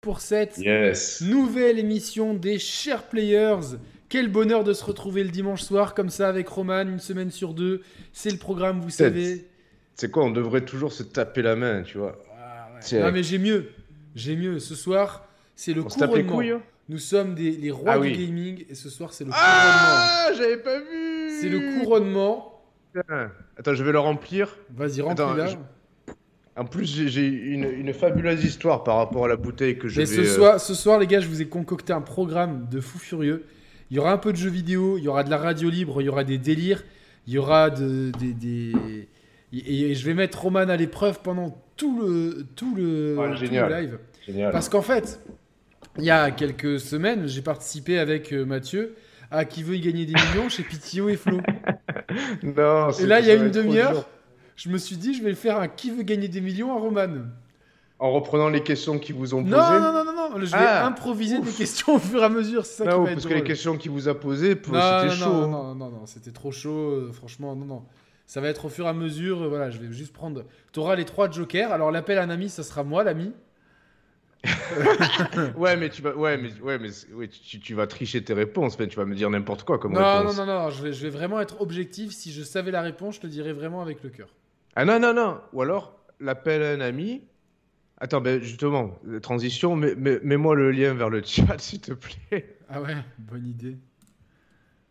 pour cette Yes. nouvelle émission des chers players. Quel bonheur de se retrouver le dimanche soir comme ça avec Roman, une semaine sur deux. C'est le programme, vous Peut-être. savez. C'est quoi, on devrait toujours se taper la main, tu vois. Ah, ouais. C'est- Non mais j'ai mieux, j'ai mieux. Ce soir, c'est le on se tape les couronnement. couilles. hein Nous sommes des, les rois Ah du oui. gaming et ce soir c'est le couronnement. Ah, j'avais pas vu. C'est le couronnement. Putain. Attends, je vais le remplir. Vas-y, rentre Attends, là. je- En plus, j'ai j'ai une, une fabuleuse histoire par rapport à la bouteille que je Mais vais. ce, euh, soir, ce soir, les gars, je vous ai concocté un programme de fou furieux. Il y aura un peu de jeux vidéo, il y aura de la radio libre, il y aura des délires, il y aura de- des. des- Et, et je vais mettre Roman à l'épreuve pendant tout le, tout le, Ouais, tout génial. le live. Génial. Parce qu'en fait, il y a quelques semaines, j'ai participé avec euh, Mathieu à Qui veut y gagner des millions chez Pitio et Flo. Non, c'est- Et là, il y a ça va une être trop dur. demi-heure, je me suis dit, je vais le faire un Qui veut gagner des millions à Roman. En reprenant les questions qui vous ont posées. Non, non, non, non, non, je vais Ah. improviser des questions au fur et à mesure, c'est ça Non, qui va être parce que les drôle. questions qu'il vous a posées, pour- Non, c'était non, chaud. hein. Non, non, non, non, c'était trop chaud, euh, franchement, non, non. Ça va être au fur et à mesure, euh, voilà, je vais juste prendre... T'auras les trois jokers, alors l'appel à un ami, ça sera moi, l'ami. Ouais, mais tu vas, ouais, mais, ouais, mais c'est- ouais, tu, tu vas tricher tes réponses. mais tu vas me dire n'importe quoi comme Non, non, réponse. non, non, je vais, je vais vraiment être objectif, si je savais la réponse, je te dirais vraiment avec le cœur. Ah non, non, non. Ou alors, l'appel à un ami. Attends, ben justement, euh, transition, mais- mais- mets-moi le lien vers le chat, s'il te plaît. Ah ouais, bonne idée.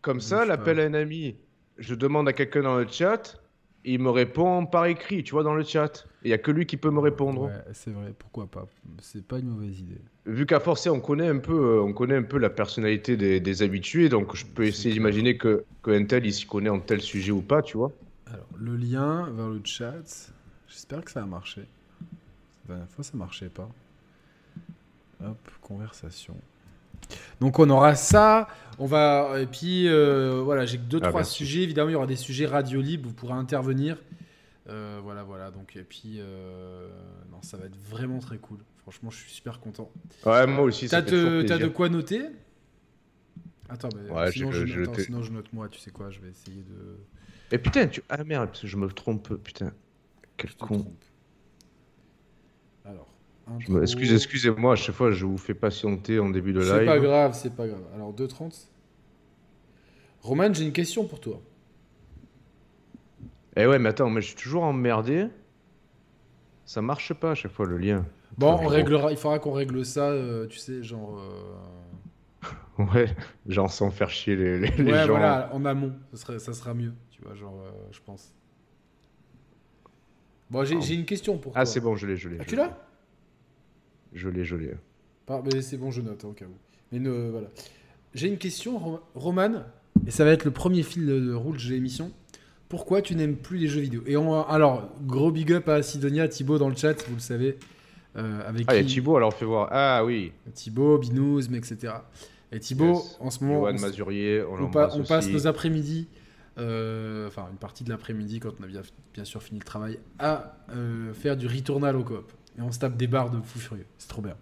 Comme Bouge ça, pas. l'appel à un ami, je demande à quelqu'un dans le chat, et il me répond par écrit, tu vois, dans le chat. Et Il n'y a que lui qui peut me répondre. c'est vrai, pourquoi pas, c'est pas une mauvaise idée. Vu qu'à forcer, on connaît un peu, euh, on connaît un peu la personnalité des, des habitués, donc je peux C'est essayer clair. d'imaginer que, que un tel, il s'y connaît en tel sujet ou pas, tu vois. Alors, le lien vers le chat, j'espère que ça a marché. La dernière fois, ça marchait pas. Hop, conversation. Donc, on aura ça. On va. Et puis, euh, voilà, j'ai que deux, Ah, trois merci. sujets. Évidemment, il y aura des sujets radio libre, vous pourrez intervenir. Euh, voilà, voilà. Donc, et puis, euh, non, ça va être vraiment très cool. Franchement, je suis super content. Ouais, moi aussi, T'as ça fait toujours de, t'as plaisir. de quoi noter Attends, mais Ouais, sinon, je, j'ai- j'ai attends, noté. sinon, je note moi, tu sais quoi, je vais essayer de. Et putain, tu... ah merde, parce que je me trompe, putain. Quel Je te con. trompe. Alors, Je me- excuse- excusez Excusez-moi, à chaque fois, je vous fais patienter en début de live. Oh. C'est pas grave, c'est pas grave. Alors, 2.30. Roman, j'ai une question pour toi. Eh ouais, mais attends, mais je suis toujours emmerdé. Ça marche pas à chaque fois, le lien. Bon, je on comprends. réglera, il faudra qu'on règle ça, euh, tu sais, genre. euh, Ouais, genre sans faire chier les, les- les Ouais, gens. voilà, en amont, ça, serait, ça sera mieux, tu vois, genre, euh, je pense. Bon, j'ai Ah. j'ai une question pour toi. Ah, c'est bon, je l'ai, je l'ai. Ah, je tu l'ai. l'as Je l'ai, je l'ai. Ah, mais c'est bon, je note, hein, au cas où. Mais ne- voilà. J'ai une question, Ro- Roman, et ça va être le premier fil de de rouge de l'émission. Pourquoi tu n'aimes plus les jeux vidéo Et on, alors, gros big up à Sidonia, Thibaut dans le chat, vous le savez. euh, avec Ah, il y a qui- Thibaut, alors fais voir. Ah oui, Thibaut, Binouz, mais etc. Et Thibaut, Yes. en ce moment, Johan on s- Mazurier, on, on, pa- l'embrasse on aussi. passe nos après-midi, euh, enfin une partie de l'après-midi quand on a bien, bien sûr fini le travail, à euh, faire du retournal au coop. Et on se tape des barres de fou furieux. C'est trop bien.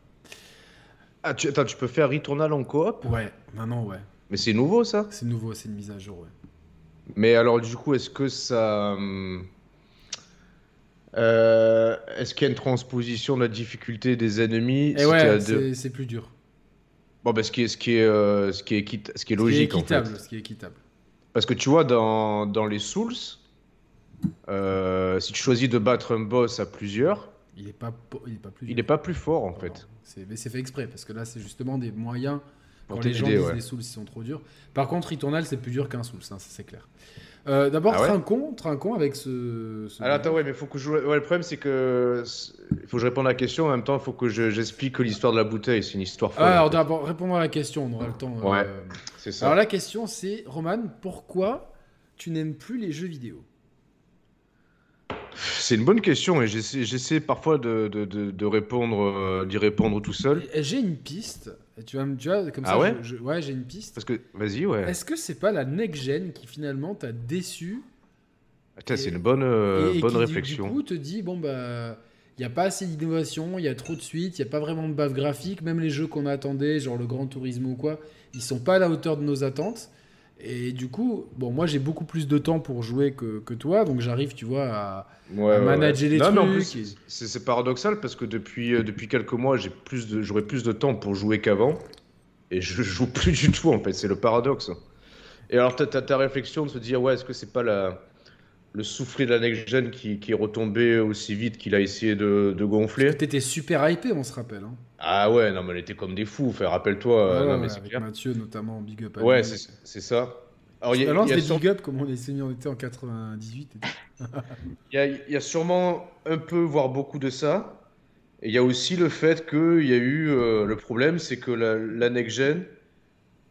Ah, tu, attends, tu peux faire Ritournal en coop Ouais, maintenant, ouais. Mais c'est nouveau, ça C'est nouveau, c'est une mise à jour, ouais. Mais alors, du coup, est-ce que ça... hum, euh, est-ce qu'il y a une transposition de la difficulté des ennemis Et si t'es à Eh ouais, deux c'est- c'est plus dur. Bon, ben, ce qui est, ce qui est, euh, ce qui est, équit- ce qui est Ce qui est logique, en fait. équitable, ce qui est équitable. Parce que tu vois, dans, dans les Souls, euh, si tu choisis de battre un boss à plusieurs, Il est pas, po- il est pas plus. il n'est pas plus fort, en fait. C'est, mais c'est fait exprès parce que là, c'est justement des moyens Pour quand les gens t'aider, disent ouais. les souls ils sont trop durs. Par contre, Returnal, c'est plus dur qu'un souls, hein, ça c'est clair. Euh, d'abord, Ah ouais Trincon, Trincon avec ce. ce- Alors attends, ouais, mais faut que je... ouais, le problème, c'est que... c'est- Il faut que je réponde à la question, en même temps, il faut que je- j'explique l'histoire de la bouteille. C'est une histoire folle. Ah, alors en fait. d'abord, répondons à la question, on aura le temps. Ouais, euh. C'est ça. Alors la question c'est, Roman, pourquoi tu n'aimes plus les jeux vidéo C'est une bonne question et j'essaie j'essaie parfois de, de- de- de répondre, euh, d'y répondre tout seul. Et J'ai une piste, et tu vas me. Tu vois, comme Ah ça, ouais je- je- ouais, j'ai une piste. Parce que, vas-y, ouais. Est-ce que c'est pas la next-gen qui finalement t'a déçu Putain, C'est une bonne, euh, et, et bonne qui, du- réflexion. Du coup, te dit bon bah, il y a pas assez d'innovation, il y a trop de suites, il y a pas vraiment de bave graphique, même les jeux qu'on attendait, genre le Grand Tourisme ou quoi, ils sont pas à la hauteur de nos attentes. Et du coup, bon, moi j'ai beaucoup plus de temps pour jouer que, que toi, donc j'arrive, tu vois, à, Ouais, ouais, manager les non, mais en trucs plus, et- c'est c'est paradoxal parce que depuis, euh, depuis quelques mois, j'ai plus de, j'aurais plus de temps pour jouer qu'avant et je joue plus du tout en fait. C'est le paradoxe. Et alors, t'as t'as ta réflexion de se dire, ouais, est-ce que c'est pas la, le soufflet de la next gen qui, qui est retombé aussi vite qu'il a essayé de, de parce gonfler que t'étais super hypé, on se rappelle. hein. Ah ouais, non, mais on était comme des fous. Enfin, rappelle-toi. euh, Ouais, non, ouais, mais c'est avec clair. Mathieu notamment, Big Up. à Ouais, lui. c'est c'est ça. Alors, Je il y a- balance il y a des sur- Big Up comme on les s'est mis, on était en 98. et tout. Il y, a- il y a sûrement un peu, voire beaucoup de ça. Et il y a aussi le fait qu'il y a eu. euh, le problème, c'est que la, la next-gen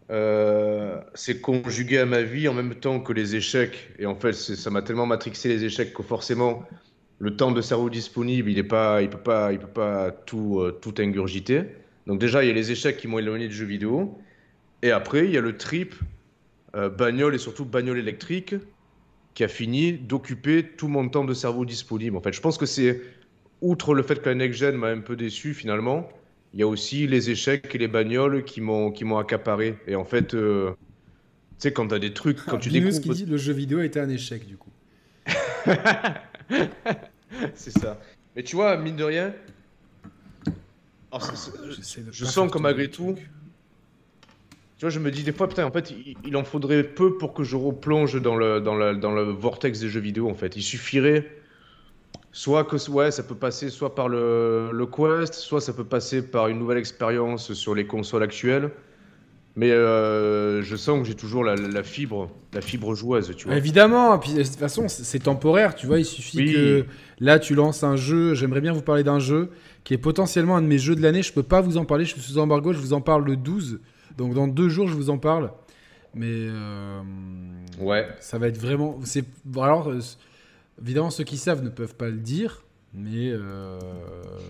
euh, s'est conjuguée à ma vie en même temps que les échecs. Et en fait, c'est- ça m'a tellement matrixé les échecs que forcément, le temps de cerveau disponible, il est pas, il peut pas, il peut pas tout, euh, tout ingurgiter. Donc, déjà, il y a les échecs qui m'ont éloigné de jeux vidéo. Et après, il y a le trip euh, bagnole et surtout bagnole électrique qui a fini d'occuper tout mon temps de cerveau disponible. En fait, je pense que c'est, outre le fait que la next-gen m'a un peu déçu finalement, il y a aussi les échecs et les bagnoles qui m'ont, qui m'ont accaparé. Et en fait, euh, tu sais, quand tu as des trucs, quand tu Binous qui découvres. dit le jeu vidéo était un échec du coup. c'est ça. Mais tu vois, mine de rien. alors, c'est- c'est- J'essaie de je pas sens faire que tomber le malgré tout, truc. Tu vois, je me dis des fois, putain, en fait, il, il en faudrait peu pour que je replonge dans le, dans, le, dans le vortex des jeux vidéo, en fait. Il suffirait, soit que ouais, ça peut passer soit par le, le Quest, soit ça peut passer par une nouvelle expérience sur les consoles actuelles. Mais euh, je sens que j'ai toujours la, la- la fibre, la fibre joueuse, tu vois. Évidemment, et puis de toute façon, c'est- c'est temporaire, tu vois, il suffit Oui. que là tu lances un jeu, j'aimerais bien vous parler d'un jeu qui est potentiellement un de mes jeux de l'année, je peux pas vous en parler, je suis sous embargo, je vous en parle le 12, donc dans deux jours je vous en parle, mais euh, Ouais. ça va être vraiment... c'est bon, Alors, euh, c- évidemment, ceux qui savent ne peuvent pas le dire, mais... euh,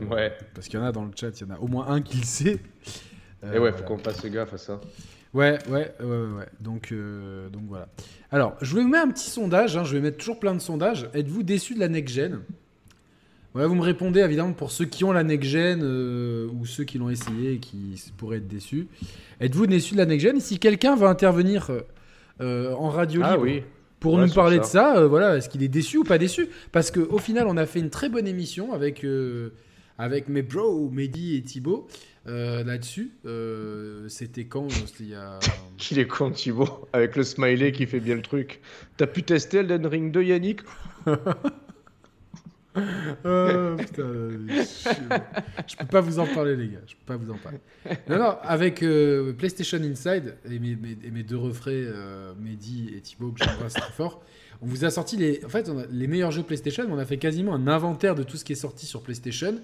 Ouais. Parce qu'il y en a dans le chat, il y en a au moins un qui le sait. Et ouais, Euh, faut qu'on fasse gaffe à ça. Ouais, ouais, ouais, ouais. ouais. Donc, euh, donc voilà. Alors, je vais vous mettre un petit sondage. hein. Je vais mettre toujours plein de sondages. Êtes-vous déçu de la next-gen Voilà, vous me répondez évidemment pour ceux qui ont la next-gen euh, ou ceux qui l'ont essayé et qui s- pourraient être déçus. Êtes-vous déçu de la next-gen Si quelqu'un va intervenir euh, euh, en radio Ah libre oui. pour Ouais, nous sur parler ça. de ça, euh, voilà, est-ce qu'il est déçu ou pas déçu Parce qu'au final, on a fait une très bonne émission avec, euh, avec mes bros, Mehdi et Thibaut, euh, là-dessus. Euh, C'était quand euh, C'était il y a... Qu'il est con, Thibaut, avec le smiley qui fait bien le truc. T'as pu tester Elden Ring 2, Yannick Euh, putain, euh, je, je peux pas vous en parler, les gars. Je peux pas vous en parler. Non, non, avec euh, PlayStation Inside et mes, mes- et mes deux refraits, euh, Mehdi et Thibaut, que j'embrasse très fort, on vous a sorti les, en fait, on a- les meilleurs jeux PlayStation. mais On a fait quasiment un inventaire de tout ce qui est sorti sur PlayStation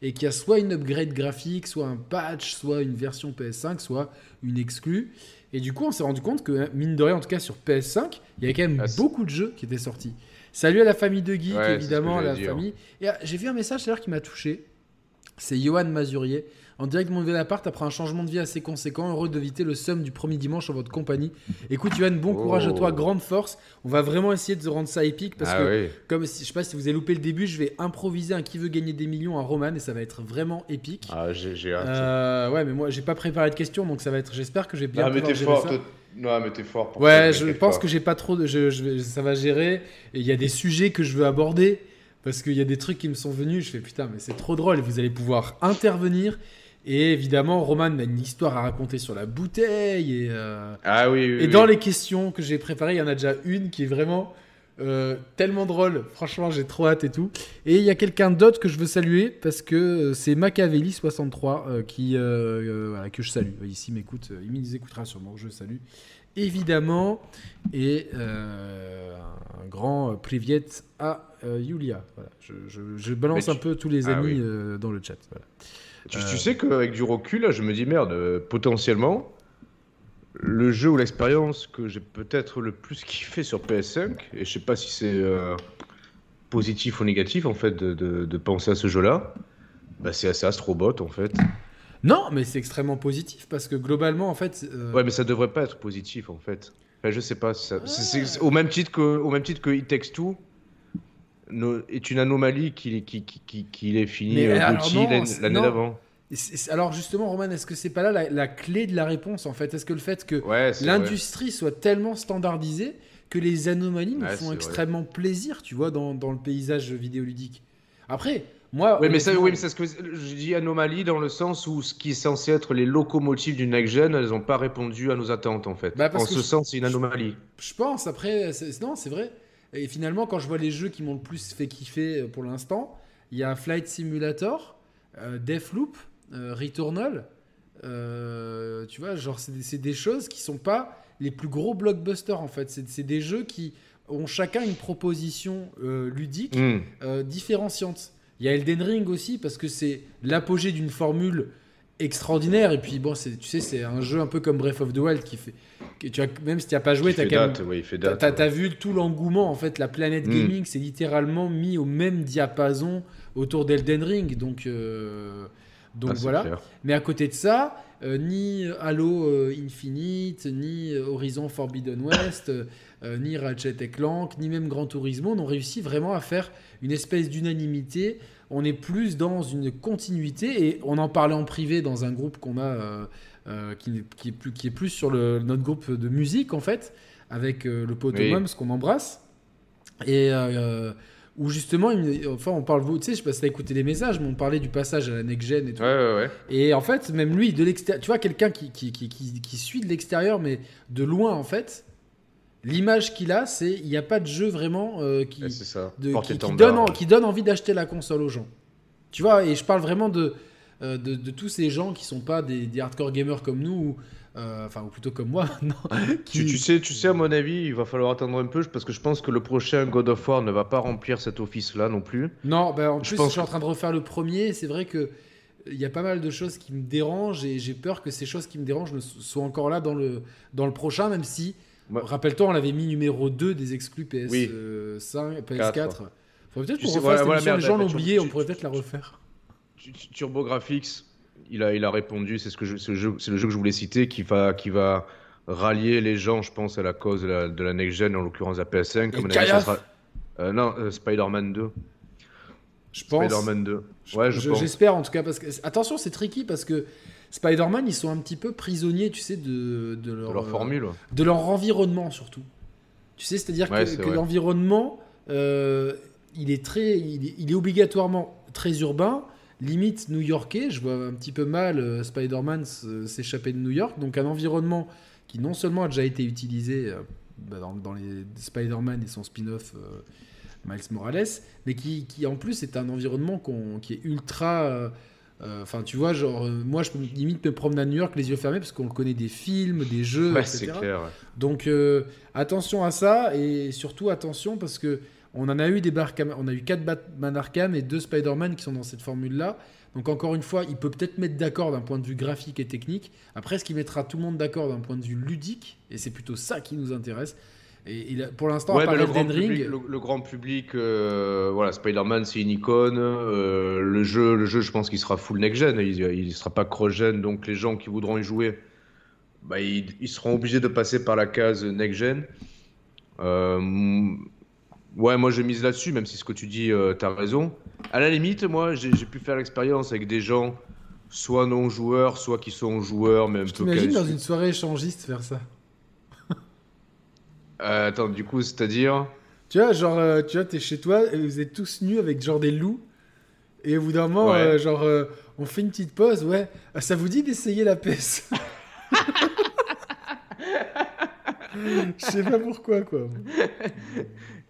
et qui a soit une upgrade graphique, soit un patch, soit une version PS5, soit une exclue. Et du coup, on s'est rendu compte que, hein, mine de rien, en tout cas sur PS5, il y avait quand même Ah, c'est- beaucoup de jeux qui étaient sortis. Salut à la famille de Geek, Ouais, c'est ce que évidemment, à j'allais la dire. famille. Et ah, j'ai vu un message tout à l'heure qui m'a touché. C'est Johan Mazurier. En direct de mon nouvel appart, après un changement de vie assez conséquent, heureux d'éviter le somme du premier dimanche en votre compagnie. Écoute, Johan, bon Oh. courage à toi, grande force. On va vraiment essayer de rendre ça épique parce que, Ah oui. comme si, je sais pas si vous avez loupé le début, je vais improviser un qui veut gagner des millions à Roman et ça va être vraiment épique. Ah, j'ai j'ai hâte. Euh, ouais, mais moi, j'ai pas préparé de questions donc ça va être. J'espère que j'ai bien Ah mais pouvoir t'es gérer fort, ça. toi- non mais t'es fort. pour ça, Ouais, je t'inquiète pense pas. que j'ai pas trop de. Je, je vais- ça va gérer. Et il y a des sujets que je veux aborder. Parce qu'il y a des trucs qui me sont venus. Je fais putain, mais c'est trop drôle. Vous allez pouvoir intervenir. Et évidemment, Roman a une histoire à raconter sur la bouteille. Et, euh, Ah oui, oui, et oui. dans les questions que j'ai préparées, il y en a déjà une qui est vraiment euh, tellement drôle. Franchement, j'ai trop hâte et tout. Et il y a quelqu'un d'autre que je veux saluer parce que euh, c'est Machiavelli63 euh, qui, euh, euh, voilà, que je salue. Ici, m'écoute, euh, il nous écoutera sûrement. Je le salue évidemment. Et euh, un grand euh, priviet à euh, Yulia. Voilà, je, je- je balance Mais un tu- peu tous les Ah amis oui. euh, dans le chat. voilà. Tu, euh, tu sais qu'avec du recul, là, je me dis merde, euh, potentiellement, le jeu ou l'expérience que j'ai peut-être le plus kiffé sur PS5, et je sais pas si c'est euh, positif ou négatif en fait de, de- de penser à ce jeu-là, bah c'est c'est Astrobot en fait. Non, mais c'est extrêmement positif parce que globalement, en fait. euh, Ouais, mais ça devrait pas être positif en fait. Enfin, je sais pas. ça- c'est- c'est- c'est- au même titre que au même titre que It Takes Two no- est une anomalie qu'il qui, qui, qui, qu'il ait fini Mais euh, alors Gotti non, l'année- c'est- l'année non. d'avant. Et c'est- c'est- Alors justement, Roman, est-ce que c'est pas là la, la clé de la réponse en fait Est-ce que le fait que Ouais, c'est vrai. l'industrie soit tellement standardisée que les anomalies nous Ouais, c'est font vrai. extrêmement plaisir, tu vois, dans, dans le paysage vidéoludique Après, moi, Oui, mais ça, honnêtement, oui, mais c'est ce que je dis anomalie dans le sens où ce qui est censé être les locomotives du next gen, elles n'ont pas répondu à nos attentes en fait. Bah, parce en que ce je- sens, c'est une je- anomalie. je pense. Après, c'est- non, c'est vrai. Et finalement, quand je vois les jeux qui m'ont le plus fait kiffer euh, pour l'instant, il y a Flight Simulator, euh, Deathloop, euh, Returnal. Euh, tu vois, genre, c'est des, c'est des choses qui sont pas les plus gros blockbusters en fait. C'est c'est des jeux qui ont chacun une proposition euh, ludique Hmm. euh, différenciante. Il y a Elden Ring aussi parce que c'est l'apogée d'une formule extraordinaire et puis bon c'est tu sais c'est un jeu un peu comme Breath of the Wild qui fait que tu as même si tu as pas joué il, tu as fait quand même date, oui, il fait T'as date. t'as- ouais. t'as vu tout l'engouement, en fait, la planète Mm. gaming s'est littéralement mis au même diapason autour d'Elden Ring, donc, euh, donc Ah, c'est voilà. clair. Mais à côté de ça, euh, ni Halo euh, Infinite, ni euh, Horizon Forbidden West, euh, euh, ni Ratchet et Clank, ni même Gran Turismo n'ont réussi vraiment à faire une espèce d'unanimité. On est plus dans une continuité et on en parlait en privé dans un groupe qu'on a euh, euh, qui, n'est- qui est plus, qui est plus sur le, notre groupe de musique en fait, avec euh, le pote Oui. Mums qu'on embrasse. Et euh, où justement, il me- enfin, on parle, vous, tu sais, je sais pas si t'as écouté les messages, mais on parlait du passage à la next-gen et tout. Ouais, ouais, ouais. Et en fait, même lui, de l'extérieur, tu vois, quelqu'un qui, qui, qui, qui, qui suit de l'extérieur, mais de loin, en fait, l'image qu'il a, c'est il n'y a pas de jeu vraiment euh, qui, Ouais, c'est ça. de- Portée qui, qui étendard, donne, en- ouais. qui donne envie d'acheter la console aux gens. Tu vois, et je parle vraiment de, euh, de, de tous ces gens qui sont pas des, des hardcore gamers comme nous, ou, euh, enfin, ou plutôt comme moi, non, Tu, qui- tu sais, tu sais, à mon avis, il va falloir attendre un peu parce que je pense que le prochain God of War ne va pas remplir cet office-là non plus. Non, bah, en Je plus, pense je suis en que- train de refaire le premier. et C'est vrai que euh, il y a pas mal de choses qui me dérangent et j'ai peur que ces choses qui me dérangent ne so- soient encore là dans le, dans le prochain, même si, Ouais. rappelle-toi, on l'avait mis numéro 2 des exclus euh, PS5, Oui. PS4. Quatre. Faudrait peut-être Tu qu'on sais, refasse voilà, l'émission, voilà, merde, les gens là, l'ont tu- oublié, tu- on pourrait tu- peut-être la tu- refaix. Tu- tu- TurboGrafx, il a, il a répondu, c'est ce que je- ce jeu, c'est le jeu que je voulais citer qui va, qui va rallier les gens, je pense, à la cause de la, de la next gen, en l'occurrence la PS5. Et Comme Kayaf non, euh, Spider-Man 2. Je pense. Spider-Man 2. Ouais, je, Je- pense. J'espère en tout cas parce que attention, c'est tricky parce que Spider-Man, ils sont un petit peu prisonniers, tu sais, de, de leur, Dans leur euh, formule. de leur environnement surtout. Tu sais, c'est-à-dire Ouais, que, c'est que vrai. l'environnement, euh, il est très, il est, il est obligatoirement très urbain, limite new-yorkais. Je vois un petit peu mal euh, Spider-Man s- s'échapper de New York, donc un environnement qui non seulement a déjà été utilisé euh, bah, dans, dans les Spider-Man et son spin-off. euh, Miles Morales, mais qui, qui, en plus est un environnement qu'on- qui est ultra. euh, euh, Enfin, tu vois, genre, euh, moi je peux limite me promener à New York les yeux fermés parce qu'on le connaît des films, des jeux, Ouais, Bah, c'est etc. clair. ouais. Donc euh, attention à ça et surtout attention parce que on en a eu des Barkham- on a eu quatre Batman Arkham et deux Spider-Man qui sont dans cette formule là. Donc encore une fois, il peut peut-être mettre d'accord d'un point de vue graphique et technique. Après, ce qui mettra tout le monde d'accord d'un point de vue ludique et c'est plutôt ça qui nous intéresse. Et, et là, pour l'instant, à Ouais, part mais le, grand Elden Ring, public, le, le grand public, euh, voilà, Spider-Man, c'est une icône. euh, le jeu, le jeu, je pense qu'il sera full next-gen. Il, il sera pas cross-gen, donc les gens qui voudront y jouer, bah, ils, ils seront obligés de passer par la case next-gen. Euh, ouais, moi je mise là-dessus, même si ce que tu dis, euh, t'as raison. À la limite, moi, j'ai j'ai pu faire l'expérience avec des gens, soit non joueurs, soit qui sont joueurs, mais un je peu t'imagine dans casus. une soirée échangiste faire ça. Euh, attends, du coup, c'est-à-dire. Tu vois, genre, euh, tu vois, t'es chez toi et vous êtes tous nus avec genre des loups. Et au bout d'un moment, Ouais. euh, genre, euh, on fait une petite pause, ouais. Ah, Ça vous dit d'essayer la PS Je sais pas pourquoi, quoi.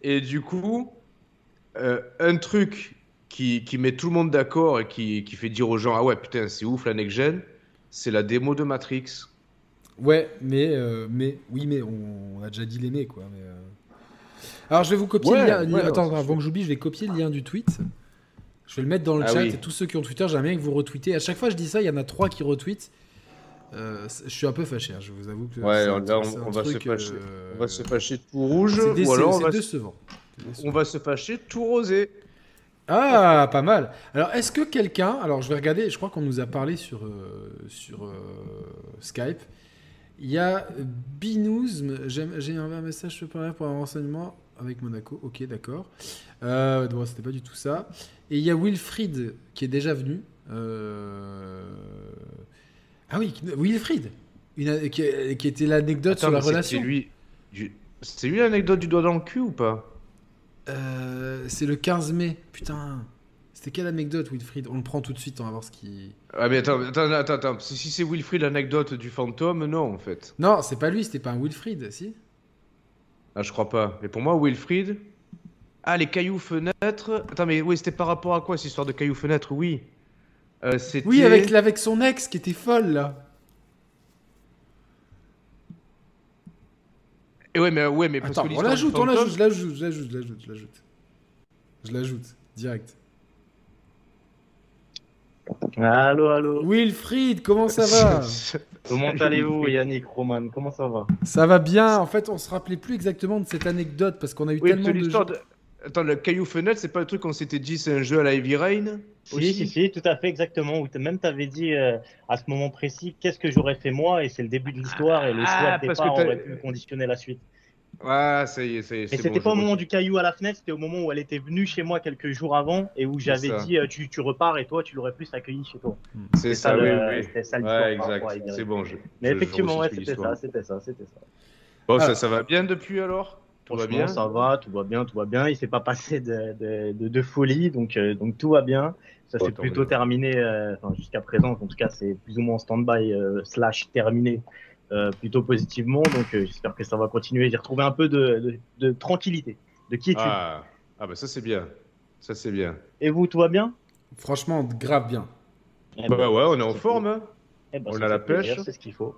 Et du coup, euh, un truc qui, qui met tout le monde d'accord et qui, qui fait dire aux gens Ah ouais, putain, c'est ouf la next-gen, c'est la démo de Matrix. Ouais, mais, euh, mais, oui, mais on, on a déjà dit les mais, quoi. mais, euh. Alors, je vais vous copier Ouais, le lien. ouais, Attends, non, c'est avant que j'oublie, je vais copier le lien du tweet. Je vais le mettre dans le Ah chat oui. et tous ceux qui ont Twitter, j'aimerais bien que vous retweetez. À chaque fois, je dis ça, il y en a trois qui retweetent. Euh, c'est- je suis un peu fâché, hein, je vous avoue que. Ouais, c'est un- là, on- c'est un on va se truc, fâcher. euh, On va se fâcher tout rouge, C'est ou déce- alors on c'est va, décevant. C'est décevant. on va se fâcher tout rosé. Ah, pas mal. Alors, est-ce que quelqu'un. Alors, je vais regarder, je crois qu'on nous a parlé sur, euh, sur euh, Skype. Il y a Binouzm. j'aime- J'ai envoyé un message supplémentaire pour un renseignement avec Monaco. Ok, d'accord. Euh, bon, c'était pas du tout ça. Et il y a Wilfried qui est déjà venu. Euh, Ah oui, qui- Wilfried, une- qui, qui était l'anecdote Attends, sur la mais c'est- relation. C'est lui, du- c'est lui l'anecdote du doigt dans le cul ou pas Euh, C'est le 15 mai, putain. C'était quelle anecdote, Wilfried On le prend tout de suite, on va voir ce qui. Ah mais attends, attends, attends, attends. Si, si c'est Wilfried l'anecdote du fantôme, non en fait. Non, c'est pas lui, c'était pas un Wilfried, si Ah je crois pas. Mais pour moi Wilfried... Ah les cailloux fenêtres... Attends mais oui c'était par rapport à quoi cette histoire de cailloux fenêtres Oui. Euh, c'était- Oui, avec, avec son ex qui était folle, là. Eh ouais mais, ouais, mais parce Attends, que on l'histoire du l'ajoute, on fantôme- l'ajoute, je l'ajoute, je l'ajoute, je l'ajoute, je l'ajoute. Je l'ajoute, direct. Allô, allô. Wilfried, comment ça va Comment allez-vous, Yannick, Roman Comment ça va Ça va bien. En fait, on se rappelait plus exactement de cette anecdote parce qu'on a eu Oui, parce tellement que de. l'histoire de... Attends, le caillou fenêtre, c'est pas le truc qu'on s'était dit, c'est un jeu à la Heavy Rain Si, si, si, tout à fait, exactement. Ou t- même t'avais dit euh, à ce moment précis, qu'est-ce que j'aurais fait moi Et c'est le début de l'histoire et le Ah, choix de parce que départ t'as- aurait pu conditionner la suite. Ah, ça y est, ça y est. Mais c'est c'était bon, pas au je- moment du caillou à la fenêtre, c'était au moment où elle était venue chez moi quelques jours avant et où C'est j'avais ça. dit euh, tu, tu repars et toi tu l'aurais plus accueilli chez toi. C'est ça, ça, oui, le- oui. c'était ça l'histoire Ouais, par exact. rapport à Heavy C'est Rain. bon, je. je- Mais je effectivement, ouais, resitue c'était l'histoire. ça, c'était ça, c'était ça. Bon, Ah. ça, ça va bien depuis alors Tout va Franchement, bien ça va, tout va bien, tout va bien. Il s'est pas passé de, de, de, de folie, donc, euh, donc tout va bien. Ça Oh, s'est tant plutôt mieux. terminé, euh, enfin, jusqu'à présent, en tout cas, c'est plus ou moins en stand-by, euh, slash terminé, euh, plutôt positivement. Donc euh, j'espère que ça va continuer. J'ai retrouvé un peu de, de, de tranquillité, de quiétude. Ah, ah bah ça c'est bien. Ça c'est bien. Et vous, tout va bien Franchement, grave bien. Eh Bah ben, ouais, on est en c'est forme. hein. eh ben, on ça a la fait plaisir, pêche. C'est ce qu'il faut.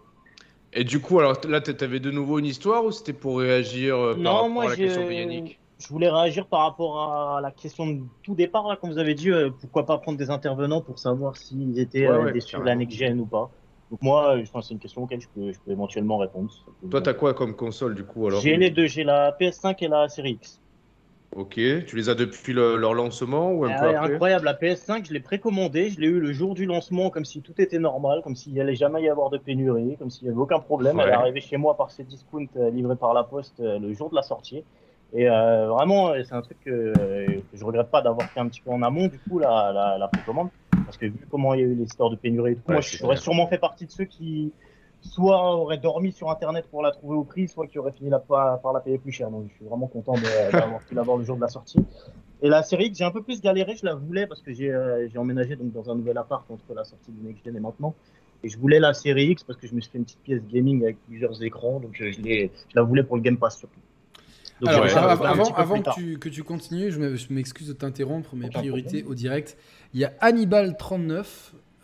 Et du coup, alors t- là, t- t'avais de nouveau une histoire ou c'était pour réagir euh, par Non, rapport moi, à la j'ai- question de Yannick Je voulais réagir par rapport à la question de tout départ, là, quand vous avez dit euh, pourquoi pas prendre des intervenants pour savoir s'ils étaient Ouais, euh, ouais, déçus de la carrément. next gen ou pas. Donc, moi, euh, je pense que c'est une question auquel je peux, je peux éventuellement répondre. Toi, t'as quoi comme console du coup alors J'ai les deux, j'ai la PS5 et la série X. Ok, tu les as depuis le- leur lancement ou un Ah, peu ouais, après incroyable, la PS5, je l'ai précommandée, je l'ai eu le jour du lancement, comme si tout était normal, comme s'il n'allait jamais y avoir de pénurie, comme s'il n'y avait aucun problème. Elle Ouais. est arrivée chez moi par ses discounts euh, livrés par la poste euh, le jour de la sortie. Et euh, vraiment, euh, c'est un truc que, euh, que je regrette pas d'avoir fait un petit peu en amont, du coup, la, la, la précommande. Parce que vu comment il y a eu les histoires de pénurie et tout, Ouais, moi, c'est j'aurais clair. sûrement fait partie de ceux qui soit auraient dormi sur Internet pour la trouver au prix, soit qui auraient fini la, par, par la payer plus cher. Donc, je suis vraiment content de- d'avoir pu l'avoir le jour de la sortie. Et la série X, j'ai un peu plus galéré, je la voulais parce que j'ai euh, j'ai emménagé donc dans un nouvel appart entre la sortie du Next Gen et maintenant. Et je voulais la série X parce que je me suis fait une petite pièce gaming avec plusieurs écrans, donc euh, je, l'ai- je la voulais pour le Game Pass surtout. Donc, Alors, euh, j'avais ouais. ça av- un avant, petit peu avant plus que, tard. tu, que tu continues, je me- je m'excuse de t'interrompre, mais Aucun priorité problème. au direct. Il y a Hannibal39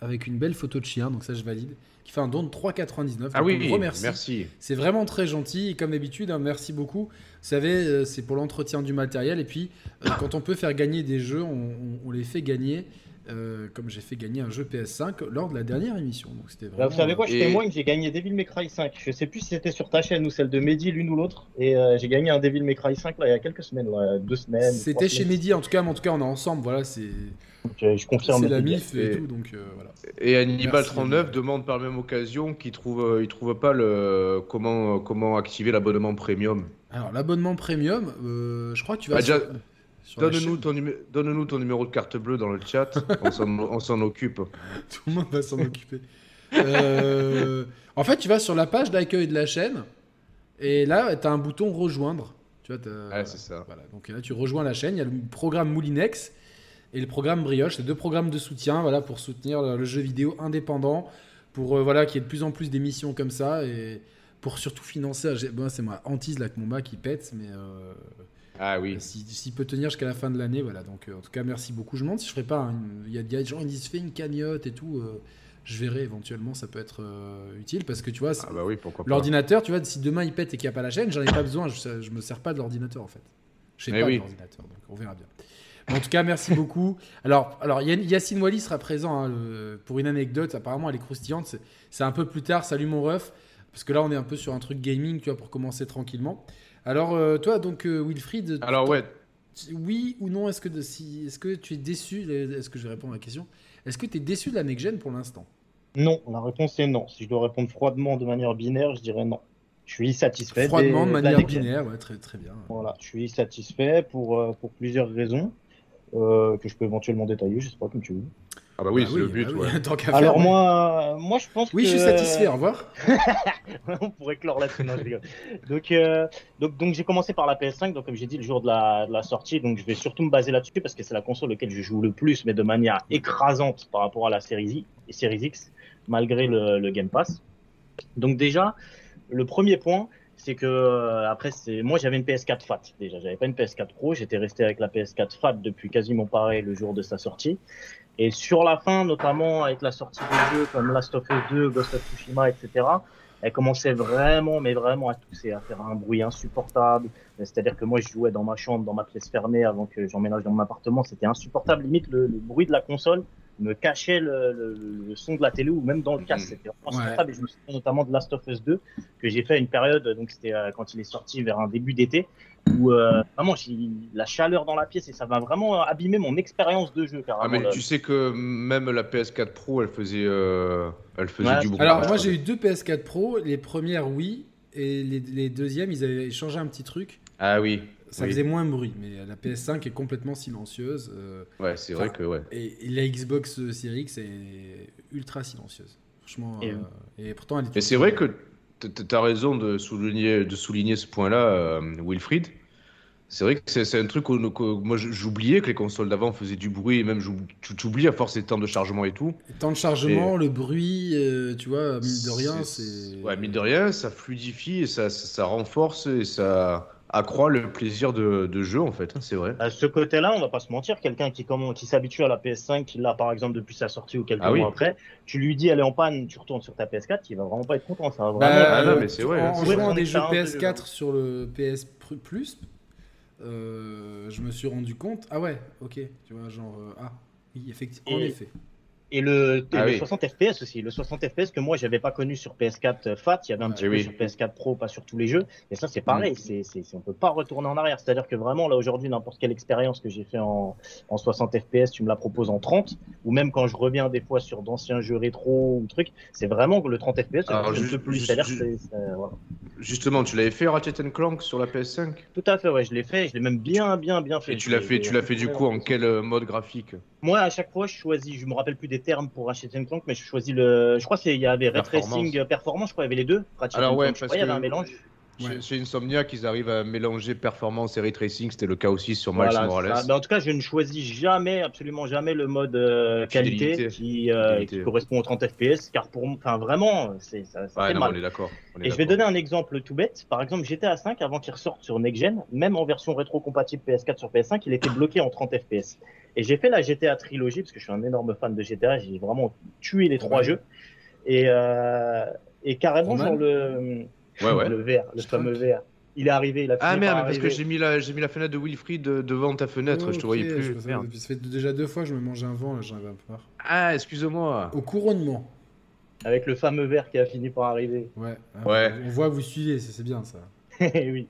avec une belle photo de chien, donc ça je valide, qui fait un don de 3,99. Ah Donc, oui, on le remercie. merci. C'est vraiment très gentil et comme d'habitude, hein, merci beaucoup. Vous savez, euh, c'est pour l'entretien du matériel et puis euh, quand on peut faire gagner des jeux, on, on- on les fait gagner, euh, comme j'ai fait gagner un jeu PS5 lors de la dernière émission. Donc c'était Bah, vraiment. vous savez quoi, je Et- témoigne, j'ai gagné Devil May Cry 5. Je sais plus si c'était sur ta chaîne ou celle de Mehdi, l'une ou l'autre. Et euh, j'ai gagné un Devil May Cry 5 là, il y a quelques semaines, là, deux semaines. trois euh, C'était chez semaines. Mehdi en tout cas, mais en tout cas on est ensemble, voilà, c'est Donc, euh, je confirme. c'est la le délire. mif et Et- tout, donc euh, voilà. Et Hannibal Merci, 39 demande par même occasion qu'il trouve, euh, il trouve pas le comment euh, comment activer l'abonnement premium. Alors l'abonnement premium, euh, je crois que tu vas. Bah, déjà, sur- sur la Donne-nous chaîne. ton, numé- donne-nous ton numéro de carte bleue dans le chat, on s'en- on s'en occupe. Tout le monde va s'en occuper. Euh, en fait, tu vas sur la page d'accueil de la chaîne et là, tu as un bouton rejoindre. Tu vois, t'as- Ah, c'est ça. Voilà. Donc là, tu rejoins la chaîne. Il y a le programme Moulinex et le programme Brioche. C'est deux programmes de soutien voilà, pour soutenir le le jeu vidéo indépendant, pour euh, voilà, qu'il y ait de plus en plus d'émissions comme ça et pour surtout financer. Ah, j'ai- Bon, c'est ma hantise là que mon Mac il pète, mais. euh, Ah oui. si- Bah, S'il peut tenir jusqu'à la fin de l'année, voilà. Donc, euh, en tout cas, merci beaucoup. Je me demande si je ferai pas. une- Il y a des gens qui disent fais une cagnotte et tout. euh, je verrai éventuellement, ça peut être euh, utile parce que tu vois, c'est- Ah bah oui, pourquoi pas. l'ordinateur, tu vois, si demain il pète et qu'il n'y a pas la chaîne, j'en ai pas besoin. Je, je me sers pas de l'ordinateur en fait. Je sais Eh pas oui. de l'ordinateur, donc on verra bien. Mais en tout cas, merci beaucoup. Alors, alors Yann- Yacine Wally sera présent hein, le- pour une anecdote. Apparemment, elle est croustillante. C'est- C'est un peu plus tard. Salut mon ref. Parce que là, on est un peu sur un truc gaming, tu vois, pour commencer tranquillement. Alors, euh, toi, donc, euh, Wilfried, Alors ton- ouais, oui ou non, est-ce que, de- si, est-ce que tu es déçu euh, Est-ce que je vais répondre à la question Est-ce que tu es déçu de la next gen pour l'instant Non, la réponse est non. Si je dois répondre froidement de manière binaire, je dirais non. Je suis satisfait. des- Froidement, de manière la next-gen. binaire, ouais, très, très bien. Voilà, je suis satisfait pour, euh, pour plusieurs raisons euh, que je peux éventuellement détailler, je sais pas, comme tu veux. Ah bah oui, c'est le but. bah ouais. oui, tant qu'à Alors faire, ouais. moi, euh, moi je pense Oui, que... je suis satisfait, hein. au revoir. on pourrait clore là-dessus, non, je rigole. Donc, euh, donc, donc j'ai commencé par la PS5, donc comme j'ai dit, le jour de la, de la sortie, donc je vais surtout me baser là-dessus parce que c'est la console laquelle je joue le plus, mais de manière écrasante par rapport à la série, I- série X, malgré le, le Game Pass. Donc déjà, le premier point, c'est que euh, après, c'est moi j'avais une PS4 Fat déjà, j'avais pas une PS4 Pro, j'étais resté avec la PS4 Fat depuis quasiment pareil le jour de sa sortie. Et sur la fin, notamment avec la sortie des jeux comme Last of Us 2, Ghost of Tsushima, etc., elle commençait vraiment, mais vraiment à tousser, à faire un bruit insupportable. Euh, C'est-à-dire que moi, je jouais dans ma chambre, dans ma pièce fermée, avant que j'emménage dans mon appartement. C'était insupportable. Limite, le, le bruit de la console me cachait le, le- le son de la télé ou même dans le Mhm. casque. C'était vraiment Ouais. insupportable. Et je me souviens notamment de Last of Us 2, que j'ai fait à une période, donc c'était euh, quand il est sorti vers un début d'été, où euh, vraiment, j'ai la chaleur dans la pièce et ça m'a vraiment abîmé mon expérience de jeu. euh, Ah, mais carrément, là. tu sais que même la PS4 Pro, elle faisait, euh, elle faisait Ouais, du bruit. Alors moi j'ai eu deux PS4 Pro, les premières oui, et les, les deuxièmes ils avaient changé un petit truc, Ah oui. ça oui. faisait moins de bruit, mais la PS5 est complètement silencieuse, euh, Ouais, c'est Enfin, vrai que ouais. et, et la Xbox Series X est ultra silencieuse. Franchement, Et- euh, et pourtant elle est... Mais c'est vrai que t- t- t'as raison de souligner, de souligner ce point-là, euh, Wilfried. C'est vrai que c'est c'est un truc que moi j- j'oubliais que les consoles d'avant faisaient du bruit, et même j'oub- tu t'oublies à force des temps de chargement et tout. Temps de chargement, le bruit, euh, tu vois, mine de rien, c'est... Ouais, mine de rien, ça fluidifie et ça, ça, ça renforce et ça accroît le plaisir de, de jeu en fait, hein, c'est vrai. À ce côté-là, on va pas se mentir, quelqu'un qui, comment- qui s'habitue à la PS5, qui l'a par exemple depuis sa sortie ou quelques Ah oui. mois après, tu lui dis elle est en panne, tu retournes sur ta PS4, il va vraiment pas être content. Ça va vraiment. ah Bah, non, euh, mais c'est vrai, En, hein, en c'est vrai. jouant à des jeux Expérience de jeu, PS4 sur le PS Pr- Plus, euh, je me suis rendu compte. Ah ouais, ok, tu vois, genre. euh, ah, oui, effectivement. En Et- effet. Et le, et Ah le oui. 60 FPS aussi, le 60 FPS que moi j'avais pas connu sur PS4 euh, Fat, il y avait un Ouais. petit Eh peu oui. Mm. sur PS4 Pro, pas sur tous les jeux. Et ça c'est pareil, c'est, c'est, c'est- on peut pas retourner en arrière. C'est-à-dire que vraiment là aujourd'hui, n'importe quelle expérience que j'ai fait en, en 60 FPS, tu me la proposes en 30, ou même quand je reviens des fois sur d'anciens jeux rétro ou trucs, c'est vraiment que le 30 FPS, Alors, je ne juste- peux plus. juste- C'est-à-dire que juste- c'est, c'est- voilà. Justement, tu l'avais fait Ratchet Clank sur la PS5 Tout à fait, ouais, je l'ai fait, je l'ai même bien, bien, bien fait. Et tu l'as fait, tu l'as fait du coup en quel euh, mode graphique Moi, à chaque fois, je choisis, je me rappelle plus des termes pour Ratchet Clank, mais je choisis le. Je crois qu'il y avait Ray Performance. Tracing euh, Performance, je crois qu'il y avait les deux. Ratchet Alors ouais, Clank, je parce crois, il y que- avait un mélange. Ouais. Chez, chez Insomniac, ils arrivent à mélanger performance et ray tracing. C'était le cas aussi sur Miles Voilà, Morales. ça. Mais en tout cas, je ne choisis jamais, absolument jamais le mode euh, qualité Fidélité. qui, euh, Fidélité. qui correspond aux 30 FPS, car pour, enfin vraiment, c'est Ouais, ça, ça fait Ah, non, mal. on est d'accord. on est Et je vais d'accord. donner un exemple tout bête. Par exemple, GTA V, avant qu'il ressorte sur Next Gen, même en version rétro-compatible PS4 sur PS5, il était bloqué en 30 FPS. Et j'ai fait la GTA trilogie, parce que je suis un énorme fan de GTA, j'ai vraiment tué les trois Ouais. jeux. Et, euh, et carrément, Roman genre le, Ouais, ouais. le VR, le Je fameux VR, il est arrivé, il a Ah fini merde, par mais parce que arriver. j'ai mis la, j'ai mis la fenêtre de Wilfried euh, devant ta fenêtre. je te Ok, voyais je plus. pensais- Merde. Ça fait déjà deux fois, je me mange un vent, là, j'en avais un peu marre. Ah, excuse-moi. Au couronnement. Avec le fameux VR qui a fini par arriver. Ouais. hein, Ouais. On voit, vous suivez, c'est c'est bien ça. Eh oui.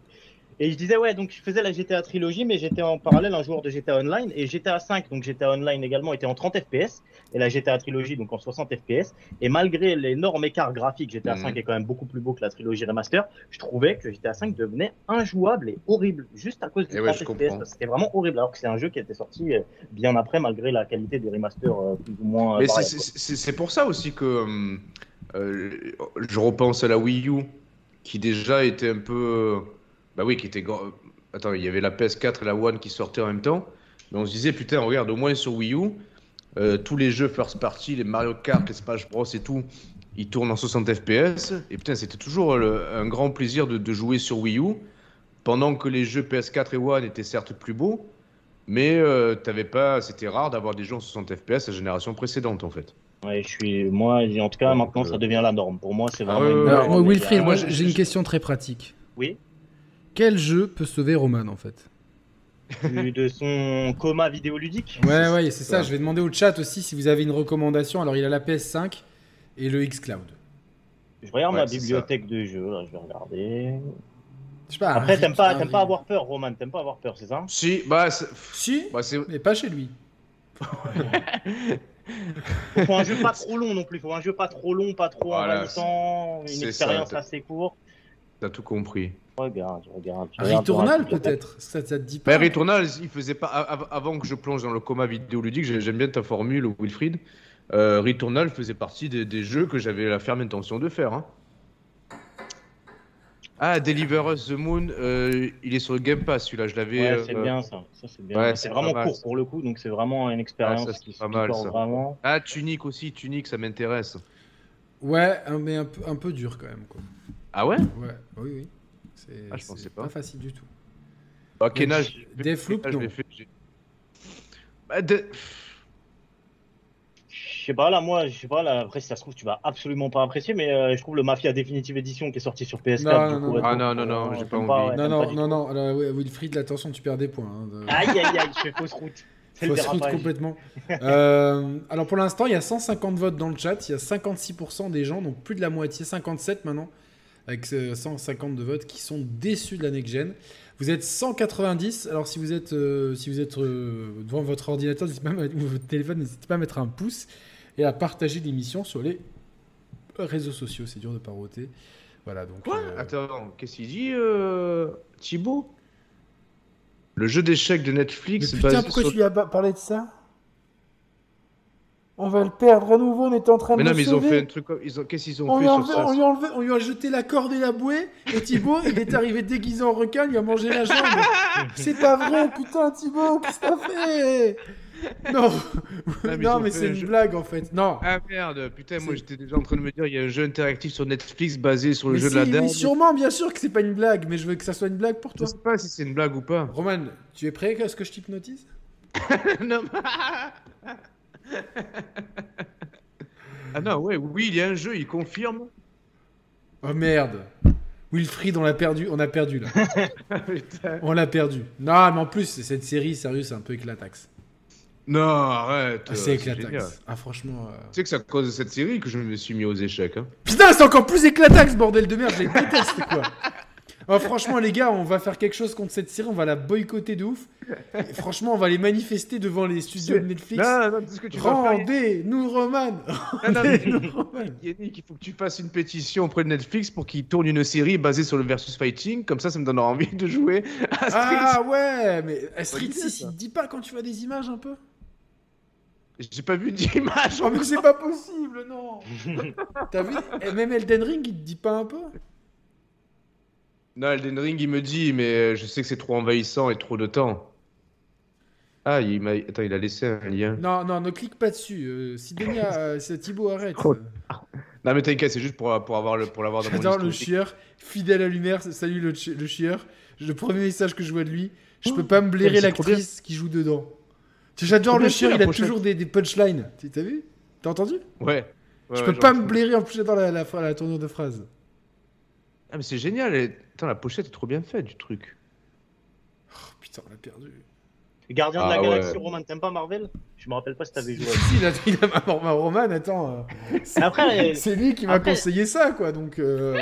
Et je disais, ouais, donc je faisais la GTA trilogie, mais j'étais en parallèle un joueur de GTA Online. Et GTA 5, donc GTA Online également, était en 30 FPS. Et la GTA trilogie, donc en 60 FPS. Et malgré l'énorme écart graphique, GTA Mhm. 5 est quand même beaucoup plus beau que la trilogie remaster, je trouvais que GTA 5 devenait injouable et horrible, juste à cause du Eh 30 ouais, je FPS. comprends. parce que C'était vraiment horrible, alors que c'est un jeu qui était sorti euh, bien après, malgré la qualité des remasters euh, plus ou moins. euh, Mais c'est- pareils, c'est c'est- c'est pour ça aussi que hum, euh, je repense à la Wii U, qui déjà était un peu. Bah oui, qui était. gr- Attends, il y avait la PS4 et la One qui sortaient en même temps. Mais on se disait, putain, regarde, au moins sur Wii U, euh, tous les jeux first party, les Mario Kart, les Smash Bros et tout, ils tournent en 60 FPS. Et putain, c'était toujours le- un grand plaisir de, de jouer sur Wii U, pendant que les jeux PS4 et One étaient certes plus beaux. Mais euh, t'avais pas, c'était rare d'avoir des jeux en 60 FPS la génération précédente en fait. quoi. Ouais, je suis. Moi, j'ai- en tout cas, Donc, maintenant, euh, ça devient la norme. Pour moi, c'est Ah vraiment. ouais, une ouais, norme. Alors, moi, Wilfried, Et, moi euh, j'ai une question très pratique. Oui. Quel jeu peut sauver Roman en fait du- de son coma vidéoludique. Ouais, ouais, c'est ça. ça. Je vais demander au chat aussi si vous avez une recommandation. Alors, il a la PS5 et le Xcloud. Je regarde Ouais, ma c'est bibliothèque de jeux, là, je vais regarder. Je sais pas. Après, Bah, un t'aimes pas, Rick- t'aimes pas avoir peur, Roman, t'aimes pas avoir peur, c'est ça Si, bah, c'est- pff, Si, bah, c'est- mais pas chez lui. Faut un jeu pas trop long non plus, faut un jeu pas trop long, pas trop Voilà, envahissant, une c'est ça, expérience t'as- assez courte. T'as tout compris. Regarde, regarde. Ah, regarde, Ritournal regarde. peut-être ça, ça te dit Mais pas Returnal, il faisait pas av- avant que je plonge dans le coma vidéoludique. j'ai- J'aime bien ta formule, Wilfried. Euh, Returnal faisait partie des, des jeux que j'avais la ferme intention de faire. hein. Ah, Deliver Us the Moon, euh, il est sur le Game Pass, celui-là. Je l'avais. Ouais, euh, c'est bien ça. Ça, c'est bien. ouais, c'est c'est vraiment pas mal, court ça. pour le coup, donc c'est vraiment une expérience ça, c'est qui se pas mal, picore ça. vraiment. Ah, Tunic aussi, Tunic, ça m'intéresse. Ouais, un- mais un peu, un peu dur quand même. Quoi. Ah ouais Ouais, oui, oui. C'est Ah, je c'est pensais pas. pas. facile du tout. bah, Kena, je- Deathloop, Kena, je non. l'ai fait, j'ai- Bah, de- Je sais pas là, moi, je sais pas là. Après, si ça se trouve, tu vas absolument pas apprécier, mais euh, je trouve le Mafia Definitive Edition qui est sorti sur PS4. Non, du non, coup, non. ouais, Ah, donc, non, non, non, euh, j'ai pas envie. t'aimes ouais, non, t'aimes pas non, du non, non, alors, ouais, Wilfried, là, attention, tu perds des points. Hein, de- tout. Aïe, aïe, aïe, je fais fausse route. C'est le Fausse route dérapage. complètement. Euh, alors pour l'instant, il y a 150 votes dans le chat. Il y a 56% des gens, donc plus de la moitié, 57 maintenant, avec euh, 150 de votes qui sont déçus de la next gen. Vous êtes 190. Alors si vous êtes, euh, si vous êtes euh, devant votre ordinateur, n'hésitez pas à mettre- ou votre téléphone, n'hésitez pas à mettre un pouce et à partager l'émission sur les réseaux sociaux. C'est dur de pas voter. Voilà donc. Quoi euh, Attends, qu'est-ce qu'il dit, euh... Thibaut Le jeu d'échecs de Mais Netflix putain, basé pourquoi sur tu lui as pas parlé de ça On va le perdre à nouveau. On était en train Mais de non, le mais ils ont sauver. fait un truc comme. ils ont- Qu'est-ce qu'ils ont On fait lui, a sur enlevé- ça on lui a enlevé- on lui a jeté la corde et la bouée, et Thibaut, il est arrivé déguisé en requin, il lui a mangé la jambe. C'est pas vrai, putain, Thibaut, qu'est-ce que t'as fait Non, Ah, mais ils non, ont mais fait c'est un une jeu. blague en fait. Non, Ah merde, putain, moi C'est- j'étais déjà en train de me dire, il y a un jeu interactif sur Netflix basé sur le mais, jeu si, de la mais dame. sûrement, bien sûr que c'est pas une blague, mais je veux que ça soit une blague pour Je toi. sais pas si c'est une blague ou pas. Roman, tu es prêt à ce que je t'hypnotise non, mais- ah non, ouais, oui, il y a un jeu, il confirme. Oh merde Wilfried, on l'a perdu, on a perdu là. Putain. On l'a perdu. Non, mais en plus, cette série, sérieux, c'est un peu éclataxe. Non, arrête. Ah, euh, c'est Ah, génial. éclataxe. Ah, franchement. euh, Tu sais que c'est à cause de cette série que je me suis mis aux échecs. Hein. Putain, c'est encore plus éclatant que ce bordel de merde, je les déteste quoi. Ah, franchement, les gars, on va faire quelque chose contre cette série, on va la boycotter de ouf. Et franchement, on va les manifester devant les studios de Netflix. Non, non, c'est ce que tu vas faire. Rendez-nous, Roman Non, non, mais- Rendez-nous, Roman Yannick, il faut que tu fasses une pétition auprès de Netflix pour qu'ils tournent une série basée sur le versus fighting. Comme ça, ça me donnera envie de jouer à Street. Ah ouais, mais euh, Street Bonne idée, 6, ça. il te dit pas quand tu vois des images un peu J'ai pas vu d'image. Oh, mais c'est pas possible, non T'as vu Eh, Même Elden Ring, il te dit pas un peu Non, Elden Ring, il me dit, mais euh, je sais que c'est trop envahissant et trop de temps. Ah, il m'a. Attends, il a laissé un lien. Non, non, ne clique pas dessus. Euh, Sidonia, euh, c'est Thibaut, arrête. Oh, Non, mais t'inquiète, c'est juste pour, pour avoir le pour l'avoir dans mon J'adore le historique. chieur, fidèle à l'humeur, salut le, chi- le chieur. Le premier message que je vois de lui, je peux pas me blairer Oh, mais c'est trop l'actrice qui joue dedans. Tu sais, J'adore Trop le bien chieur, fait, il la a pochette. toujours des, des punchlines. Tu- T'as vu T'as entendu Ouais. Ouais, Je ouais, peux j'en- pas me blairer en plus j'adore la, la, la tournure de phrase. Oh Ah, mais c'est génial. et- Attends, la pochette est trop bien faite du truc. Oh, putain, on l'a perdu. Gardien de Ah la ouais. Galaxie, Roman, t'aimes pas Marvel Je me rappelle pas si t'avais joué. Si, il a, il a- alors, ma Roman, attends. euh, c'est- Après, c'est lui qui m'a après- conseillé ça, quoi. Donc, euh,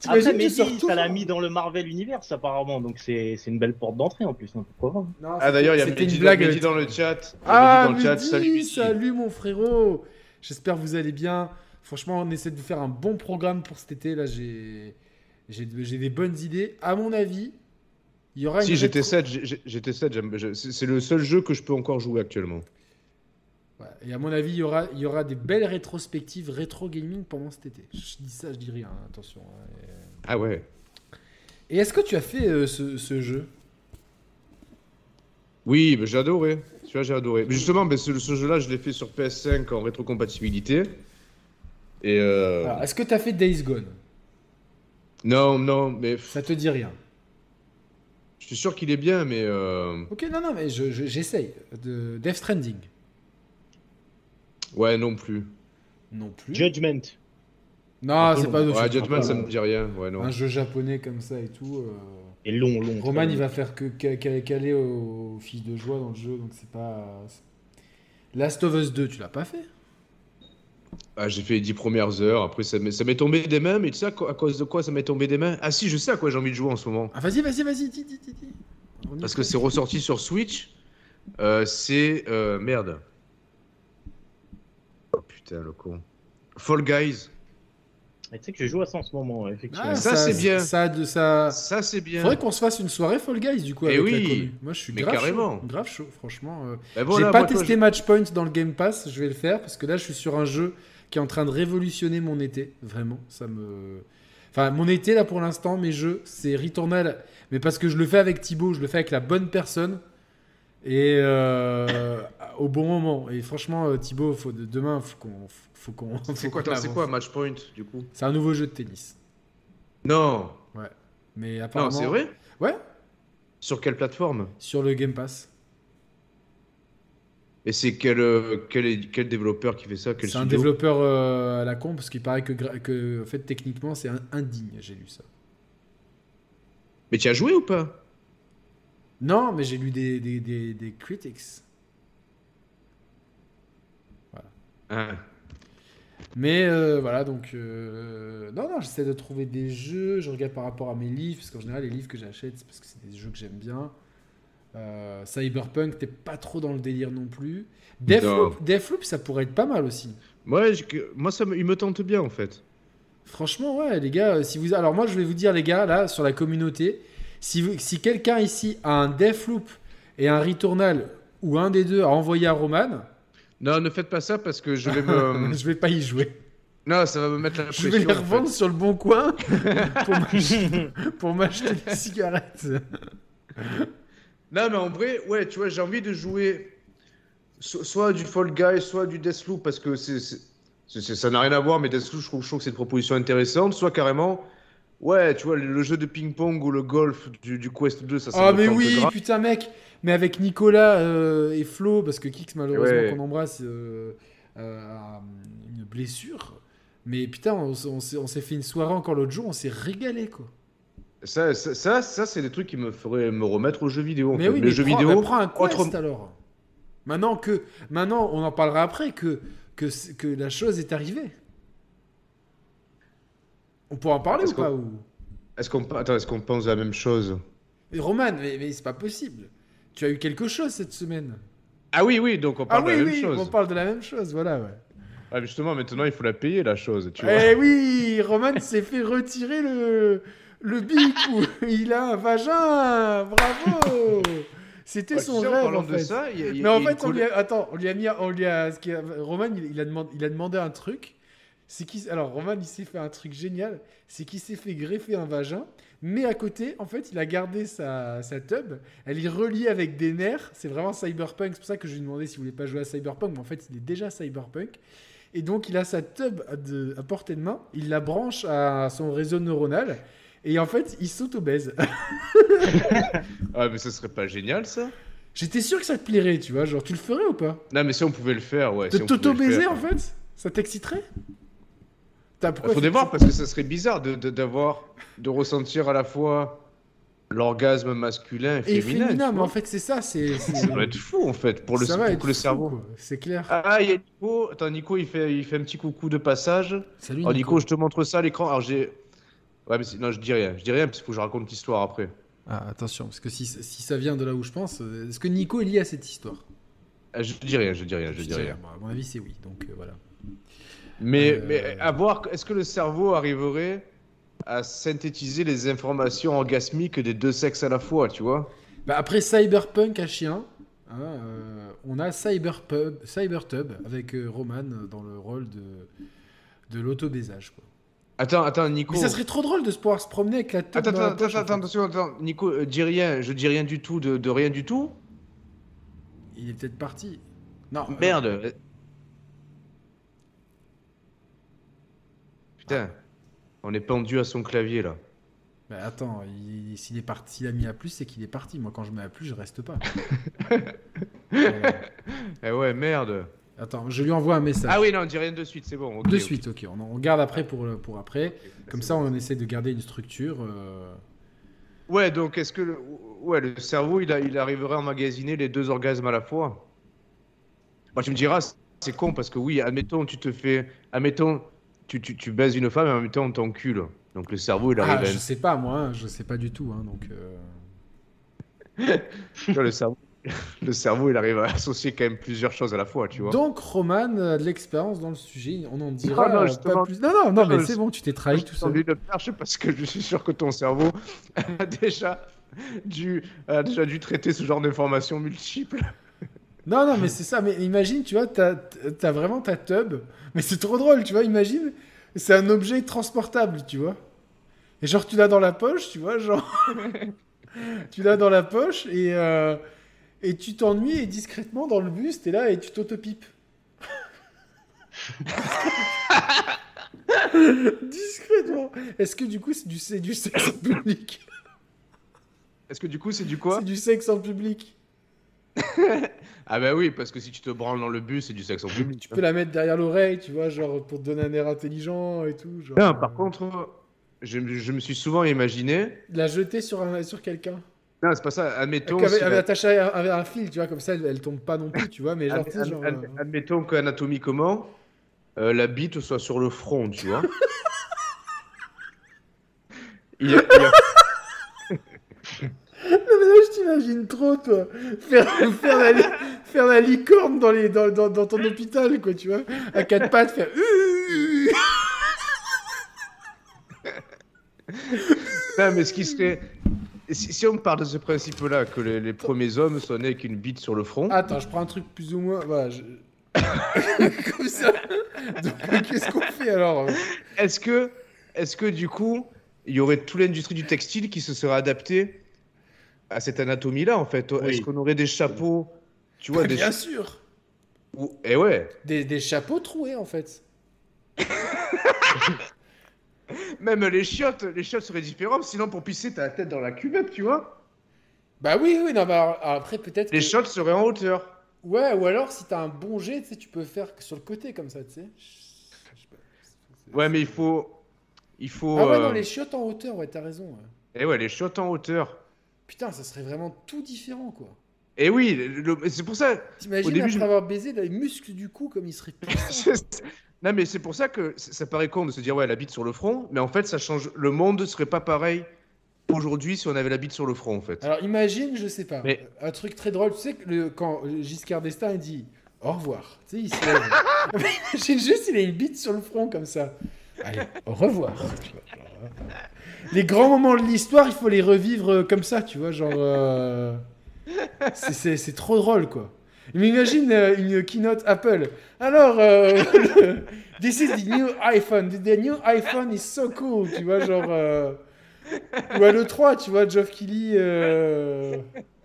t'imagines, Après, tu Mehdi, sors tout- ça l'a mis dans le Marvel Universe apparemment, donc c'est c'est une belle porte d'entrée en plus, hein, n'importe quoi. Non, Ah, d'ailleurs, il y a c'était Mehdi une dans, blague. euh, Mehdi dans le chat. Il y a Ah, Mehdi dans le chat. Salut, Mehdi, Mehdi. salut mon frérot. J'espère que vous allez bien. Franchement, on essaie de vous faire un bon programme pour cet été. Là, j'ai, j'ai, j'ai des bonnes idées. À mon avis, il y aura Si, une. j'étais rétro- 7, j'étais 7, j'aime- je- c'est c'est le seul jeu que je peux encore jouer actuellement. Ouais, et à mon avis, il y aura, il y aura des belles rétrospectives rétro gaming pendant cet été. Je dis ça, je dis rien. hein, Attention. hein. Ah ouais. Et est-ce que tu as fait euh, ce, ce jeu Oui, mais j'ai adoré. Celui-là, j'ai adoré. Mais justement, mais ce, ce jeu-là, je l'ai fait sur PS5 en rétrocompatibilité. Et euh, Alors, Est-ce que tu as fait Days Gone non, non, mais pff, Ça te dit rien je suis sûr qu'il est bien, mais euh, Ok, non, non, mais je- je- j'essaye. De Death Stranding. ouais, non plus. Non plus. Judgment. Non, c'est pas. Ouais, c'est Judgment, pas- ça me dit rien. Ouais, non. un jeu japonais comme ça et tout. euh, est long, long. Roman, très long. il va faire que ca- ca- caler aux filles de joie dans le jeu, donc c'est pas. c'est- Last of Us 2, tu l'as pas fait Ah, j'ai fait les 10 premières heures. Après, ça m'est ça m'est tombé des mains. Mais tu sais à, quoi- à cause de quoi ça m'est tombé des mains Ah si, je sais à quoi j'ai envie de jouer en ce moment. Ah, vas-y, vas-y, vas-y, dis, dis, dis. dis. On y Parce est que presque. c'est ressorti sur Switch. Euh, c'est euh, merde. Oh putain, le con. Fall Guys. Mais tu sais que je joue à ça en ce moment, effectivement. Ah, ça, c'est bien. Ça, a de, ça... Ça, c'est bien. Faudrait qu'on se fasse une soirée Fall Guys du coup. Eh avec oui, la commu. moi je suis mais grave carrément. chaud, grave chaud, franchement. euh. Ben voilà, J'ai pas moi, toi, testé Matchpoint dans le Game Pass, je vais le faire parce que là je suis sur un jeu qui est en train de révolutionner mon été, vraiment. Ça me, enfin mon été là pour l'instant, mes jeux, c'est Returnal, mais parce que je le fais avec Thibaut, je le fais avec la bonne personne et euh, au bon moment. Et franchement, euh, Thibaut, faut de- demain, faut qu'on, faut qu'on. je- C'est faut quoi, qu'on attends, c'est avance. quoi Matchpoint du coup C'est un nouveau jeu de tennis. Non, Mais apparemment, non, c'est vrai Ouais. Sur quelle plateforme sur le Game Pass. Et c'est quel, euh, quel, quel développeur qui fait ça quel C'est un studio développeur euh, à la con parce qu'il paraît que, gra- que en fait techniquement c'est un- indigne. J'ai lu ça. Mais tu as joué ou pas Non, mais j'ai lu des, des, des, des critics. Hein Mais euh, voilà, donc. euh, non, non, j'essaie de trouver des jeux. Je regarde par rapport à mes livres, parce qu'en général, les livres que j'achète, c'est parce que c'est des jeux que j'aime bien. Euh, Cyberpunk, t'es pas trop dans le délire non plus. Deathloop, Deathloop, ça pourrait être pas mal aussi. Ouais, j'ai que- moi ça me- il me tente bien en fait. Franchement, ouais, les gars, euh, si vous... Alors moi, je vais vous dire, les gars, là, sur la communauté, si, vous- si quelqu'un ici a un Deathloop et un Returnal, ou un des deux à envoyer à Roman, Non, ne faites pas ça parce que je vais me. euh, je vais pas y jouer. non, ça va me mettre la Je pression. vais les en fait. revendre sur le bon coin pour m'acheter, pour m'acheter des cigarettes. Non, mais en vrai, ouais, tu vois, j'ai envie de jouer so- soit du Fall Guy, soit du Deathloop, parce que c'est, c'est- c'est- ça n'a rien à voir, mais Deathloop, je trouve, je trouve que c'est une proposition intéressante, soit carrément, ouais, tu vois, le, le jeu de ping-pong ou le golf du, du Quest 2, ça, ça Ah me mais tente oui, grave. putain mec, mais avec Nicolas euh, et Flo, parce que Kix malheureusement Ouais. qu'on embrasse euh, euh, a une blessure. Mais putain, on, s- on s'est on s'est fait une soirée encore l'autre jour, on s'est régalé quoi. Ça, ça, ça, ça, c'est des trucs qui me feraient me remettre aux jeux vidéo. en mais fait. oui, les mais jeux prends, vidéo, mais prends un quest autre- alors. Maintenant que, maintenant on en parlera après que que, c'est- que la chose est arrivée. On pourra en parler Parce ou qu'on- pas ou... est-ce qu'on, pa- attends, est-ce qu'on pense à la même chose Mais Roman, mais, mais c'est pas possible. Tu as eu quelque chose cette semaine. Ah oui, oui, donc on Ah parle oui, de la oui, même on chose. parle de la même chose, voilà. Ouais. Ah, justement, maintenant, il faut la payer, la chose, tu vois. Eh oui, Roman s'est fait retirer le, le bic où il a un vagin. Bravo. C'était Ouais, son tu sais, en rêve. parlant en de fait. ça, il y a- il y a- Mais en il y a une fait, on colle- lui a, attends, on lui a mis, on lui a, ce qui a- Roman, il, il a demandé, il a demandé un truc. C'est qui Alors Roman, il s'est fait un truc génial, c'est qu'il s'est fait greffer un vagin, mais à côté, en fait, il a gardé sa, sa tub. Elle est reliée avec des nerfs. C'est vraiment cyberpunk. C'est pour ça que je lui demandais s'il voulait pas jouer à cyberpunk, mais en fait, il est déjà cyberpunk. Et donc, il a sa tub à, de- à portée de main. Il la branche à son réseau neuronal. Et en fait, il s'auto-baise. Ah, mais ce serait pas génial, ça J'étais sûr que ça te plairait, tu vois. Genre, tu le ferais ou pas Non, mais si on pouvait le faire, ouais. De si on pouvait le t'auto-baiser faire. Bah, en fait Ça t'exciterait T'as Il faudrait voir parce que ça serait bizarre de, de- d'avoir, de ressentir à la fois l'orgasme masculin et Et féminin. féminin, tu mais vois. en fait c'est ça, c'est. c'est- Ça doit être fou en fait pour le, ça va pour être que le fou, cerveau. quoi. C'est clair. Ah, il y a Nico. Attends, Nico, il fait, il fait un petit coucou de passage. Salut. Oh, Nico, je te montre ça à l'écran. Alors j'ai. Ouais, mais c'est- non, je dis rien. Je dis rien parce qu'il faut que je raconte l'histoire après. Ah, attention, parce que si, si ça vient de là où je pense, euh, est-ce que Nico est lié à cette histoire Ah, Je dis rien, je dis rien, je dis rien. Bon, à mon avis, c'est oui. Donc euh, voilà. Mais, Euh. mais à voir, est-ce que le cerveau arriverait à synthétiser les informations orgasmiques des deux sexes à la fois, tu vois Bah, après Cyberpunk à chien, hein, euh, on a Cyberpub, Cybertub avec euh, Roman dans le rôle de, de l'auto-baisage. quoi. Attends, attends, Nico. Mais ça serait trop drôle de se pouvoir se promener avec la tête. Attends, dans la attends, poche, attends, en fait. attends, attention, attends, Nico, euh, dis rien, je dis rien du tout, de, de rien du tout. Il est peut-être parti. Non. euh, Merde. euh. Putain, on est pendu à son clavier là. Bah attends, il- s'il est parti, s'il a mis à plus, c'est qu'il est parti. Moi, quand je mets à plus, je reste pas. Voilà. Eh ouais, merde. Attends, je lui envoie un message. Ah oui, non, dis rien de suite, c'est bon. ok, de ok. suite, ok. On, on garde après pour, le- pour après. Comme C'est ça, bon. on essaie de garder une structure. euh. Ouais, donc est-ce que le, ouais, le cerveau, il, a- il arriverait à emmagasiner les deux orgasmes à la fois Moi, tu me diras, c'est con parce que oui, admettons, tu te fais. Admettons, tu, tu, tu baises une femme et en même temps, on t'encule. Donc le cerveau, il arrive Ah, à je sais pas, moi, hein, je sais pas du tout. hein, donc, euh. Tu vois, le cerveau, le cerveau, il arrive à associer quand même plusieurs choses à la fois, tu vois. Donc, Roman a de l'expérience dans le sujet. On en dira Ah non, euh, pas justement. plus. Non, non, non, mais je- c'est bon, tu t'es trahi Je tout t'ai seul. tendu une perche parce que je suis sûr que ton cerveau a déjà dû, a déjà dû traiter ce genre d'informations multiples. Non, non, mais c'est ça. Mais imagine, tu vois, t'as as vraiment ta tub. Mais c'est trop drôle, tu vois. Imagine, c'est un objet transportable, tu vois. Et genre, tu l'as dans la poche, tu vois, genre. tu l'as dans la poche et, euh, et tu t'ennuies et discrètement dans le bus, t'es là et tu t'autopipes. discrètement. Est-ce que du coup, c'est du, c'est du sexe en public Est-ce que du coup, c'est du quoi C'est du sexe en public. Ah bah oui, parce que si tu te branles dans le bus, c'est du sexe en public. Tu peux la mettre derrière l'oreille, tu vois, genre pour te donner un air intelligent et tout. Genre, Non, par euh, contre, je, je me suis souvent imaginé... La jeter sur, un- sur quelqu'un. Non, c'est pas ça, admettons... Avec- si avec- la- Attachée à, un- à un fil, tu vois, comme ça, elle, elle tombe pas non plus, tu vois, mais genre, tu sais, Ad- genre, ad- euh, admettons qu'anatomiquement, euh, la bite soit sur le front, tu vois. Il y a- il y a- Non, mais là, je t'imagine trop, toi. Faire, faire la, li- faire la licorne dans, les, dans, dans, dans ton hôpital, quoi, tu vois. À quatre pattes, faire. Non, mais ce qui serait. Si, si on part de ce principe-là, que les, les premiers hommes sont nés avec une bite sur le front, Attends, je prends un truc plus ou moins. Voilà, je- comme ça. Donc, qu'est-ce qu'on fait alors est-ce que, est que du coup, il y aurait toute l'industrie du textile qui se serait adaptée à cette anatomie-là, en fait Oui. Est-ce qu'on aurait des chapeaux Tu vois, des. Bien sûr chapeaux- Eh ouais des, des chapeaux troués, en fait. Même les chiottes, les chiottes seraient différentes, sinon pour pisser, t'as la tête dans la cuvette, tu vois Bah oui, oui, non, bah alors- alors après peut-être. Les que- shots seraient en hauteur. Ouais, ou alors si t'as un bon jet, tu sais, tu peux faire que sur le côté comme ça, tu sais. Je sais pas. C'est- Ouais, mais il faut. Il faut. Ah ouais, euh, non, les chiottes en hauteur, ouais, t'as raison. ouais. Eh ouais, les shots en hauteur. Putain, ça serait vraiment tout différent, quoi. Eh oui, le- le- c'est pour ça. T'imagines Au début, après je me- avoir baisé les muscles du cou comme ils seraient puissants. non, mais c'est pour ça que c- ça paraît con de se dire, ouais, la bite sur le front, mais en fait, ça change. Le monde serait pas pareil aujourd'hui si on avait la bite sur le front, en fait. alors imagine, je sais pas, Mais- un truc très drôle, tu sais, que le- quand Giscard d'Estaing il dit au revoir, tu sais, il se lève. Mais imagine juste, il a une bite sur le front comme ça. Allez, au revoir. tu vois, genre, hein. Les grands moments de l'histoire, il faut les revivre euh, comme ça, tu vois, genre. euh, c'est- C'est c'est trop drôle, quoi. Mais imagine euh, une keynote Apple. Alors, euh, le- this is the new iPhone. The, the new iPhone is so cool, tu vois, genre. euh, Ou à l'E3, tu vois, Geoff Keighley. euh,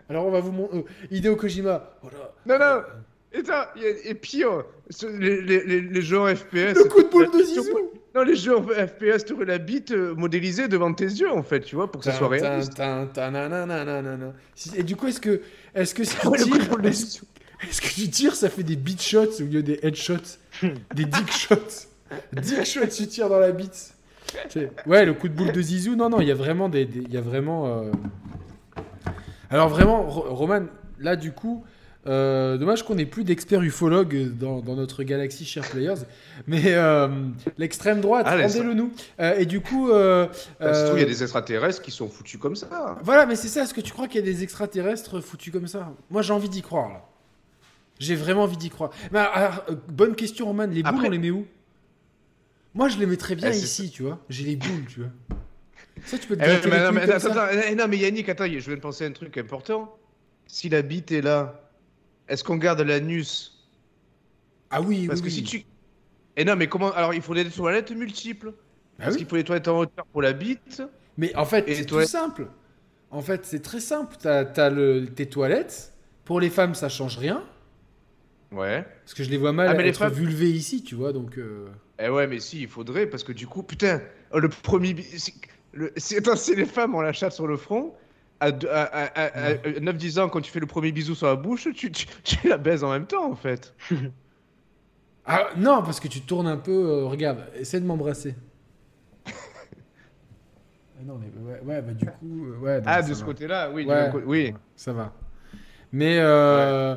Alors, on va vous montrer. Hideo Kojima. Oh là, Non, non, et, ça, y a- et pire, ce- les, les- les- les jeux en FPS. Le coup de boule de la- Zizou Non, les jeux en FPS, t'aurais la bite euh, modélisée devant tes yeux, en fait, tu vois, pour que ça Ben, soit réaliste. Tin, tin, nananananana. Si- Et du coup, est-ce que, est-ce que si tu Ah Ouais, le coup de tires, boule de est-ce Zizou. est-ce que tu tires, ça fait des beat shots au lieu des headshots, des dick shots, dick shots, tu tires dans la bite. C'est- Ouais, le coup de boule de Zizou. Non, non, il y a vraiment des, des- il y a vraiment. euh, Alors vraiment, Ro- Roman, là du coup, euh, dommage qu'on n'ait plus d'experts ufologues dans, dans notre galaxie, chers players. Mais euh, l'extrême droite, Allez, ça- rendez-le nous. Euh, et du coup, euh, Ça se trouve, Bah, il y euh, a des extraterrestres qui sont foutus comme ça. voilà, mais c'est ça, est-ce que tu crois qu'il y a des extraterrestres foutus comme ça Moi j'ai envie d'y croire là. J'ai vraiment envie d'y croire. Mais alors, euh, bonne question Roman, les boules Après- on les met où Moi je les mettrais bien Eh, c'est ici, tu vois. J'ai les boules, tu vois. Ça tu peux te Eh ouais, gratter mais les non, couilles mais comme attends, ça. attends, eh, non, mais Yannick, attends, je viens de penser à un truc important. Si la bite est là, est-ce qu'on garde l'anus Ah oui, Parce oui, que oui. si tu. Eh non, mais comment Alors, il faut des toilettes multiples. Ah parce oui. qu'il faut des toilettes en hauteur pour la bite. Mais en fait, Et c'est les tout toilettes simple. En fait, c'est très simple. T'as t'as le- tes toilettes. Pour les femmes, ça change rien. Ouais. Parce que je les vois mal Ah, mais les être femmes- vulvées ici, tu vois. Donc, euh, Eh ouais, mais si, il faudrait, parce que du coup, putain, oh, le premier. bi- c'est- Le... c'est- Attends, si les femmes ont la chatte sur le front, à, deux- à, à- à- à- à 9-10 ans, quand tu fais le premier bisou sur la bouche, tu, tu, tu la baises en même temps, en fait. Ah non, parce que tu tournes un peu. euh, regarde, essaie de m'embrasser. Ah non, mais ouais, ouais, bah du coup, euh, ouais. non, Ah, ça de ce va. côté-là, oui. du Ouais. même côté- oui. Ça va. Mais euh,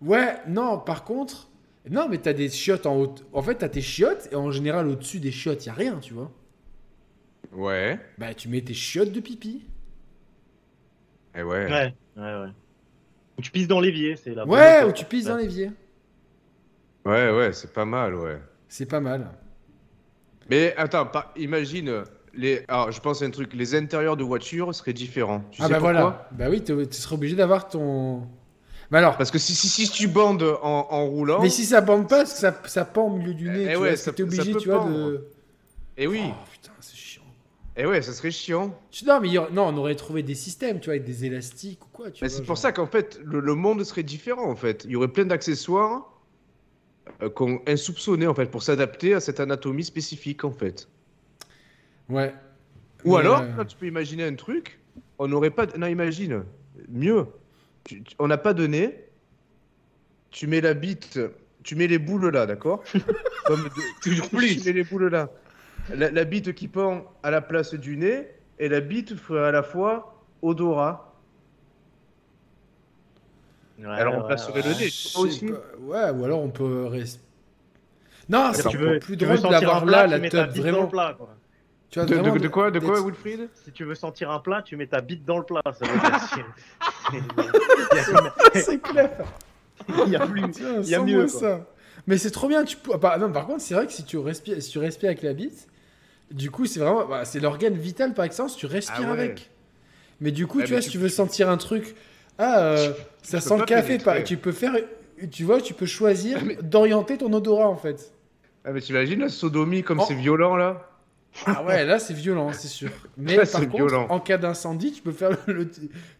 ouais. non. Par contre, non, mais t'as des chiottes en haut. En fait, t'as tes chiottes et en général au-dessus des chiottes, y a rien, tu vois. Ouais. Bah, tu mets tes chiottes de pipi. Eh ouais. Ouais, ouais, ouais. Ou tu pisses dans l'évier, c'est Ah, la Ouais, bonne ou tu pisses dans l'évier. Ouais, ouais, c'est pas mal, ouais. C'est pas mal. Mais attends, par- imagine. Les... Alors, je pense à un truc. Les intérieurs de voitures seraient différents. Tu ah sais bah pourquoi voilà. Bah oui, tu tu serais obligé d'avoir ton. Bah alors, Parce que si, si, si tu bandes en, en roulant. mais si ça pend pas, parce que ça, ça pend au milieu du Eh, nez. eh tu ouais, vois, ça, ça- t'es ça obligé, peut tu vois, pendre. de. Eh oui. Oh, putain, c'est chiant. Eh ouais, ça serait chiant. Tu- Non, mais il y aurait- non, on aurait trouvé des systèmes, tu vois, avec des élastiques ou quoi. Tu Mais vois, c'est genre. pour ça qu'en fait, le, le monde serait différent, en fait. Il y aurait plein d'accessoires euh, qu'on insoupçonnés, en fait, pour s'adapter à cette anatomie spécifique, en fait. Ouais. Ou Mais, alors, euh, là, tu peux imaginer un truc, on n'aurait pas... de- Non, imagine, mieux. Tu- tu- on n'a pas de nez, tu mets la bite, tu mets les boules là, d'accord Comme de- Tu roulis. Tu mets les boules là. La, la bite qui pend à la place du nez, et la bite fait à la fois odorat. Ouais, Alors, on ouais, placerait ouais. le nez. je sais toi aussi. pas. Ouais, ou alors on peut. rest- Non, Si Ah, c'est tu encore veux, plus tu veux drôle sentir d'avoir un plat, là tu la mets ta top, bite dans vraiment. le plat, quoi. Tu vois, De, de- vraiment, de quoi, de quoi, d'être- Wilfried Si tu veux sentir un plat, tu mets ta bite dans le plat. Ça veut dire si- C'est clair. Il y a plus. Tiens, Il y a sans mieux, moi, quoi. ça. Mais c'est trop bien. Tu... peux- ah, bah, non, par contre, c'est vrai que si tu respires, si tu respires avec la bite, du coup, c'est vraiment, bah, c'est l'organe vital par excellence. Tu respires Ah ouais. avec. Mais du coup, Ah, tu mais vois, si tu- tu veux sentir un truc, ah, euh, ça peux sent le pas café. pénétrer. Pas... Tu peux faire, tu vois, tu peux choisir Ah, mais- d'orienter ton odorat en fait. Ah mais t'imagines la sodomie comme Oh. c'est violent là Ah ouais, là c'est violent, c'est sûr. Mais Là, par c'est contre, violent. en cas d'incendie, tu peux faire le, le-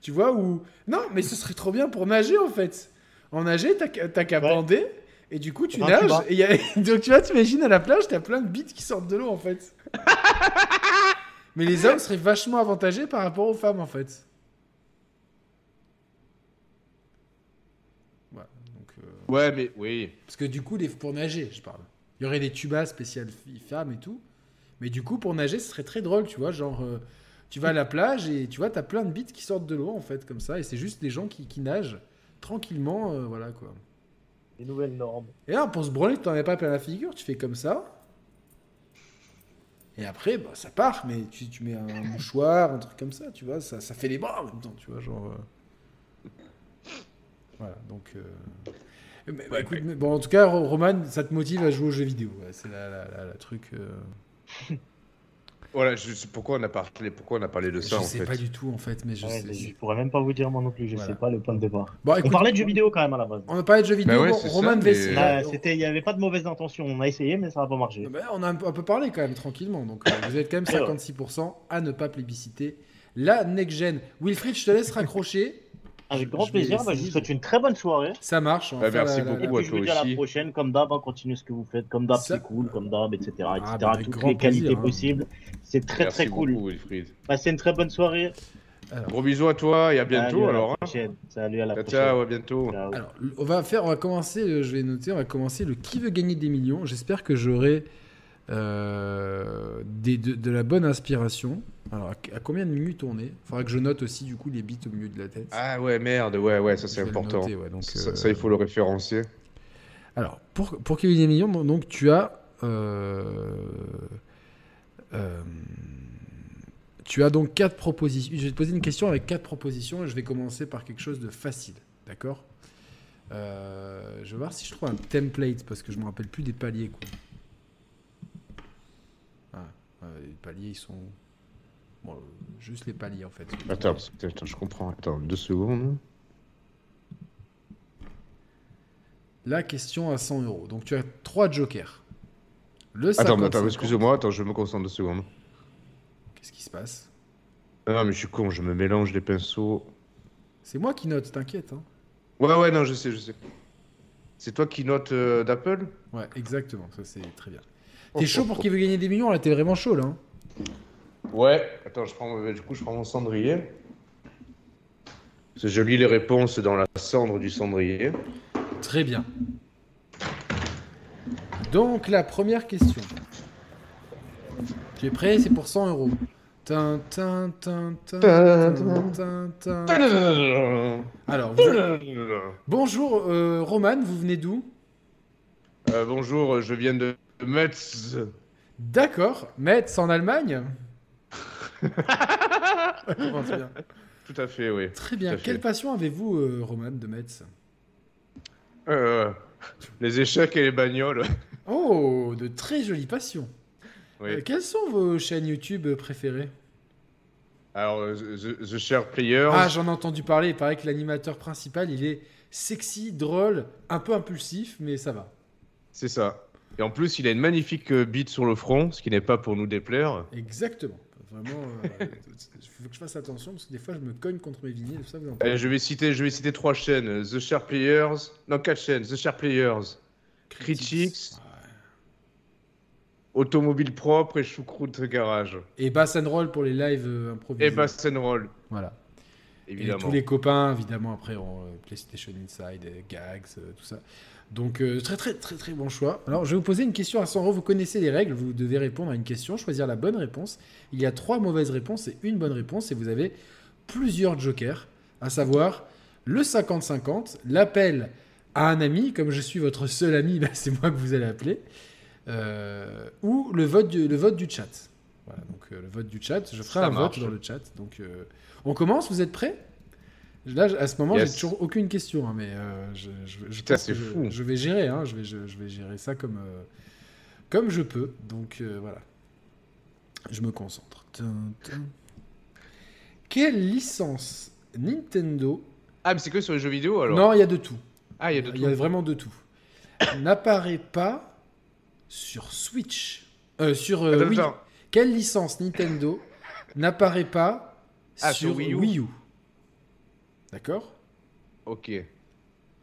tu vois ou non, mais ce serait trop bien pour nager en fait. En nager, t'as qu'à t'as qu'à Ouais. bander et du coup tu Enfin, tu nages. vas. et y a- donc tu vois, t'imagines à la plage, t'as plein de bites qui sortent de l'eau en fait. mais les hommes seraient vachement avantagés par rapport aux femmes en fait. Voilà, donc, euh, Ouais mais oui. parce que du coup, les, pour nager, je parle. Il y aurait des tubas spéciales filles, femmes et tout. Mais du coup, pour nager, ce serait très drôle, tu vois. Genre, euh, tu vas à la plage et tu vois, t'as plein de bites qui sortent de l'eau, en fait, comme ça. Et c'est juste des gens qui, qui nagent tranquillement, euh, voilà, quoi. Les nouvelles normes. Et là, pour se branler, t'en as pas plein la figure, tu fais comme ça. Et après, bah, ça part, mais tu, tu mets un mouchoir, un truc comme ça, tu vois. Ça, ça fait les bras en même temps, tu vois, genre... euh. Voilà, donc... euh. Mais, bah, Ouais, écoute, mais bon, en tout cas, Ro- Roman, ça te motive à jouer aux jeux vidéo. ouais, c'est la, la, la- la truc... euh, Voilà, je sais pourquoi on a parlé, pourquoi on a parlé de Je ça en sais fait. pas du tout, en fait, mais je Ouais, sais... mais je pourrais même pas vous dire moi non plus, je Voilà. sais pas le point de départ. Bon, On écoute, parlait de jeux vidéo quand même à la base. on a parlé de jeux vidéo, Bah ouais, bon, c'est ça, Roman mais- Vessi... Ouais, c'était, il n'y avait pas de mauvaise intention. On a essayé, mais ça n'a pas marché. Mm. Non, mais Bah, on a un peu, un peu parlé quand même tranquillement. Donc euh, vous êtes quand même Ouais, ouais. 56% à ne pas plébisciter la next gen. Wilfried, je te laisse raccrocher. Avec je grand vais plaisir, essayer bah, je vous de- souhaite une très bonne soirée. Ça marche. on va faire Bah, merci beaucoup. Et Ouais, puis je vous toi dis à aussi. la prochaine, comme d'hab, hein, continuez ce que vous faites, comme d'hab Ça- c'est cool, comme d'hab, etc. etc. Ah, bah, avec Toutes grand les qualités plaisir, hein. possibles, c'est très Merci très cool. beaucoup, Wilfried. Passez une très bonne soirée. Gros bisous à toi et à Salut bientôt à la alors. hein. prochaine. Salut à la Ciao prochaine. ciao, à bientôt. Ciao. Alors, on va faire, on va commencer, euh, je vais noter, on va commencer le qui veut gagner des millions. J'espère que j'aurai euh, des- de, de la bonne inspiration. Alors, à, à combien de minutes on est Faudra que je note aussi, du coup, les bits au milieu de la tête. Ah ouais merde, ouais ouais, ça Je c'est vais le important. noter, ouais, donc, ça, euh, ça, il faut le référencier. Alors, pour, pour Kevin et Million, bon, donc tu as. euh, euh, tu as donc quatre propositions. Je vais te poser une question avec quatre propositions et je vais commencer par quelque chose de facile. D'accord Euh, Je vais voir si je trouve un template parce que je me rappelle plus des paliers. Quoi. Ah, euh, les paliers, ils sont. Bon, euh, juste les paliers en fait. Attends, parce que- attends, je comprends. Attends, deux secondes. La question à 100 euros. Donc tu as trois jokers. Le Attends, 50, attends, 50. excusez-moi, attends, je me concentre deux secondes. Qu'est-ce qui se passe Ah mais je suis con, je me mélange les pinceaux. C'est moi qui note, t'inquiète. hein. Ouais ouais, non, je sais, je sais. C'est toi qui note euh, d'Apple Ouais, exactement, ça c'est très bien. Oh, T'es chaud pour qui veut gagner des millions là, t'es vraiment chaud là. hein. oh. Ouais, attends, je prends, euh, du coup, je prends mon cendrier. Parce que Je lis les réponses dans la cendre du cendrier. Très bien. Donc la première question. Tu es prêt C'est pour 100 euros. Tin, tin, tin, tin, tin, tin, tin. Euh, Alors, vous- bonjour euh, Roman, vous venez d'où Euh, bonjour, je viens de Metz. D'accord, Metz en Allemagne Ça commence bien. Tout à fait, oui. Très bien. Tout à fait. Quelle passion avez-vous, euh, Roman de Metz Euh, les échecs et les bagnoles. Oh, de très jolies passions. Oui. Euh, quelles sont vos chaînes YouTube préférées Alors, euh, The, The Share Player. Ah, j'en ai entendu parler. Il paraît que l'animateur principal, il est sexy, drôle, un peu impulsif, mais ça va. C'est ça. Et en plus, il a une magnifique euh, bite sur le front, ce qui n'est pas pour nous déplaire. Exactement. Vraiment, euh, il faut que je fasse attention parce que des fois, je me cogne contre mes vinyles. Ça, vous en Euh, parlez. je, vais citer, je vais citer trois chaînes. The Share Players. Non, quatre chaînes. The Share Players. Critics. Automobile propre et choucroute garage. Et Bass and Roll pour les lives euh, improvisés. Et Bass and Roll, Voilà. Et évidemment. tous les copains, évidemment, après, on, euh, PlayStation Inside, euh, Gags, euh, tout ça. Donc, euh, très, très, très, très bon choix. Alors, je vais vous poser une question à 100 euros. Vous connaissez les règles. Vous devez répondre à une question, choisir la bonne réponse. Il y a trois mauvaises réponses et une bonne réponse. Et vous avez plusieurs jokers, à savoir le 50-50, l'appel à un ami. Comme je suis votre seul ami, bah, c'est moi que vous allez appeler. euh, ou le vote du, le vote du chat. Voilà, donc euh, le vote du chat. Je ferai Ça un marche. vote dans le chat. Donc, euh, on commence. Vous êtes prêts Là, je- à ce moment, Yes. j'ai toujours aucune question, hein, mais euh, je, je, je Putain, pense que c'est je- fou. Je, vais gérer, hein, je, vais, je, je vais gérer ça comme, euh, comme je peux. Donc euh, voilà, je me concentre. Tin, tin. Quelle licence Nintendo Ah, mais c'est que sur les jeux vidéo alors Non, il y a de tout. Ah, il y a de Il y a tout. vraiment de tout. N'apparaît pas sur Switch. Euh, sur euh, Attends, Wii. attends. Quelle licence Nintendo n'apparaît pas Ah, sur, Wii U, D'accord Ok. Ouais,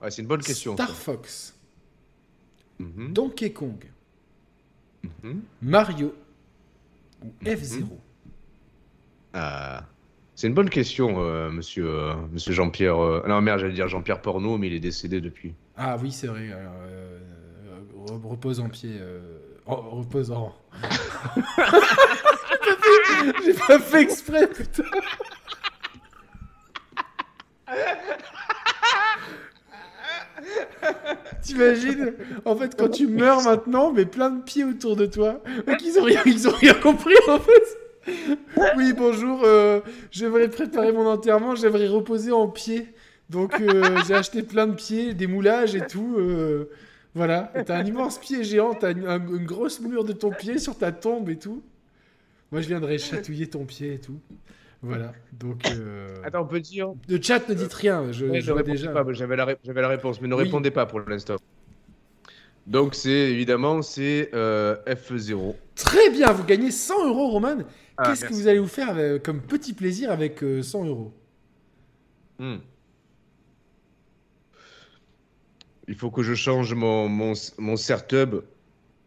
c'est une bonne question. ça. Star Fox, Mhm, Donkey Kong, mhm. Mario ou F-Zero Ah. C'est une bonne question, euh, monsieur, euh, monsieur Jean-Pierre. euh, Non, merde, j'allais dire Jean-Pierre Porno, mais il est décédé depuis. Ah oui, c'est vrai. alors, euh, euh, re- repose en pied. euh, oh, repose en. J'ai pas fait- J'ai pas fait exprès, putain. T'imagines En fait, quand tu meurs maintenant, mais plein de pieds autour de toi. Donc, ils ont rien, ils ont rien compris, en fait. Oui, bonjour. euh, j'aimerais préparer mon enterrement. J'aimerais reposer en pied. Donc euh, j'ai acheté plein de pieds, des moulages et tout. euh, voilà, Et t'as un immense pied géant, t'as une, un- une grosse moulure de ton pied sur ta tombe et tout. Moi je viendrai chatouiller ton pied et tout. Voilà, donc... euh, Attends, on peut dire Le chat ne dit rien, je, Ouais, je ne vois répondez Euh, déjà. pas, mais J'avais la, ré- j'avais la réponse, mais ne Oui. répondez pas pour l'instant. Donc c'est évidemment c'est euh, F0. Très bien, vous gagnez 100 euros Roman. Ah, Qu'est-ce que merci. vous allez vous faire avec- comme petit plaisir avec euh, 100 euros Hmm. Il faut que je change mon mon mon sertub.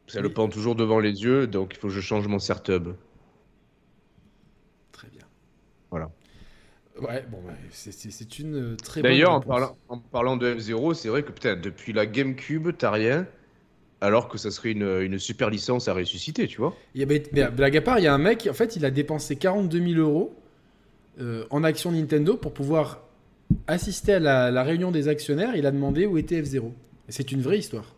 Ça le Oui. pend toujours devant les yeux, donc il faut que je change mon sertub. Très bien. Voilà. Ouais, bon, ouais, c'est- c'est c'est une euh, très bonne D'ailleurs, en réponse. parlant, en parlant de F0, c'est vrai que putain, depuis la GameCube, t'as rien, alors que ça serait une, une super licence à ressusciter, tu vois. Il y avait- mais blague à part, il y a un mec, en fait, il a dépensé 42 000 euros euh, en actions Nintendo pour pouvoir assister à la, la réunion des actionnaires. Il a demandé où était F0. Et c'est une vraie histoire.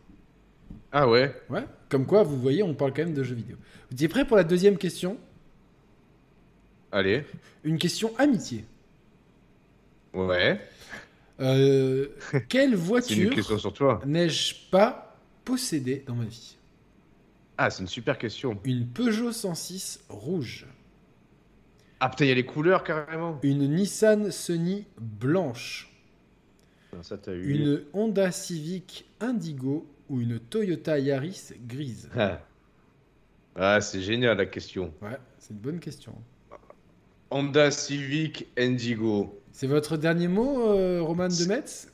Ah ouais. Ouais. Comme quoi, vous voyez, on parle quand même de jeux vidéo. Vous êtes prêt pour la deuxième question Allez. Une question amitié. Ouais. Euh, quelle C'est une voiture question sur toi. n'ai-je pas possédée dans ma vie Ah, c'est une super question. Une Peugeot 106 rouge, Ah putain, il y a les couleurs carrément. une Nissan Sunny blanche, Ah, Ça t'as eu. Une Honda Civic Indigo ou une Toyota Yaris grise Ah, Ah, c'est génial la question. Ouais, c'est une bonne question. Honda Civic Indigo. C'est votre dernier mot, euh, Roman de Metz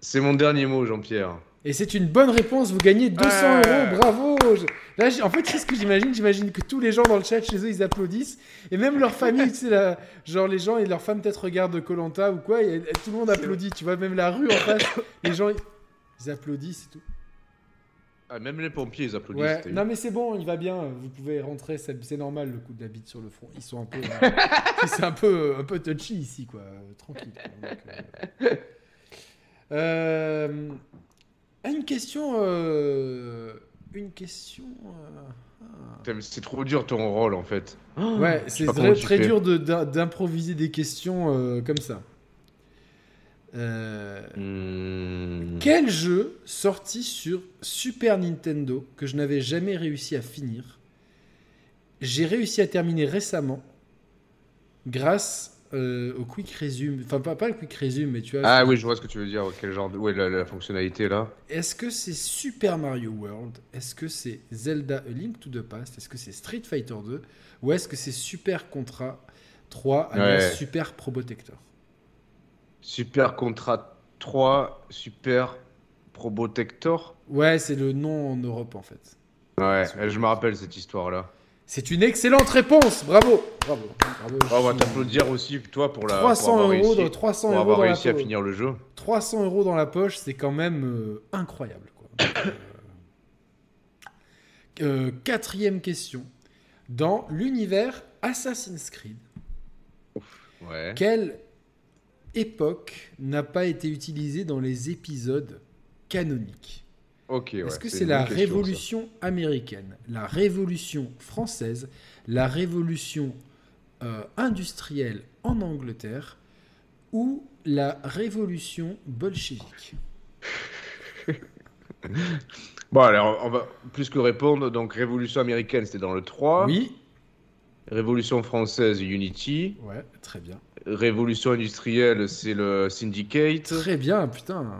C'est mon dernier mot, Jean-Pierre. Et c'est une bonne réponse, vous gagnez 200 Ouais. euros, bravo Je- Là, j'ai- en fait, c'est ce que j'imagine, j'imagine que tous les gens dans le chat, chez eux, ils applaudissent, et même leur famille, tu sais, la- genre les gens et leurs femmes peut-être regardent Colanta ou quoi, et, et tout le monde applaudit, tu vois, même la rue en face, les gens, ils- ils applaudissent et tout. Ah, même les pompiers, ils applaudissent. Ouais, t'as eu. non mais c'est bon, il va bien, vous pouvez rentrer, c'est c'est normal le coup de la bite sur le front. Ils sont un peu euh, c'est un peu un peu touchy ici quoi, euh, tranquille. quoi. Donc, euh, euh, une question euh, une question euh, Putain, mais C'est trop dur ton rôle en fait. Ouais, c'est pas vrai- comment tu très fais. dur de- d'im- d'improviser des questions euh, comme ça. Euh, Hmm. Quel jeu sorti sur Super Nintendo que je n'avais jamais réussi à finir J'ai réussi à terminer récemment grâce euh, au Quick Resume. Enfin, pas, pas le Quick Resume, mais tu vois. Ah oui, je vois ce que tu veux dire. Quel genre de... Ouais, la, la fonctionnalité là. Est-ce que c'est Super Mario World Est-ce que c'est Zelda A Link to the Past Est-ce que c'est Street Fighter 2 Ou est-ce que c'est Super Contra 3 alias Ouais. Super Probotector Super Contrat 3, Super Probotector. Ouais, c'est le nom en Europe en fait. Ouais, je me rappelle cette histoire là. C'est une excellente réponse, bravo Bravo, bravo. Oh, on va Je- t'applaudir aussi toi pour la. 300 pour avoir euros, réussi, de, 300 pour euros avoir dans la réussi à poche. finir le jeu. 300 euros dans la poche, c'est quand même euh, incroyable. quoi. Euh, euh, quatrième question. Dans l'univers Assassin's Creed, Ouais. quelle époque n'a pas été utilisée dans les épisodes canoniques Ok. ouais, Est-ce que une c'est la bonne question, ça. Révolution américaine, la Révolution française, la Révolution euh, industrielle en Angleterre ou la Révolution bolchevique Bon, alors on va plus que répondre. Donc, Révolution américaine, c'était dans le 3. Oui, Révolution française, Unity. ouais, très bien. Révolution industrielle, c'est le Syndicate. Très bien, putain.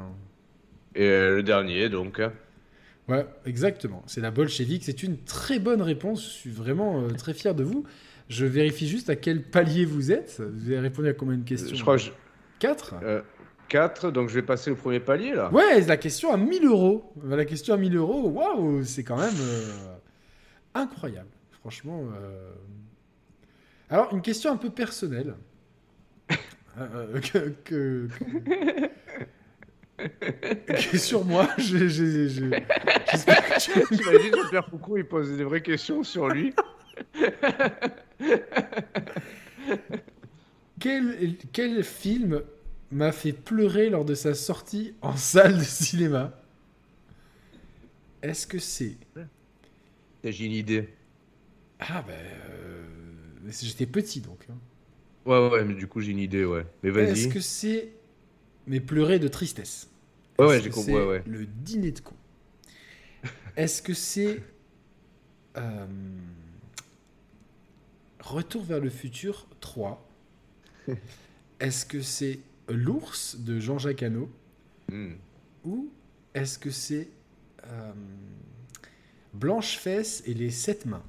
Et euh, le dernier, donc. hein. Ouais, exactement. C'est la bolchevique. C'est une très bonne réponse. Je suis vraiment euh, très fier de vous. Je vérifie juste à quel palier vous êtes. Vous avez répondu à combien de questions Je crois que je... 4 4, Euh, donc je vais passer au premier palier là. Ouais, la question à 1000 euros. La question à 1000 euros, waouh, c'est quand même euh, incroyable. Franchement. euh. Alors, une question un peu personnelle. Euh, que, que- que- que sur moi, j'ai- j'ai- j'ai- j'espère que tu- J'imagine que Pierre Foucault il pose des vraies questions sur lui. Quel, quel film m'a fait pleurer lors de sa sortie en salle de cinéma Est-ce que c'est... J'ai une idée. Ah ben... euh, J'étais petit donc. hein. Ouais, ouais, mais du coup j'ai une idée, ouais. Mais Est-ce vas-y. que c'est... Mais pleurer de tristesse. Ouais, ouais, Est-ce j'ai que compris, c'est ouais, ouais. Le dîner de con. Est-ce que c'est... euh, Retour vers le futur 3 Est-ce que c'est L'ours de Jean-Jacques Hano Hmm. Ou est-ce que c'est euh, Blanche Fesse et les sept mains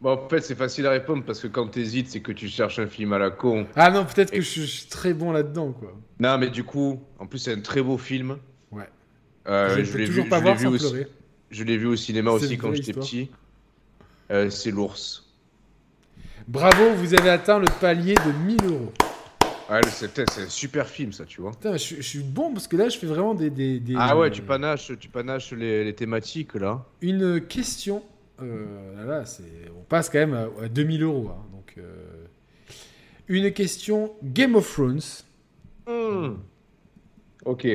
Bon, en fait, c'est facile à répondre parce que quand t'hésites, c'est que tu cherches un film à la con. Ah non, peut-être que Et- je, je suis très bon là-dedans, quoi. Non, mais du coup, en plus, c'est un très beau film. Ouais. Euh, je ne je peux l'ai vu, toujours je pas l'ai voir vu sans aussi- pleurer. je l'ai vu au cinéma C'est aussi une quand vraie j'étais histoire. petit. Euh, c'est l'ours. Bravo, vous avez atteint le palier de 1000 euros. Ouais, Ah, le- c'est c'est un super film, ça, tu vois. Putain, je, je suis bon parce que là, je fais vraiment des. des- des- Ah ouais, euh, tu panaches, tu panaches les, les thématiques là. Une question. euh, là, là, c'est- on passe quand même à, à 2000 euros. hein, donc, euh, une question Game of Thrones. Hmm. Ok.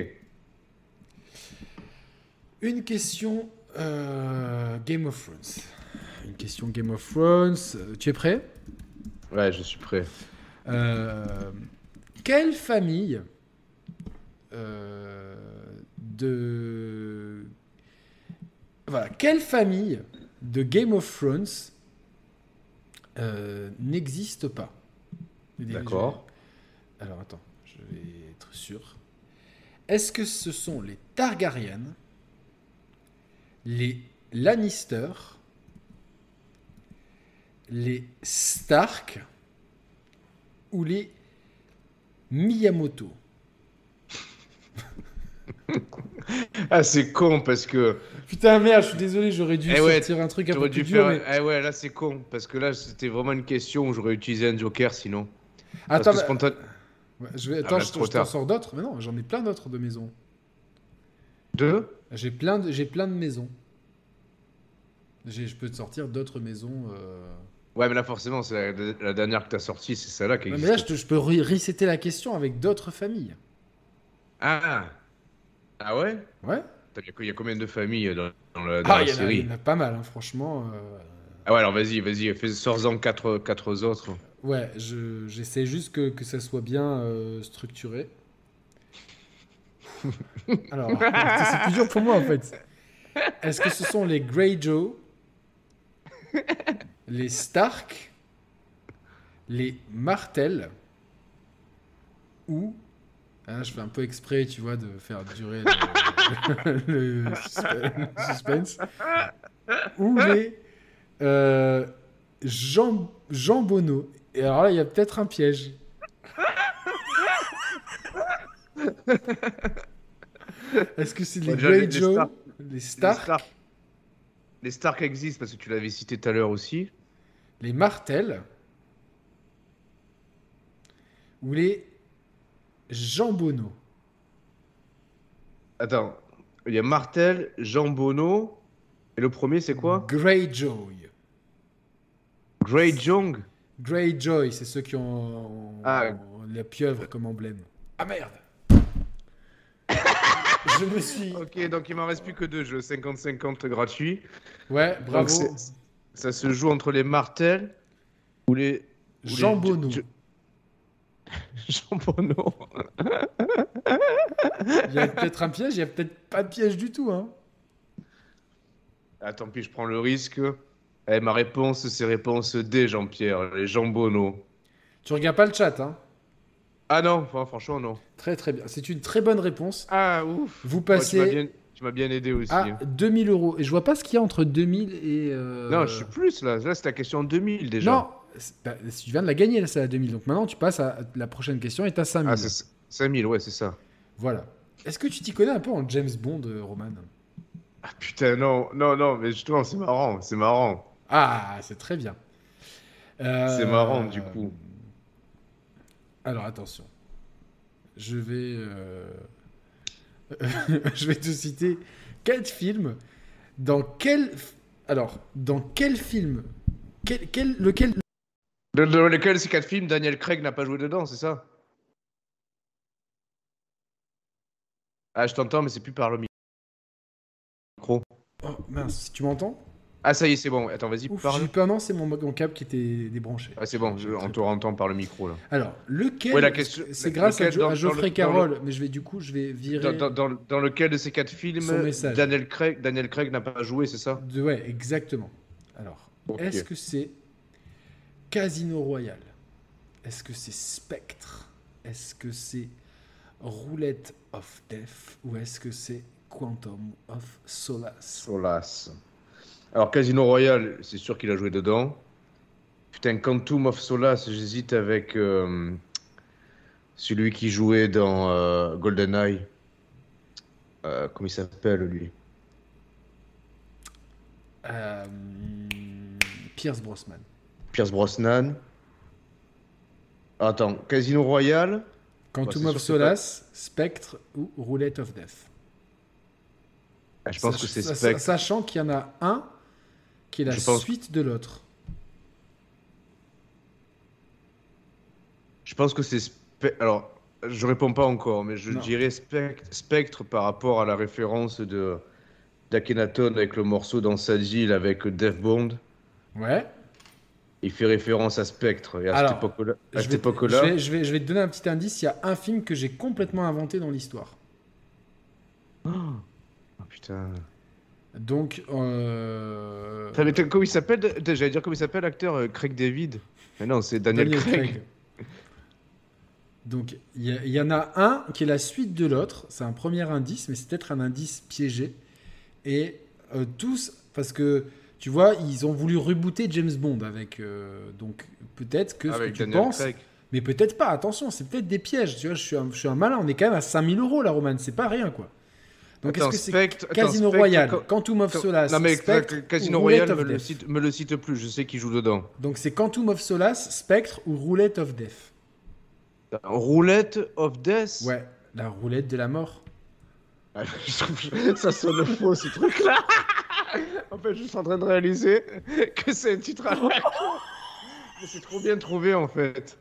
Une question euh, Game of Thrones. Une question Game of Thrones. Euh, Tu es prêt Ouais, je suis prêt. Euh, Quelle famille euh, de voilà quelle famille de Game of Thrones euh, n'existe pas D'accord. Je vais- Alors attends, je vais être sûr. Est-ce que ce sont les Targaryen, les Lannister, les Stark ou les Miyamoto Ah, c'est con parce que. Putain merde, je suis désolé, j'aurais dû Eh ouais, sortir un truc un peu J'aurais plus dû dur. faire. mais- Eh ouais, là, c'est con parce que là, c'était vraiment une question où j'aurais utilisé un joker sinon. Attends, parce que bah, spontan- ouais, je vais- Ah, attends, bah, je, trop je t'en tard. sors d'autres. Mais non, j'en ai plein d'autres de maisons. Deux J'ai plein de, j'ai plein de maisons. J'ai- Je peux te sortir d'autres maisons. euh. Ouais, mais là, forcément, c'est la, la dernière que t'as sortie, c'est celle-là qui Non, existe. mais là, je, te- je peux re- resetter la question avec d'autres familles. Ah Ah ouais Ouais Il y a combien de familles euh, dans, dans la, dans Ah, la il y, en a- série il y en a pas mal, hein, franchement. euh, Ah ouais, alors vas-y, vas-y, fais sors-en quatre, quatre autres. Ouais, je- j'essaie juste que, que ça soit bien euh, structuré. Alors, c'est plus dur pour moi en fait. Est-ce que ce sont les Greyjoy, les Stark, les Martel ou. Ah, je fais un peu exprès, tu vois, de faire durer le, le suspe- le suspense. Ou les. euh, Jean, Jean Bonneau. Et alors là, il y a peut-être un piège. Est-ce que c'est les Moi, j'avais Greyjoy, des Stark. les Les Stark, Stark. Les Stark existent parce que tu l'avais cité tout à l'heure aussi. les Martel ou les Jean Bonneau Attends, il y a Martel, Jean Bonneau, et le premier c'est quoi Greyjoy. Grey Jong Greyjoy, c'est ceux qui ont Ah. ont la pieuvre comme emblème. Ah merde Je me suis... Ok, donc il m'en reste plus que deux jeux, 50-50 gratuit. Ouais, Donc, bravo. c'est- ça se joue entre les Martel ou les. ou les- Jean Bonneau. Je- Jean Bonneau. Il y a peut-être un piège, il y a peut-être pas de piège du tout. Hein. Ah, tant pis, je prends le risque. Eh, ma réponse, c'est réponse D, Jean-Pierre, les Jean Bonneau. Tu regardes pas le chat, hein Ah non, enfin, franchement, non. Très très bien. C'est une très bonne réponse. Ah, ouf. Vous Oh, tu m'as passez bien- tu m'as bien, aidé aussi. hein. à 2000 euros. Et je vois pas ce qu'il y a entre 2000 et... euh, Non, je suis plus là. Là, c'est la question 2000 déjà. Non, c'est- bah, tu viens de la gagner, là, c'est à 2000. Donc maintenant, tu passes à la prochaine question est à 5000. Ah, c'est 5000, ouais, c'est ça. voilà. Est-ce que tu t'y connais un peu en James Bond, euh, Roman Ah, putain, non, non, non, mais justement, c'est marrant, c'est marrant. Ah, c'est très bien. Euh, C'est marrant, du coup. Alors, attention. Je vais. euh, Je vais te citer quatre films. Dans quel. Alors, dans quel film. Quel, quel- lequel. Dans dans lequel ces quatre films, Daniel Craig n'a pas joué dedans, c'est ça Ah, je t'entends, mais c'est plus par le micro. Oh mince, tu m'entends Ah, ça y est, c'est bon. Attends, vas-y, Ouf, parle. j'ai pas. Non, c'est mon, mon câble qui était débranché. Ah, c'est bon, je- on te entend par le micro là. Alors, lequel. Ouais, la question- C'est la- grâce à, lequel Jo- dans- à dans Geoffrey le- dans le- Carroll, mais je vais du coup, je vais virer. Dans, dans- dans- dans lequel de ces quatre Son films, message. Daniel Craig, Daniel Craig n'a pas joué, c'est ça De- ouais, exactement. Alors, Ok. est-ce que c'est Casino Royal Est-ce que c'est Spectre Est-ce que c'est Roulette of Death Ou est-ce que c'est Quantum of Solace Solace. Alors, Casino Royale, c'est sûr qu'il a joué dedans. Putain, Quantum of Solace, j'hésite avec euh, celui qui jouait dans euh, GoldenEye. Euh, comment il s'appelle, lui Euh, Pierce Brosnan. Pierce Brosnan. Attends, Casino Royale Quantum Bah, c'est sûr of que c'est Solace, Spectre ou Roulette of Death Ah, Je pense Sach- que c'est sa- Spectre. Sachant qu'il y en a un qui est la Je pense- suite de l'autre. Je pense que c'est. Spe- Alors, je réponds pas encore, mais je Non. dirais Spectre, Spectre par rapport à la référence de d'Akhenaton avec le morceau dans sa ville avec Death Bond. Ouais. Il fait référence à Spectre. Et à Alors, cette époque-là, à Je cette vais, époque-là- je vais- je vais- je vais te donner un petit indice. Il y a un film que j'ai complètement inventé dans l'histoire. Oh, putain. Donc, euh, Putain, mais t'as- comment il s'appelle de- de- J'allais dire comment il s'appelle l'acteur euh, Craig David. Mais non, c'est Daniel, Daniel Craig. Craig. Donc, il y, a- il y en a un qui est la suite de l'autre. C'est un premier indice, mais c'est peut-être un indice piégé. Et euh, tous, parce que tu vois, ils ont voulu rebooter James Bond avec. euh, donc, peut-être que ce Ah, Avec que tu Daniel penses. Craig. Mais peut-être pas, attention, c'est peut-être des pièges. Tu vois, je suis un, je suis un malin, on est quand même à 5000 euros là, Roman, c'est pas rien quoi. Donc est-ce Attends, que c'est Spectre- attends, Casino Spectre, Royal, co- Quantum of co- Solace, Non, mais Spectre, Casino ou Roulette Royale, me of le, Death cite, me le cite plus, je sais qu'il joue dedans. Donc c'est Quantum of Solace, Spectre ou Roulette of Death Roulette of Death Ouais, la roulette de la mort. Ah, je trouve que ça sonne faux ce truc-là. en fait, je suis en train de réaliser que c'est un titre à la con. Mais c'est trop bien trouvé en fait.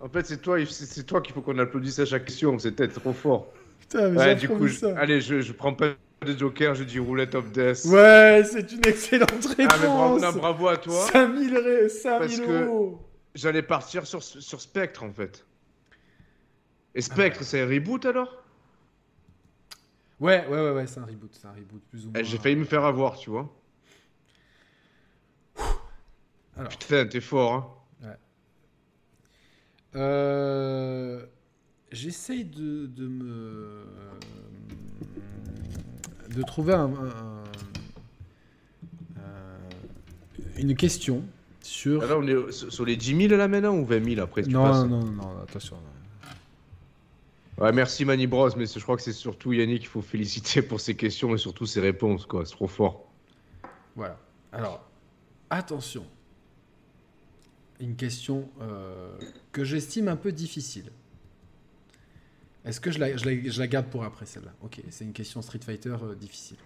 en fait, c'est toi, c'est c'est toi qu'il faut qu'on applaudisse à chaque question. C'était trop fort. Putain, mais Ouais, j'ai du trop coup, vu je- Ah, ça. allez, je, je prends pas de joker, je dis roulette of death. Ouais, c'est une excellente réponse. Ah, mais bravo, non, bravo à toi. 5000 ré- 5000 Parce que- euros. J'allais partir sur, sur Spectre en fait. Ah Et bah. Spectre, c'est un reboot alors Ouais, ouais, ouais, ouais, c'est un reboot, c'est un reboot plus ou moins. Eh, J'ai failli me faire avoir, tu vois. Alors. Putain, t'es fort. Hein. Euh, J'essaye de, de me. de trouver un- un- un- un- une question sur. Ah, là, on est sur sur les 10 000 là maintenant ou 20 000 après tu non, passes non, non, non, attention. non. Ouais, merci Mani Bros, mais c'est- je crois que c'est surtout Yannick qu'il faut féliciter pour ses questions et surtout ses réponses, quoi. C'est trop fort. Voilà. Alors, attention. Une question euh, que j'estime un peu difficile. Est-ce que je la, je la- je la garde pour après celle-là Ok, c'est une question Street Fighter euh, difficile.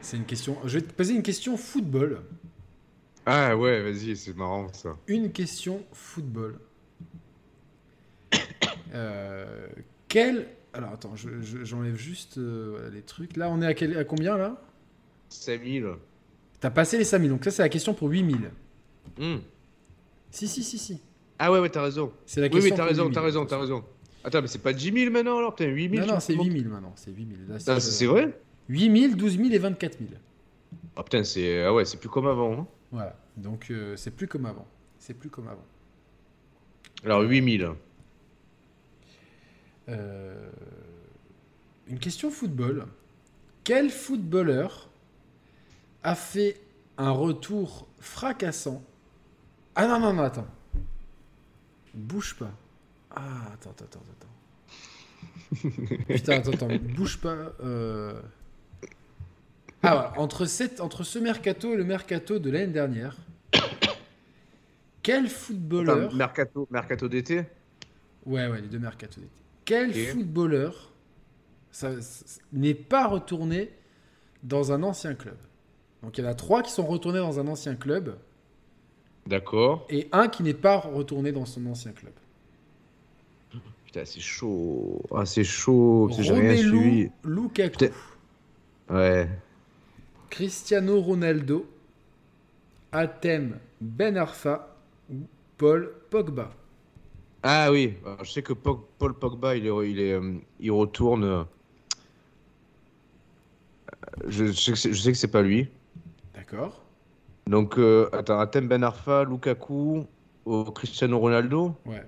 C'est une question. Je vais te poser une question football. Ah ouais, vas-y, c'est marrant ça. Une question football. Euh, quel. Alors attends, je- je- j'enlève juste euh, voilà, les trucs. Là, on est à, quel- à combien là 5 000. T'as passé les 5000, donc ça, c'est la question pour 8000. Hmm. Si, si, si, si. Ah ouais, ouais, t'as raison. C'est la Oui, question. oui, t'as pour raison, 8000, t'as raison, t'as attention. raison. Attends, mais c'est pas 10 000 maintenant alors Putain, 8 000 Non, non, c'est tu me 8000 maintenant. C'est euh, 8000. Là, Ah, c'est c'est vrai 8000, 12000 et 24000. Ah putain, c'est ah ouais, c'est plus comme avant. hein. Voilà. Donc, euh, c'est plus comme avant. C'est plus comme avant. Alors 8000. Euh, Une question football. Quel footballeur a fait un retour fracassant Ah non, non, non, attends. Bouge pas. Ah, attends, attends, attends, attends. Putain, attends, attends, bouge pas. euh. Ah, voilà, entre, cette, entre ce mercato et le mercato de l'année dernière, quel footballeur. Attends, mercato, mercato d'été Ouais, ouais, les deux mercato d'été. Quel Ok. footballeur ça- ça- ça- n'est pas retourné dans un ancien club Donc il y en a trois qui sont retournés dans un ancien club D'accord. et un qui n'est pas retourné dans son ancien club. Putain, c'est chaud. Ah, c'est chaud. parce que J'ai rien suivi. Romelu Lukaku, Putain. Ouais. Cristiano Ronaldo, Atem Ben Arfa ou Paul Pogba. Ah oui, alors, je sais que Pog- Paul Pogba, il, est, il, est, euh, il retourne. euh, Je, je sais que c'est- je sais que c'est pas lui. D'accord Donc, euh, attends, Atem Ben Arfa, Lukaku, oh, Cristiano Ronaldo. Ouais.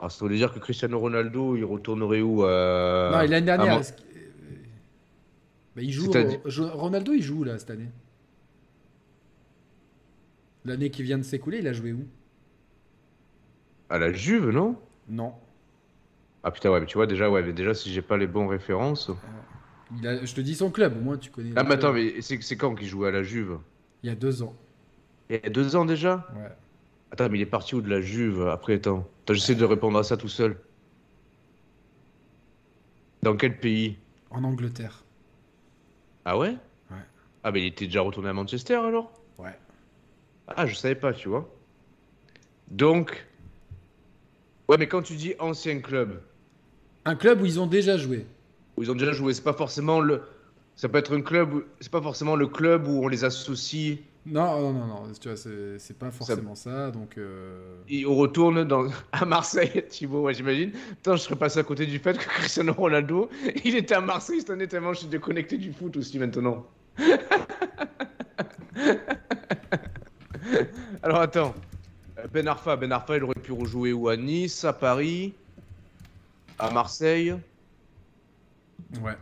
Alors, ça voulait dire que Cristiano Ronaldo, il retournerait où euh, non, et l'année à dernière, Man- est-ce que- euh, bah, il joue. C'est-à-dire- au- Jo- Ronaldo, il joue où, là cette année L'année qui vient de s'écouler, il a joué où à la Juve, non? Non. Ah putain, ouais, mais tu vois, déjà, ouais, mais déjà, si j'ai pas les bonnes références. Il a- je te dis son club, au moins tu connais. Ah, le mais attends, club. mais c'est c'est quand qu'il jouait à la Juve? Il y a deux ans. Il y a deux ans déjà? Ouais. Attends, mais il est parti où de la Juve après? Attends, Attends, j'essaie de répondre à ça tout seul. Dans quel pays? En Angleterre. Ah ouais? Ouais. Ah, mais il était déjà retourné à Manchester alors? Ouais. Ah, je savais pas, tu vois. Donc. Ouais, mais quand tu dis ancien club, Un club où ils ont déjà joué. où ils ont déjà joué, c'est pas forcément le. Ça peut être un club, où- c'est pas forcément le club où on les associe. Non, non, non, non. Tu vois, c'est c'est pas forcément ça. donc, euh, Et on retourne dans, à Marseille, Thibaut, ouais, j'imagine. Putain, je serais passé à côté du fait que Cristiano Ronaldo, il était à Marseille cette année tellement je suis déconnecté du foot aussi maintenant. Alors attends, Ben Arfa, Ben Arfa, il aurait pu rejouer où à Nice, à Paris, à Marseille, Ouais.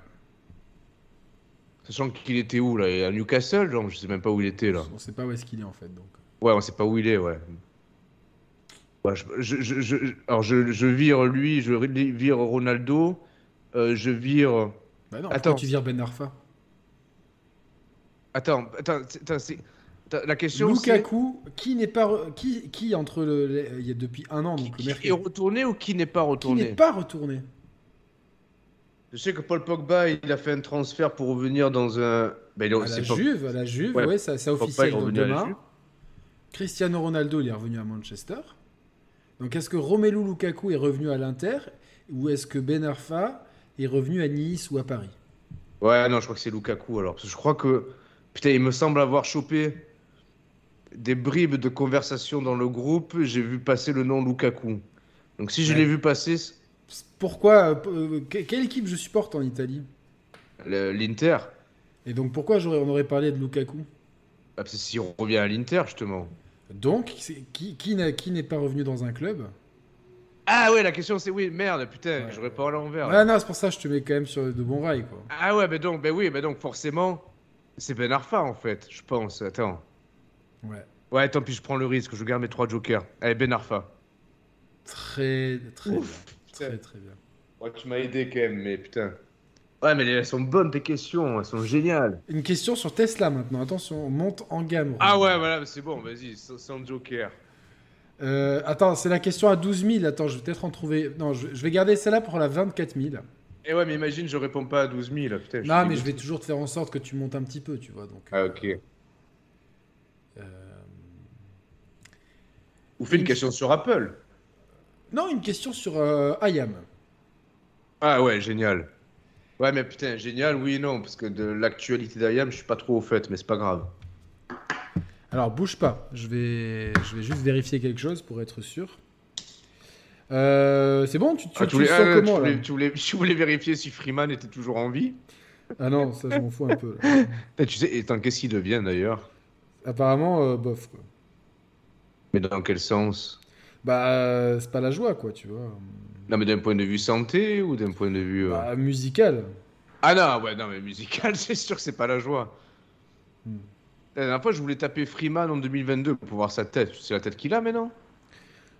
sachant qu'il était où là, à Newcastle, genre, je sais même pas où il était là. On sait pas où est-ce qu'il est en fait. Donc. Ouais, on sait pas où il est, ouais. Ouais, je, je- je- je- alors je, je vire lui, je ri- vire Ronaldo, euh, je vire. Bah non, Attends. pourquoi tu vires Ben Arfa Attends, attends, c'est- attends, c'est- attends, la question c'est Lukaku, qui n'est pas. re- Qui, qui entre le. les- Il y a depuis un an, donc le qui mercato. est retourné ou qui n'est pas qui n'est retourné pas retourné. Je sais que Paul Pogba, il a fait un transfert pour revenir dans un. Ben, non, À la c'est pas- Juve, à la Juve, ouais, Ouais, ça, c'est pas officiel être donc revenu à la demain. Juve. Cristiano Ronaldo, il est revenu à Manchester. Donc est-ce que Romelu Lukaku est revenu à l'Inter ou est-ce que Ben Arfa est revenu à Nice ou à Paris Ouais, non, je crois que c'est Lukaku alors. Parce que je crois que. Putain, il me semble avoir chopé des bribes de conversation dans le groupe. J'ai vu passer le nom Lukaku. Donc si je Ouais. l'ai vu passer, c'est- Pourquoi euh, que- Quelle équipe je supporte en Italie le- l'Inter. Et donc pourquoi j'aurais, on aurait parlé de Lukaku Ah, parce que si on revient à l'Inter, justement. Donc, c'est- qui, qui n'a- qui n'est pas revenu dans un club Ah ouais, la question c'est oui, merde, putain, Ouais. j'aurais pas à l'envers. là. Ah non, c'est pour ça que je te mets quand même sur de bons rails. Quoi. Ah ouais, mais donc, ben oui, mais donc forcément, c'est Ben Arfa en fait, je pense. Attends. Ouais. Ouais, tant pis, je prends le risque, je garde mes trois jokers. Allez, Ben Arfa. Très, très Ouf. bien. Très, très bien. Ouais, tu m'as aidé quand même, mais putain. Ouais, mais elles sont bonnes tes questions, elles sont géniales. Une question sur Tesla maintenant. Attention, on monte en gamme. Ah Romain. ouais, voilà, mais c'est bon, vas-y, sans, sans joker. Euh, attends, c'est la question à 12 000. Attends, je vais peut-être en trouver. Non, je, je vais garder celle-là pour la 24 000. Et Eh ouais, mais imagine, je réponds pas à 12 000, putain. je suis non, mais je dégoûté. vais toujours te faire en sorte que tu montes un petit peu, tu vois. Donc, Ah, ok. euh, Ou fais une question sur Apple. Non, une question sur euh, IAM. Ah ouais, génial. Ouais, mais putain, génial, oui et non, parce que de l'actualité d'IAM, je suis pas trop au fait, mais c'est pas grave. Alors, bouge pas. Je vais, je vais juste vérifier quelque chose pour être sûr. Euh, c'est bon, tu, tu, Ah, tu tu, voulais, le sens ah, tu comment là voulais- tu voulais- tu voulais vérifier si Freeman était toujours en vie Ah non, ça je m'en fous un peu. là. Et tu sais, et tant qu'est-ce qu'il devient d'ailleurs Apparemment, euh, bof. Quoi. Mais dans quel sens Bah, euh, c'est pas la joie, quoi, tu vois. Non, mais d'un point de vue santé ou d'un point de vue. euh, Bah, musical. Ah non, ouais, non, mais musical, c'est sûr que c'est pas la joie. Hmm. La dernière fois, je voulais taper Freeman en 2022 pour voir sa tête. C'est la tête qu'il a maintenant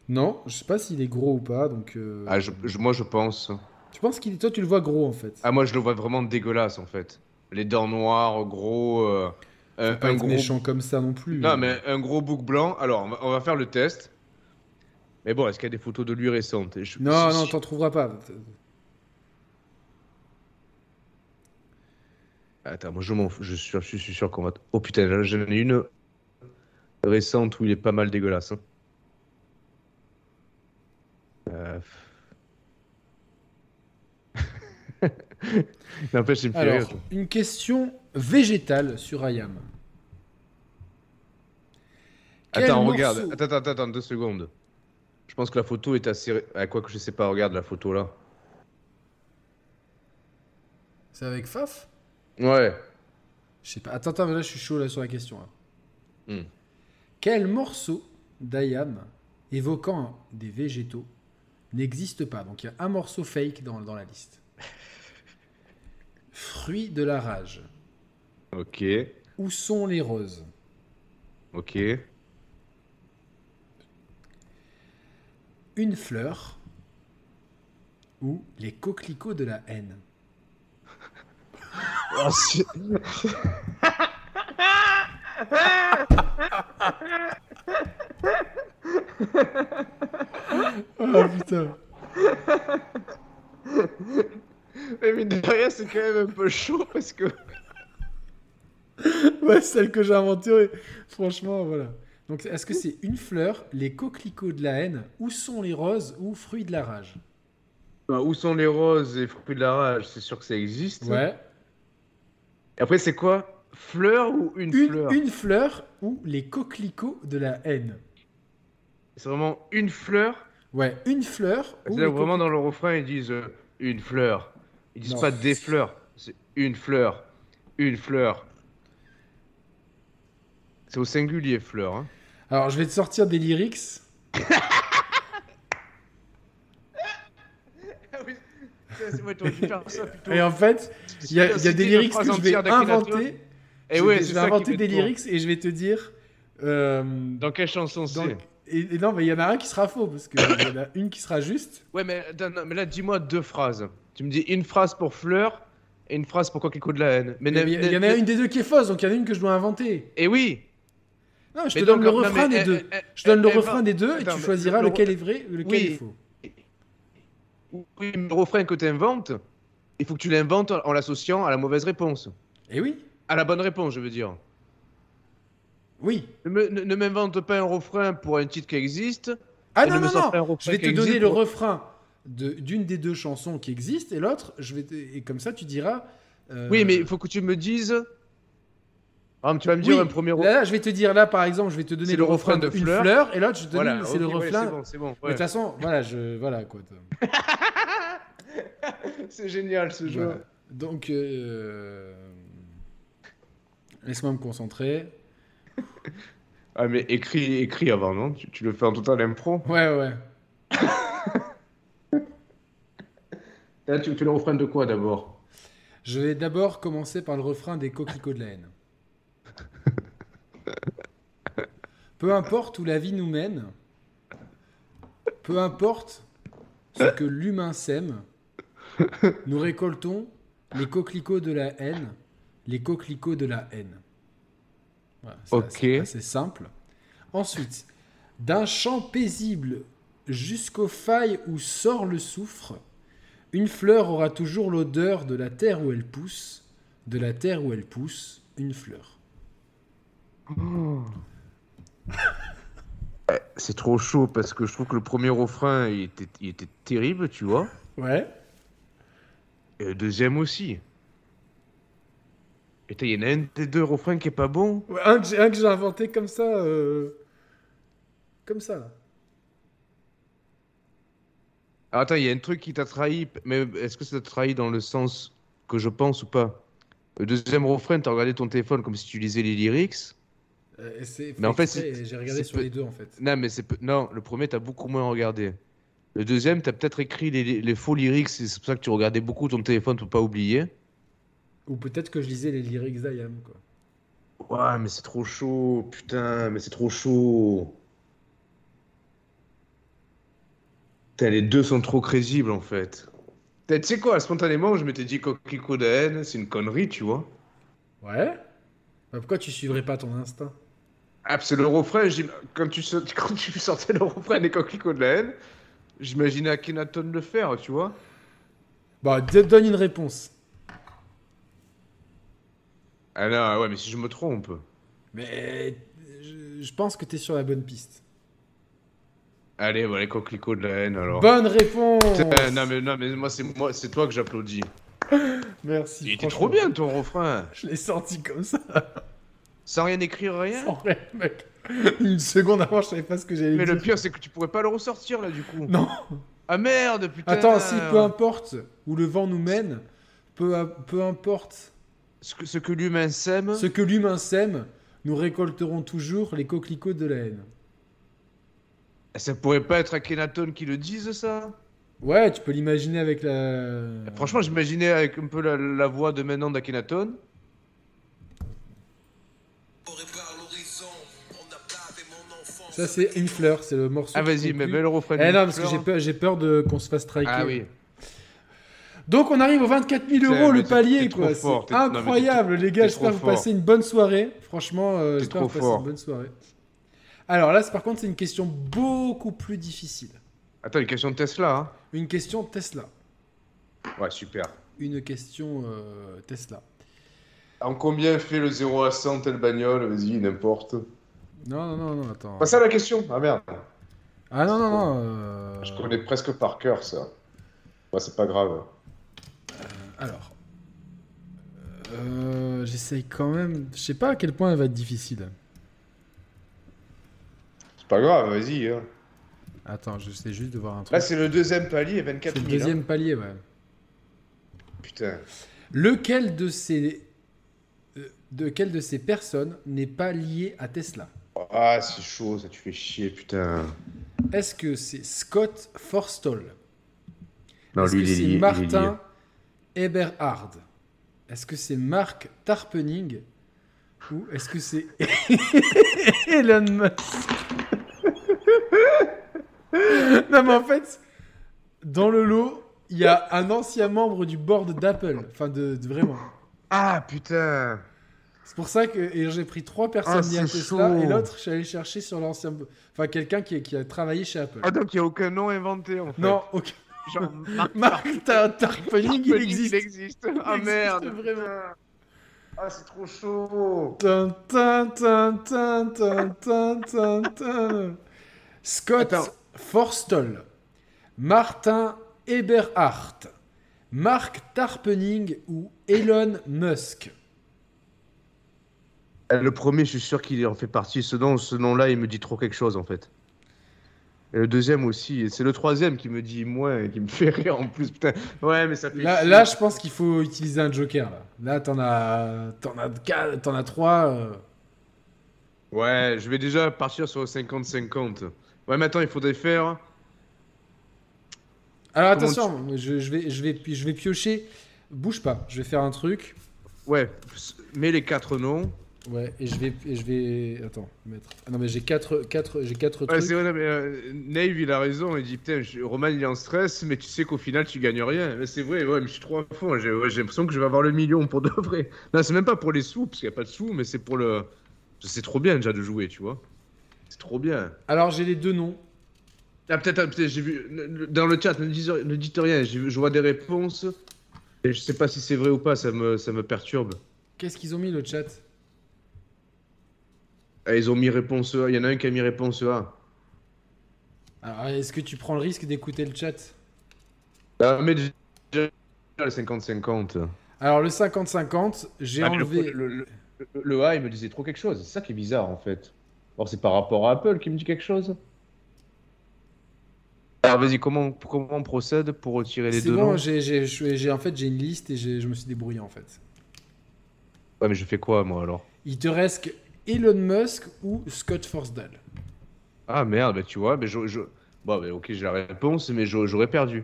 Non, je sais pas s'il est gros ou pas, donc. euh, ah, je- je- Moi, je pense. Tu penses qu'il est. Toi, tu le vois gros en fait. Ah, moi, je le vois vraiment dégueulasse en fait. Les dents noires, gros. euh, Faut un, pas un être gros... méchant comme ça non plus. Non, mais un gros bouc blanc. Alors, on va, on va faire le test. Mais bon, est-ce qu'il y a des photos de lui récentes Et je- Non, si- non, si- t'en trouveras pas. Attends, moi je m'en fous, je suis, sûr- je suis sûr qu'on va. Oh putain, là, j'en ai une récente où il est pas mal dégueulasse. hein. Euh, N'empêche, c'est me fait Alors, rire. une question végétale sur Ayam. Quel Attends, morceau- regarde. Attends, attends, attends, deux secondes. Je pense que la photo est assez. ré- Ah, quoi que je sais pas, regarde la photo là. C'est avec Faf Ouais. Je sais pas. Attends, attends, mais là, je suis chaud là sur la question. là. Hmm. Quel morceau d'Ayam évoquant des végétaux n'existe pas Donc, il y a un morceau fake dans, dans la liste. Fruit de la rage. Ok. Où sont les roses Ok. Une fleur ou les coquelicots de la haine Oh, c'est- Oh putain Mais mine de rien, c'est quand même un peu chaud parce que. Ouais, celle que j'ai inventée, franchement, voilà. Donc, est-ce que c'est une fleur, les coquelicots de la haine, où sont les roses ou fruits de la rage Bah, où sont les roses et fruits de la rage C'est sûr que ça existe. Ouais. Et après, c'est quoi Fleur ou une, Une, fleur une fleur ou les coquelicots de la haine C'est vraiment une fleur Ouais, une fleur ou C'est-à-dire les vraiment dans le refrain, ils disent euh, une fleur. Ils disent Non. pas des fleurs. C'est une fleur. Une fleur. C'est au singulier, fleur. hein. coquelicots- Alors, je vais te sortir des lyrics. Ah Et en fait, il y a, il y a des lyrics que je vais inventer. Et Je Eh ouais, vais- c'est je vais ça qui inventer fait des tout. lyrics et je vais te dire. euh, Dans quelle chanson dans- c'est et, et non, mais il y en a un qui sera faux parce qu'il y en a une qui sera juste. Ouais, mais, attends, non, mais là, dis-moi deux phrases. Tu me dis une phrase pour fleur et une phrase pour quoi qu'il coûte de la haine. Mais, Mais ne- Il y, ne- Eh il y en a ne- une des deux qui est fausse, donc il y en a une que je dois inventer. Et Eh oui Non, je Mais te donne donc, le non, refrain mais, des eh, deux. eh, Je te donne le eh, eh, refrain ben, des deux et attends, tu mais choisiras le- le- lequel est vrai et lequel Oui. est faux. Oui, mais le refrain que tu inventes, il faut que tu l'inventes en en l'associant à la mauvaise réponse. Et Eh oui, À la bonne réponse, je veux dire. oui. Ne me- Ne ne m'invente pas un refrain pour un titre qui existe. Ah et non, ne me non, sors non, pas un refrain je vais qui te donner existe le pour- refrain de- d'une des deux chansons qui existent et l'autre, je vais te- et comme ça tu diras. euh, Oui, mais il faut que tu me dises. Ah, mais tu vas me dire Oui, un premier refrain. Là, là, je vais te dire là par exemple, je vais te donner C'est le refrain de une Fleur. fleur, et l'autre, je te Voilà, donne c'est ok, le ouais, refrain. c'est bon, c'est bon. Mais De ouais. toute façon, voilà, je voilà quoi. t'as- C'est génial ce Voilà. Donc, euh, laisse-moi me concentrer. Ah, mais écris, écris avant, non tu, tu le fais en total impro Ouais, ouais. Là, tu fais le refrain de quoi d'abord Je vais d'abord commencer par le refrain des coquelicots de la haine. Peu importe où la vie nous mène, peu importe ce que l'humain sème, nous récoltons les coquelicots de la haine, les coquelicots de la haine. Voilà, c'est Ok. assez- assez simple. Ensuite, d'un champ paisible jusqu'aux failles où sort le soufre, une fleur aura toujours l'odeur de la terre où elle pousse, de la terre où elle pousse, une fleur. C'est trop chaud parce que je trouve que le premier refrain il était, il était terrible, tu vois. Ouais. Et le deuxième aussi. Et il y en a un des deux refrains qui est pas bon. Ouais, un que j'ai- un que j'ai inventé comme ça. euh, Comme ça, là. Ah, attends, il y a un truc qui t'a trahi, mais est-ce que ça t'a trahi dans le sens que je pense ou pas Le deuxième refrain, t'as regardé ton téléphone comme si tu lisais les lyrics. Euh, et c'est- Mais en fait, exprès, c'est- et j'ai regardé c'est sur peu- les deux, en fait. Non, mais c'est peu- non, le premier, t'as beaucoup moins regardé. Le deuxième, t'as peut-être écrit les, les- les faux lyrics, et c'est pour ça que tu regardais beaucoup ton téléphone pour pas oublier. Ou peut-être que je lisais les lyrics d'Ayam, quoi. Ouais, mais c'est trop chaud, putain, mais c'est trop chaud. Putain, les deux sont trop crédibles en fait. Putain, Tu sais quoi, spontanément, je m'étais dit coquelicot de haine, c'est une connerie, tu vois. Ouais. Bah, pourquoi tu suivrais pas ton instinct Ah, c'est le refrain, j'im- quand tu, sor- quand tu sortais le refrain des coquelicots de la haine, j'imaginais Akhenaton le faire, tu vois. Bah, d- donne une réponse. Ah non, ouais, mais si je me trompe. Mais je, je pense que t'es sur la bonne piste. Allez, voilà les coquelicots de la haine alors. Bonne réponse Putain, Euh, non, mais, non, mais moi, c'est moi, c'est toi que j'applaudis. Merci. Il était franchement. trop bien ton refrain. Je l'ai sorti comme ça. Sans rien écrire, rien. En vrai, mec. Une seconde avant, je savais pas ce que j'allais Mais dire. le pire, c'est que tu pourrais pas le ressortir là du coup. Non. Ah merde, putain. Attends, si, peu importe où le vent nous mène, peu, à- peu importe Ce que, ce que l'humain sème. ce que l'humain sème, nous récolterons toujours les coquelicots de la haine. Ça pourrait pas être Akhenaton qui le dise ça. Ouais, tu peux l'imaginer avec la. Eh, Franchement, j'imaginais avec un peu la, la voix de maintenant d'Akhenaton. Ça, c'est une fleur, c'est le morceau. Ah qui vas-y, conclut. mais mets le refrain. Eh d'une non, parce que fleur. hein. j'ai peur, j'ai peur de qu'on se fasse striker. Ah oui. Donc on arrive aux 24 000 Putain, euros mais le t'es- palier t'es trop quoi. fort, C'est t'es- non, mais t'es- incroyable les gars. t'es J'espère trop que vous fort. passez une bonne soirée. Franchement, euh, T'es j'espère que vous trop passez fort. une bonne soirée. Alors là, c'est- par contre, c'est une question beaucoup plus difficile. Attends, une question de Tesla. Une question Tesla. Hein. Ouais, super. Une question euh, Tesla. En combien fait le 0 à 100 telle bagnole Vas-y, n'importe. Non, non, non, non, attends. Pas ça la question Ah merde, Ah non, non, non. euh, je connais presque par cœur ça. Bah, c'est pas grave. Alors. Euh, J'essaye quand même. Je sais pas à quel point elle va être difficile. C'est pas grave, vas-y. hein. Attends, j'essaie juste de voir un truc. Là, c'est le deuxième palier, 24 C'est le 000. deuxième palier, ouais. hein. Putain. Lequel de ces euh, de quelle de ces personnes n'est pas lié à Tesla Ah, c'est chaud, ça tu fais chier, putain. Est-ce que c'est Scott Forstall Non, Est-ce lui, que il est c'est lié, il est lié. Martin Eberhard Est-ce que c'est Mark Tarpening Ou est-ce que c'est Elon Musk Non mais en fait, dans le lot, il y a un ancien membre du board d'Apple. Enfin, de, de vraiment. Ah, putain. C'est pour ça que et j'ai pris trois personnes Ah, liées à c'est Tesla chaud. et l'autre, je suis allé chercher sur l'ancien. Enfin, quelqu'un qui, qui a travaillé chez Apple. Ah, donc il n'y a aucun nom inventé, en fait. non, ok. Genre, Marc Mark Tar- Tarpening, il Koenig, existe. Il existe. Ah, existe merde. vraiment. putain. Ah, c'est trop chaud. Tin, tin, tin, tin, tin, tin, tin, tin. Scott Attends. Forstall, Martin Eberhardt, Mark Tarpening ou Elon Musk Eh, Le premier, je suis sûr qu'il en fait partie. Ce nom, ce nom-là, il me dit trop quelque chose en fait. Et le deuxième aussi. Et c'est le troisième qui me dit moins et qui me fait rire en plus. Putain. Ouais, mais ça fait. Là, chier. là, je pense qu'il faut utiliser un joker. Là, là t'en as, t'en as quatre, t'en as trois. euh. Ouais, je vais déjà partir sur 50-50. Ouais, mais attends, il faudrait faire. Alors Comment attention, je, je vais, je vais, pi- je vais piocher. Bouge pas. Je vais faire un truc. Ouais, mets les quatre noms. Ouais, et je vais, et je vais. Attends, mettre. Ah non mais j'ai quatre, quatre, j'ai quatre Ouais, trucs. c'est vrai, non, mais euh, Nave, il a raison. Il dit Putain, je- Roman, il est en stress, mais tu sais qu'au final, tu gagnes rien. Mais c'est vrai, ouais, mais je suis trop à fond. J'ai ouais, j'ai l'impression que je vais avoir le million pour de vrai. Non, c'est même pas pour les sous, parce qu'il n'y a pas de sous, mais c'est pour le. C'est trop bien déjà de jouer, tu vois. C'est trop bien. Alors j'ai les deux noms. Ah, peut-être, ah, peut-être, j'ai vu. ne- ne- Dans le chat, ne, dis- ne dites rien. j'ai vu- Je vois des réponses. Et je sais pas si c'est vrai ou pas, ça me, ça me perturbe. Qu'est-ce qu'ils ont mis le chat Ah, ils ont mis réponse A. Il y en a un qui a mis réponse A. Alors est-ce que tu prends le risque d'écouter le chat Ah, mais déjà, déjà, le 50-50. Alors le 50-50, j'ai Ah, mais le enlevé. pro- le, le- le- le A, il me disait trop quelque chose. C'est ça qui est bizarre, en fait. Or, c'est par rapport à Apple qui me dit quelque chose. Alors, vas-y, comment, comment on procède pour retirer les C'est deux bon, noms j'ai, j'ai, je- j'ai- en fait j'ai une liste et j'ai- je me suis débrouillé en fait. Ouais, mais je fais quoi, moi, alors Il te reste que Elon Musk ou Scott Forsdale. Ah, merde, bah, tu vois, mais je, je... Bon, bah, ok, j'ai la réponse, mais j'a- j'aurais perdu.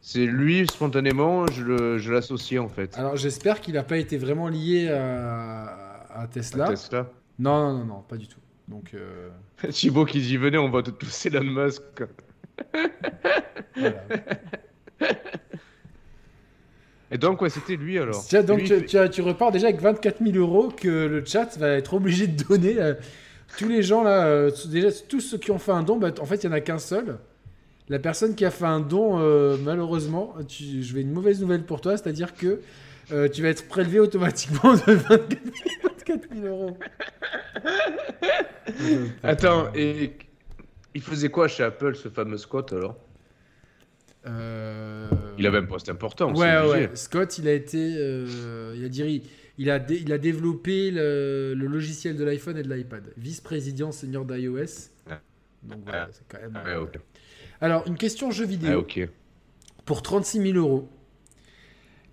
C'est lui, spontanément, je le- je l'associais, en fait. Alors j'espère qu'il n'a pas été vraiment lié à, à Tesla. à Tesla. Non, non, non, non, pas du tout. Donc euh, Thibaut qui dit venez, on vote tous Elon Musk. voilà. Et donc, ouais, c'était lui alors. Tiens, donc Lui, tu, il fait- tu as- tu repars déjà avec 24 000 euros que le chat va être obligé de donner. à tous les gens là, euh, déjà tous ceux qui ont fait un don, bah, en fait il n'y en a qu'un seul. La personne qui a fait un don, euh, malheureusement, tu- je vais une mauvaise nouvelle pour toi, c'est-à-dire que euh, tu vas être prélevé automatiquement de 24 000, 24 000 euros. Attends, et il faisait quoi chez Apple ce fameux Scott alors Euh, Il avait un poste important. c'est Ouais, obligé. ouais. Scott, il a été, euh, il a diri- il a, dé- il a développé le, le logiciel de l'iPhone et de l'iPad. Vice-président senior d'iOS. Ah. Donc voilà, c'est quand même. euh, Ah, ouais, ok. Alors, une question jeu vidéo Ah, ok. pour 36 000 euros.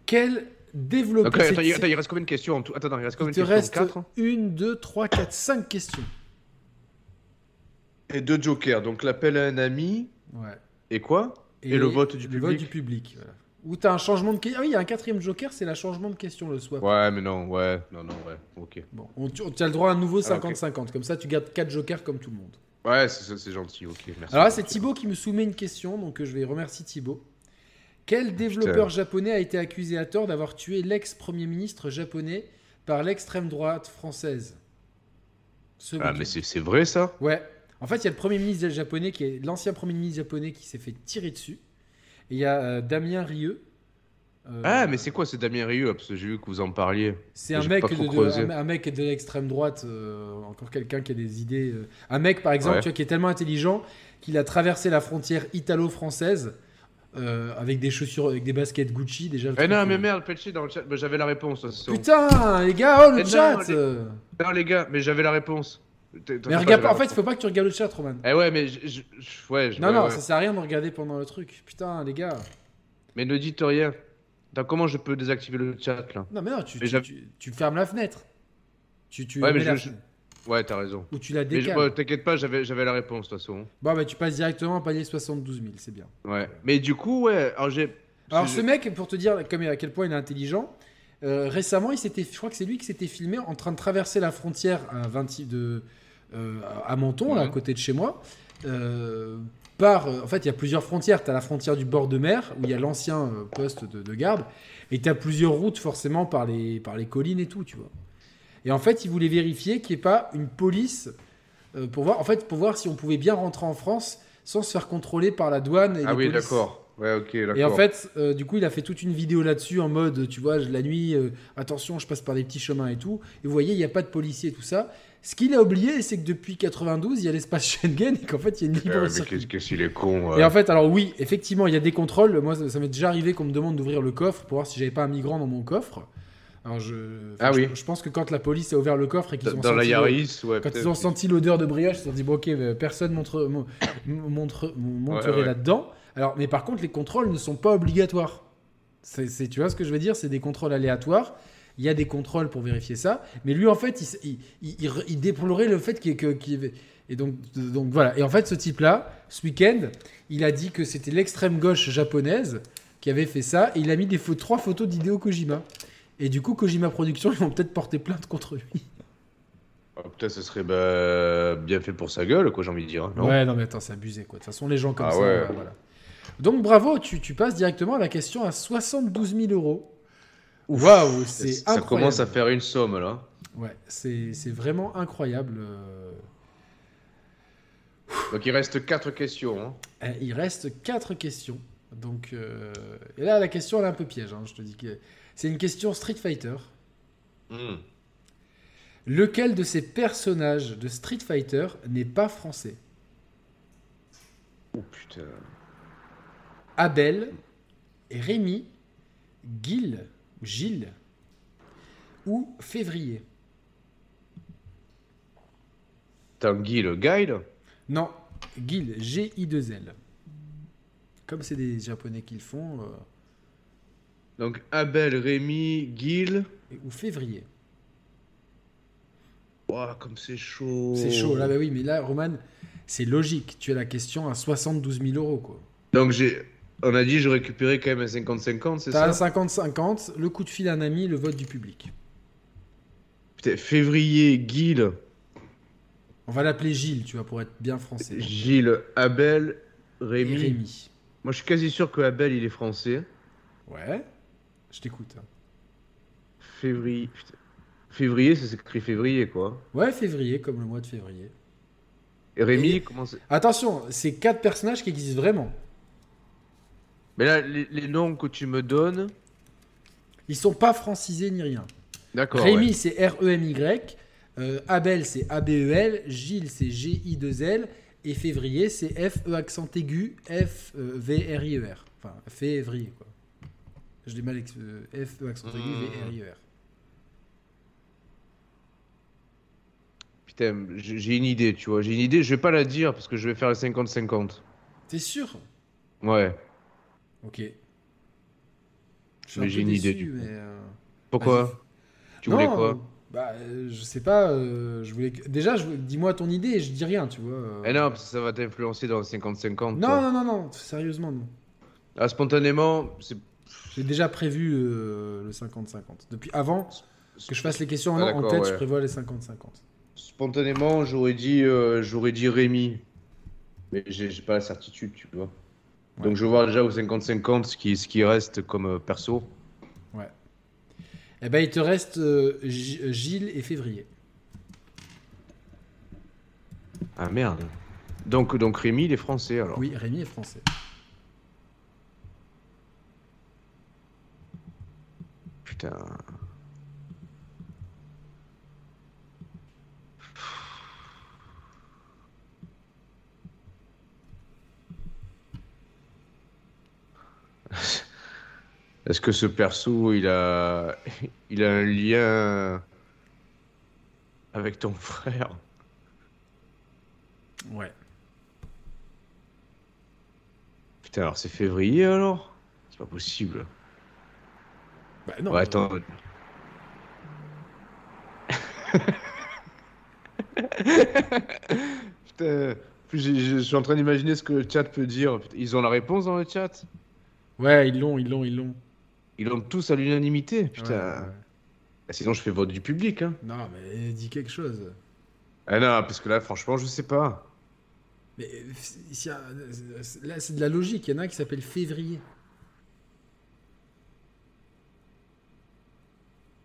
Quel développeur Donc, attends, c'est- il- attends, il reste combien de questions en tout Attends, il reste Il combien te de reste questions hein? 4 une, deux, trois, quatre, cinq questions. Et deux jokers. Donc l'appel à un ami Ouais. et quoi Et le vote du Le vote public. du public. Voilà. Ou t'as un changement de question. Ah oui, il y a un quatrième joker, c'est la changement de question le swap. Ouais, mais non, ouais, non, non, ouais, ok. Bon, on, tu, tu as le droit à un nouveau Ah, ok. 50-50. Comme ça, tu gardes 4 jokers comme tout le monde. Ouais, c'est ça, c'est gentil, ok, merci. Alors là, Ah, c'est Thibaut qui me soumet une question, donc euh, je vais remercier Thibaut. Quel développeur japonais a été accusé à tort d'avoir tué l'ex-premier ministre japonais par l'extrême droite française Ce Ah, week-end. mais c'est c'est vrai ça Ouais. En fait, il y a le premier ministre japonais qui est l'ancien premier ministre japonais qui s'est fait tirer dessus. Et il y a euh, Damien Rieu. Euh, Ah, mais c'est quoi ce Damien Rieu Parce que j'ai vu que vous en parliez. c'est un J'ai mec, pas de, trop de- creusé. un, un mec de l'extrême droite, euh, encore quelqu'un qui a des idées. euh. Un mec, par exemple, Ouais. tu vois, qui est tellement intelligent qu'il a traversé la frontière italo-française euh, avec des chaussures, avec des baskets Gucci déjà. le Eh truc, non, euh. mais merde, Pelchi dans le chat, bah, j'avais la réponse. de toute façon. Putain, les gars, oh le Eh non, chat les- euh. Non, les gars, mais j'avais la réponse. T'es- t'en Mais fais regarde j'avais pas, en fait, la il réponse. faut pas que tu regardes le chat, Roman. Eh ouais, mais je, je- je- ouais, je- Non, ouais, non, ouais. ça sert à rien de regarder pendant le truc. Putain, les gars. Mais ne dites rien. Attends, comment je peux désactiver le chat là Non, mais non, tu, Mais tu- j'av- tu- tu fermes la fenêtre. Tu, tu Ouais, mais mets la je- je- fenêtre. Ouais, t'as raison. Ou tu la Mais je- décales. ouais, t'inquiète pas, j'avais j'avais la réponse de toute façon. Bon, bah, tu passes directement à palier 72 000, c'est bien. Ouais. Mais du coup, ouais, alors j'ai. Alors j'ai- ce mec, pour te dire comme, à quel point il est intelligent, euh, récemment, il s'était, je crois que c'est lui qui s'était filmé en train de traverser la frontière à, 20 de, euh, à Menton, là, à Mhm. côté de chez moi. euh, par, euh, en fait, il y a plusieurs frontières. Tu as la frontière du bord de mer, où il y a l'ancien euh, poste de, de garde, et tu as plusieurs routes, forcément, par les, par les collines et tout, tu vois. Et en fait, il voulait vérifier qu'il n'y ait pas une police euh, pour, voir, en fait, pour voir si on pouvait bien rentrer en France sans se faire contrôler par la douane. Et Ah les oui, polices. d'accord. Ouais, ok, d'accord. Et en fait, euh, du coup, il a fait toute une vidéo là-dessus en mode, tu vois, je- la nuit, euh, attention, je passe par des petits chemins et tout. Et vous voyez, il n'y a pas de policiers et tout ça. Ce qu'il a oublié, c'est que depuis 92, il y a l'espace Schengen et qu'en fait, il y a une Ah, libre mais circulation. qu'est-ce qu'est-ce qu'il est con. euh. ouais. Et en fait, alors oui, effectivement, il y a des contrôles. Moi, ça, ça m'est déjà arrivé qu'on me demande d'ouvrir le coffre pour voir si j'avais pas un migrant dans mon coffre. Alors je, enfin, Ah oui. je, je pense que quand la police a ouvert le coffre et qu'ils Dans ont dans la senti le- Yaris, ouais. quand ils peut-être. ont senti l'odeur de brioche, ils se sont dit bon ok, euh, personne montre, mon- mon- montre, mon- Ouais, monterait ouais. là-dedans. Alors, mais par contre, les contrôles ne sont pas obligatoires. C'est, c'est- tu vois ce que je veux dire C'est des contrôles aléatoires. Il y a des contrôles pour vérifier ça. Mais lui, en fait, il, s- il, il- il re- il déplorait le fait qu'il, que- qu'il y avait- et donc, donc voilà. Et en fait, ce type-là, ce week-end, il a dit que c'était l'extrême gauche japonaise qui avait fait ça. Et il a mis des pho- trois photos d'Hideo Kojima. Et du coup, Kojima Productions, ils vont peut-être porter plainte contre lui. Ah, putain, ce serait bah, bien fait pour sa gueule, quoi, j'ai envie de dire. hein, Non Ouais, non, mais attends, c'est abusé, quoi. De toute façon, les gens comme Ah ça. ouais. bah, voilà. Donc, bravo, tu, tu passes directement à la question à 72 000 euros. Waouh, c'est Ça- Ça incroyable. commence à faire une somme, là. Ouais, c'est c'est vraiment incroyable. euh. Donc il reste 4 questions. hein. Euh, Il reste quatre questions. Donc, euh, et là, la question, elle est un peu piège. hein, je te dis que c'est une question Street Fighter. Hmm. Lequel de ces personnages de Street Fighter n'est pas français Oh putain. Abel, Rémi, Gil, ou Gilles ou Février Tanguy le guide Non, Gil, G-I-2-L. Comme c'est des Japonais qui le font, euh, Donc Abel, Rémi, Gil. et- ou février. Ouah, comme c'est chaud. C'est chaud, là, bah oui, mais là, Roman, c'est logique. Tu as la question à 72 000 euros, quoi. Donc j'ai. On a dit je récupérais quand même un 50-50, c'est T'as ça un 50-50, le coup de fil à un ami, le vote du public. Putain, février, Gil, On va l'appeler Gilles, tu vois, pour être bien français. Gilles, Abel, Et Rémi. Rémi. Moi je suis quasi sûr que Abel il est français. Ouais, je t'écoute. hein. Février. putain. Février, c'est écrit février quoi. Ouais, février, comme le mois de février. Et Rémi, Et- comment c'est. Attention, c'est quatre personnages qui existent vraiment. Mais là, les, les noms que tu me donnes. Ils sont pas francisés ni rien. D'accord. Rémi, ouais. c'est R-E-M-Y. euh, Abel, c'est A-B-E-L. Gilles, c'est G-I-2-L. Et février, c'est F-E accent aigu, euh, F-V-R-I-E-R. E, Enfin, février, quoi. Je l'ai mal ex- euh, F-E accent aigu, Hmm. V-R-I-E-R. Putain, j'ai j'ai une idée, tu vois. J'ai une idée, je vais pas la dire parce que je vais faire les 50-50. T'es sûr Ouais. Ok. Je suis Mais un j'ai peu une idée, déçu, du coup. mais, euh, Pourquoi Tu voulais non, quoi Bah, euh, je sais pas. euh, je voulais... que- Déjà, je... voulais- dis-moi ton idée et je dis rien, tu vois. euh. Eh non, parce que ça va t'influencer dans les 50-50. non, toi. non, non, non, sérieusement, non. Ah, spontanément, c'est. J'ai déjà prévu euh, le 50-50. Depuis avant que je fasse les questions en, Ah, en d'accord, tête, ouais. je prévois les 50-50. Spontanément, j'aurais dit, euh, j'aurais dit Rémi. Mais j'ai j'ai pas la certitude, tu vois. Donc je vais voir déjà au 50-50 ce qui, ce qui reste comme euh, perso. Eh ben, il te reste euh, G- Gilles et Février. Ah merde. Donc, donc Rémi, il est français alors. Oui, Rémi est français. Putain. Est-ce que ce perso, il a, il a un lien avec ton frère Ouais. Putain, alors c'est février alors C'est pas possible. Bah, non, ouais, euh, attends. Putain, en plus, j'ai- je, suis en train d'imaginer ce que le chat peut dire. Putain, Ils ont la réponse dans le chat Ouais, ils l'ont, ils l'ont, ils l'ont. Ils l'ont tous à l'unanimité. Ouais, Putain. ouais. Bah, Sinon, je fais vote du public. Hein. Non, mais euh, dis quelque chose. Ah non, parce que là, franchement, je sais pas. Mais euh, s'il y a- euh, là, c'est de la logique. Il y en a un qui s'appelle Février.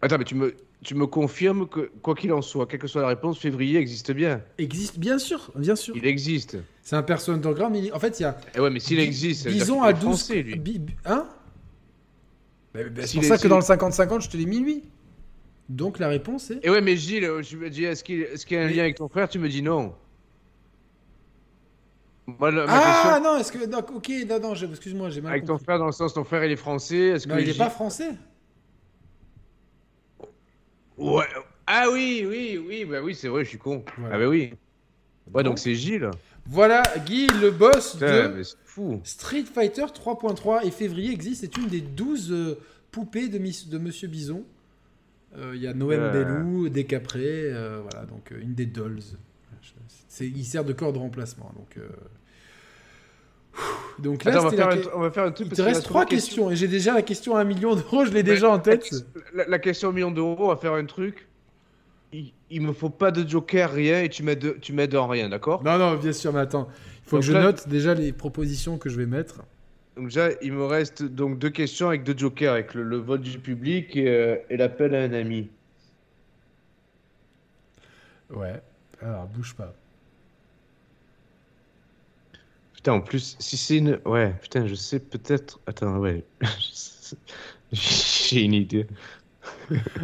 Attends, mais tu me. tu me confirmes que, quoi qu'il en soit, quelle que soit la réponse, février existe bien. Existe, bien sûr, bien sûr. Il existe. C'est un perso underground, mais il- en fait, il y a. Eh ouais, mais s'il Bi- existe, ça veut dire Bison qu'il à est 12. français, lui. bi- bi- hein Bah, bah, Si C'est pour les- ça que si dans les- le 50-50, je te l'ai mis lui. Donc la réponse est. Et ouais, mais Gilles, euh, je me dis, est-ce qu'il est-ce qu'il y a un Mais- lien avec ton frère Tu me dis non. Moi, la- ma Ah question, non, est-ce que. donc, ok, non, non, j'ai- excuse-moi, j'ai mal avec ton compris. frère, dans le sens, ton frère, il est français. Est-ce Non, que il n'est Gilles- pas français. Ouais. Ah oui, oui, oui, bah oui, c'est vrai, je suis con. Voilà. Ah Ah bah oui. Bon. Ouais, donc c'est Gilles. Voilà, Guy, le boss Putain, de mais c'est fou. Street Fighter 3.3 et février existe. C'est une des 12 euh, poupées de, Miss- de Monsieur Bison. Euh, Il y a Noël Euh. Bellou, Décapré, euh, voilà, donc euh, une des Dolls. Je- c'est- Il sert de corps de remplacement. Donc, euh, Ouh. donc là, Attends, on va, c'était faire la... un, que- on va faire un truc. il parce te qu'il reste reste trois une question. questions et j'ai déjà la question à un million d'euros, je l'ai déjà Ouais, en tête. La, la question au million d'euros, on va faire un truc. Il, il me faut pas de joker, rien, et tu m'aides tu m'aides en rien, d'accord Non, non, bien sûr, mais attends, il faut Donc que je là- note déjà les propositions que je vais mettre. Donc déjà, il me reste donc deux questions avec deux jokers, avec le, le vote du public et, euh, et l'appel à un ami. Ouais, alors bouge pas. Putain, en plus, si c'est une... Ouais, putain, je sais peut-être... Attends, ouais. J'ai une idée.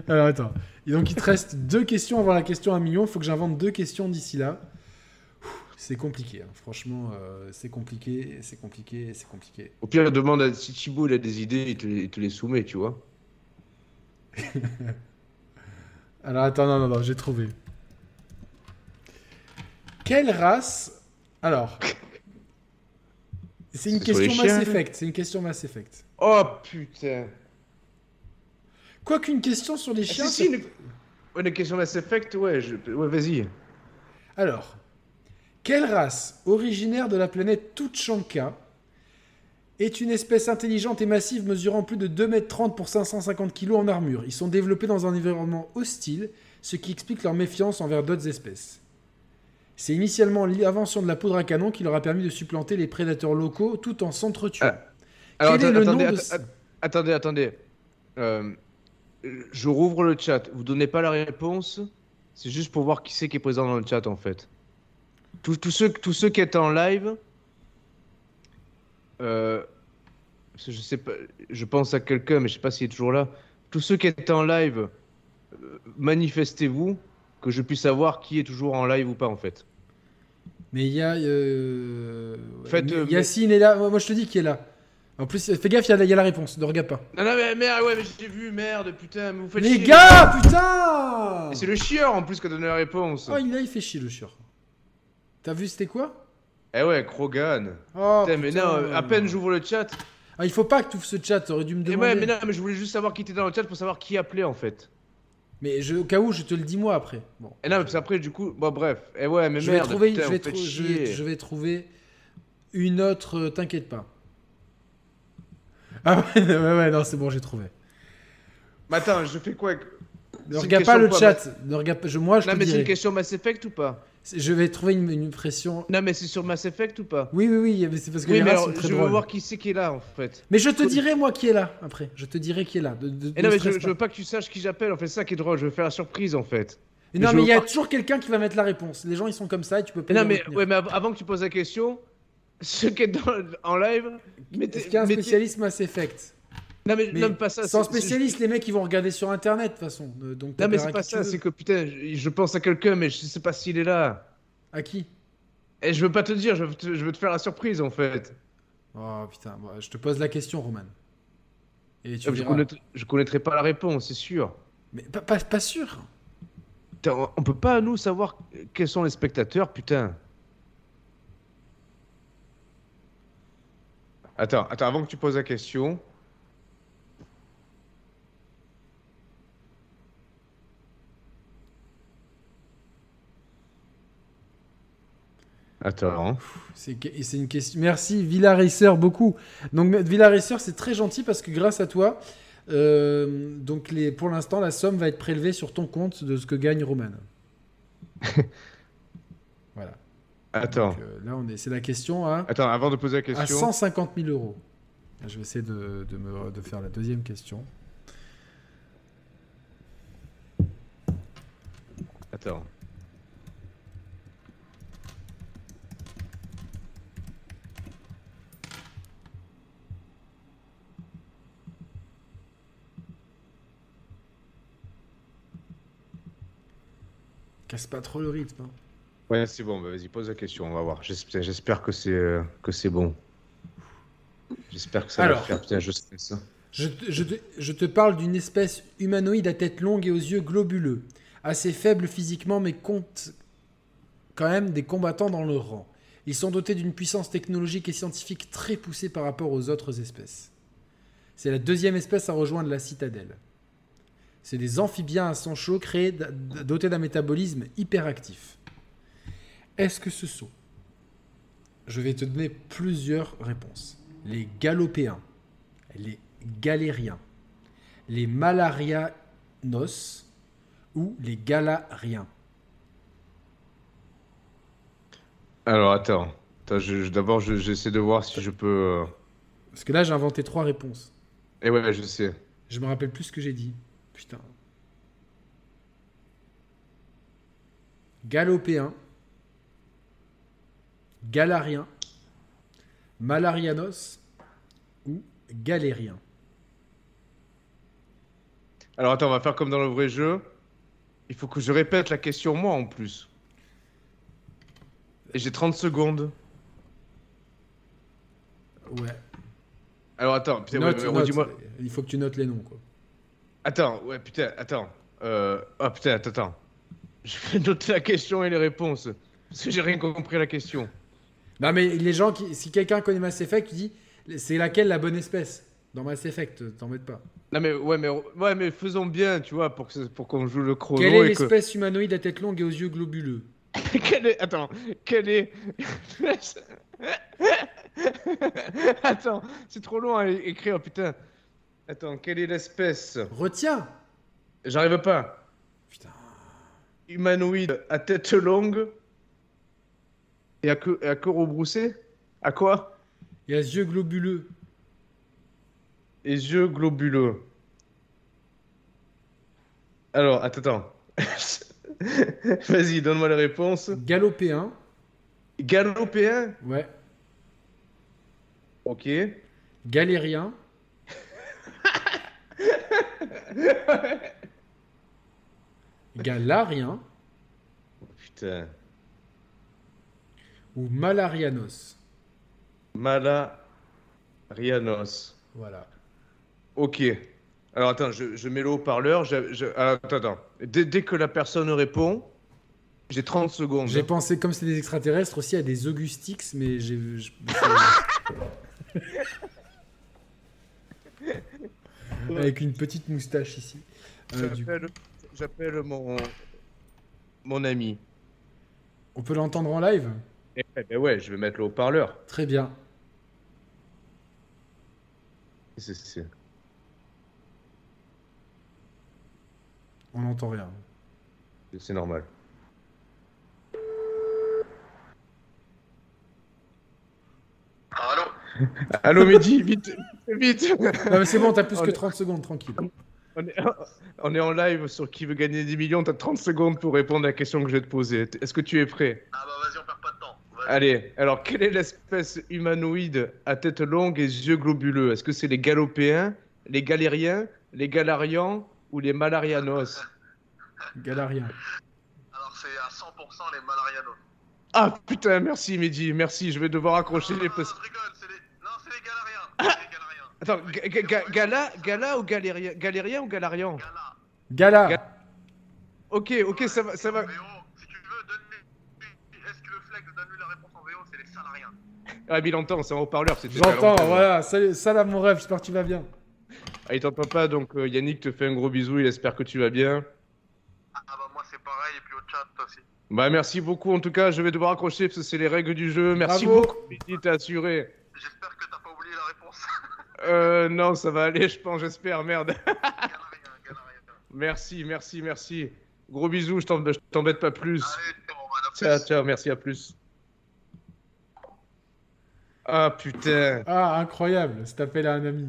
Alors attends. Et donc il te reste deux questions avant la question à un million. Il faut que j'invente deux questions d'ici là. Ouh, C'est compliqué, hein. franchement, euh, c'est compliqué, c'est compliqué, c'est compliqué. Au pire, demande à... si Thibaut il a des idées, il te, il te les soumet, tu vois. Alors attends, non, non, non, j'ai trouvé. Quelle race Alors, c'est une C'est sur les question chiens, Mass là Effect. C'est une question Mass Effect. Oh putain Quoi qu'une question sur les Ah, chiens. si, si, une... ouais, une question Mass Effect, ouais, je... ouais vas-y. ça- Alors, quelle race originaire de la planète Tuchanka est une espèce intelligente et massive mesurant plus de 2m30 pour 550 kg en armure Ils sont développés dans un environnement hostile, ce qui explique leur méfiance envers d'autres espèces. C'est initialement l'invention de la poudre à canon qui leur a permis de supplanter les prédateurs locaux tout en s'entretuant. Ah, Alors, Quel est atte- le nom attendez, de atte- ce- att- attendez, attendez. Euh, je rouvre le chat. Vous donnez pas la réponse. C'est juste pour voir qui c'est qui est présent dans le chat, en fait. Tous tous ceux, tous ceux qui étaient en live. euh, parce que je sais pas. Je pense à quelqu'un, mais je sais pas s'il est toujours là. Tous ceux qui étaient en live, euh, manifestez-vous que je puisse savoir qui est toujours en live ou pas, en fait. Mais il y a. Euh... Faites, mais euh, Yacine est là. Moi, moi, je te dis qu'il est là. En plus, fais gaffe, il y a la- il y, a la réponse. Ne regarde pas. Non, non, mais merde, ouais, mais j'ai vu, merde, putain, mais vous faites Les chier. gars, putain Et C'est le chieur en plus qui a donné la réponse. Oh, il, là, il fait chier le chieur. T'as vu, c'était quoi Eh ouais, Krogan. oh, Putain, mais putain. non, à peine j'ouvre le chat. Ah, il faut pas que tu ouvres ce chat, t'aurais dû me Eh demander. ouais, mais non, mais je voulais juste savoir qui était dans le chat pour savoir qui appelait en fait. Mais je, au cas où, je te le dis moi après. Bon. Et Eh non, parce qu'après, du coup, bon, bref. Eh ouais, mais je, vais merde. trouver, putain, je, vais vous faites trou- je, chier. vais- je vais trouver une autre, euh, t'inquiète pas. Ah ouais, ouais, ouais, non, c'est bon, j'ai trouvé. Mais attends, je fais quoi avec... Ne C'est une regarde pas question le quoi, chat. Ne regarde pas, je, moi, je Non, te mais c'est dirai. une question Mass Effect ou pas C'est- Je vais trouver une, une pression. Non, mais c'est sur Mass Effect ou pas Oui, oui, oui, mais c'est parce que Oui, les mais races alors, sont je très veux drôles. voir qui c'est qui est là en fait. Mais je te dirai, moi, qui est là, après. Je te dirai qui est là. De, de- Et ne Eh non, mais je, stresse je pas. veux pas que tu saches qui j'appelle, en fait, c'est ça qui est drôle, je veux faire la surprise en fait. Mais mais non, je mais il veux y a voir- toujours quelqu'un qui va mettre la réponse. Les gens, ils sont comme ça et tu peux pas. Et non, les mais, retenir. ouais, mais av- avant que tu poses la question, ceux qui étaient dans- en live, mettez- Est-ce qu'il y a un mettez- spécialiste Mass Effect Non, mais, Mais non, mais pas ça. Sans c'est- c'est- spécialiste, les mecs, ils vont regarder sur internet, de toute façon. Euh, Donc, Non, mais t'appelleras c'est pas qui tu ça, veux. c'est que putain, je, je pense à quelqu'un, mais je sais pas s'il est là. À qui Et Eh, je veux pas te dire, je veux te, je veux te faire la surprise en fait. Oh putain, bon, je te pose la question, Roman. Et tu je, verras. connaîtrai, je connaîtrai pas la réponse, c'est sûr. Mais pas, pas, pas sûr Putain, on, on peut pas, nous, savoir quels sont les spectateurs, putain. Attends, attends, avant que tu poses la question. Attends. C'est que- c'est une question. Merci Villaracer beaucoup. Donc Villaracer, c'est très gentil parce que grâce à toi, euh, donc les, pour l'instant, la somme va être prélevée sur ton compte de ce que gagne Roman. voilà. Attends, Donc, euh, là, on est. C'est la question à, attends, avant de poser la à question. 150 000 euros. Je vais essayer de, de me- de faire la deuxième question. Attends. Casse pas trop le rythme. hein. Ouais, c'est bon, bah vas-y, pose la question, on va voir. J'espère j'espère que c'est euh, que c'est bon. J'espère que ça va Alors. le faire. Putain, je stresse. hein. Je, te- je te, je te parle d'une espèce humanoïde à tête longue et aux yeux globuleux, assez faible physiquement mais compte quand même des combattants dans leur rang. Ils sont dotés d'une puissance technologique et scientifique très poussée par rapport aux autres espèces. C'est la deuxième espèce à rejoindre la citadelle. C'est des amphibiens à sang chaud créés d- d- dotés d'un métabolisme hyperactif. Est-ce que ce sont Je vais te donner plusieurs réponses. Les galopéens les galériens, les malarianos ou les galariens. Alors, attends. Attends, je- je- D'abord, je- j'essaie de voir si je peux. euh, Parce que là, j'ai inventé trois réponses. Eh ouais, je sais. Je me rappelle plus ce que j'ai dit. Putain. Galopéen, galarien, malarianos ou galérien. Alors, attends, on va faire comme dans le vrai jeu. Il faut que je répète la question, moi, en plus. Et j'ai 30 secondes. Ouais. Alors, attends, putain, ouais, Note, mais note. redis-moi. Il faut que tu notes les noms, quoi. Attends, ouais, putain, attends. Euh... Ah, putain, attends, attends. Je vais noter la question et les réponses. Parce que j'ai rien compris à la question. Non, mais les gens qui. Si quelqu'un connaît Mass Effect, il dit c'est laquelle la bonne espèce dans Mass Effect, t'embête pas. Non mais ouais mais ouais mais faisons bien tu vois pour que pour qu'on joue le chrono Quelle est et que l'espèce humanoïde à tête longue et aux yeux globuleux Quelle est- attends quelle est attends c'est trop long à é- écrire putain attends quelle est l'espèce Retiens j'arrive pas Putain. humanoïde à tête longue et à queue et à queue rebroussée à quoi Il y a yeux globuleux. et yeux globuleux alors attends attends vas-y donne-moi la réponse Galopéen. Galopéen Ouais. Ok. Galérien. Galarien Putain. ou Malarianos. Mala Rianos. Voilà. Ok. Alors attends, je, je mets le haut-parleur. je- je- ah, Attends, attends. Dès, dès que la personne répond, j'ai 30 secondes. J'ai pensé, comme c'est des extraterrestres, aussi à des Augustix, mais j'ai. je- Avec une petite moustache ici. Euh, du- J'appelle- J'appelle mon, mon ami. On peut l'entendre en live Eh ben ouais, je vais mettre le haut-parleur. Très bien. C'est- c'est- On n'entend rien. C'est normal. Allô Allô Mehdi, vite, vite. Non, mais c'est bon, t'as plus Oh, que le- 30 secondes, tranquille. On est, on est en live sur qui veut gagner 10 millions. T'as 30 secondes pour répondre à la question que je vais te poser. Est-ce que tu es prêt Ah bah vas-y, on perd pas de temps. Vas-y. Allez, alors quelle est l'espèce humanoïde à tête longue et yeux globuleux Est-ce que c'est les galopéens, les galériens, les galarians ou les malarianos Galarien. Alors c'est à 100% les Malarianos. Ah putain, merci Mehdi, merci, je vais devoir accrocher les... non, parce- je rigole, c'est les... Non, c'est les Galariens. Ah. C'est les Galariens. Attends, ga- ga- ga- gala, gala ou galérien, galérien ou galarian Gala. Gala Ok, ok, ça va, ça va. VO, si tu veux, donne Est-ce que le flex donne lui la réponse en VO C'est les salariens. Ah mais il entend, c'est un haut-parleur, c'était... J'entends, voilà. Salut, salam mon rêve, j'espère que tu vas bien. Ah, il t'entend pas, donc euh, Yannick te fait un gros bisou, il espère que tu vas bien. Ah bah moi c'est pareil, et puis au chat aussi. Bah merci beaucoup, en tout cas, je vais devoir accrocher parce que c'est les règles du jeu. Merci Bravo. beaucoup Mehdi, t'as assuré. J'espère que t'as pas oublié la réponse. Euh, non, ça va aller, je pense, j'espère, merde. Galariens, Galariens. Merci, merci, merci. Gros bisous, je t'em- je t'embête pas plus. Allez, c'est bon, madame. Ciao, ciao, merci, à plus. Ah putain. Ah, incroyable, c'est appel à un ami.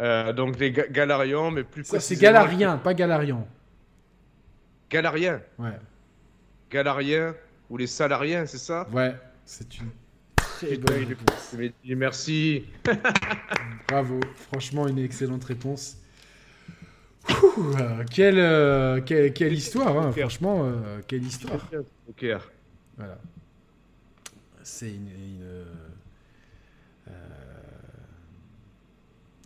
Euh, donc les ga- Galarians, mais plus Ça, c'est précisément- Galarien, pas Galarian. Galarien. Ouais, Galarien ou les salariés, c'est ça ouais, c'est une très Putain, bonne il est- réponse. Je lui ai dit merci. Bravo, franchement une excellente réponse. Ouh, euh, quelle, euh, quelle, quelle histoire, hein, franchement, euh, quelle histoire. Ok. Voilà. C'est une, une, euh, euh,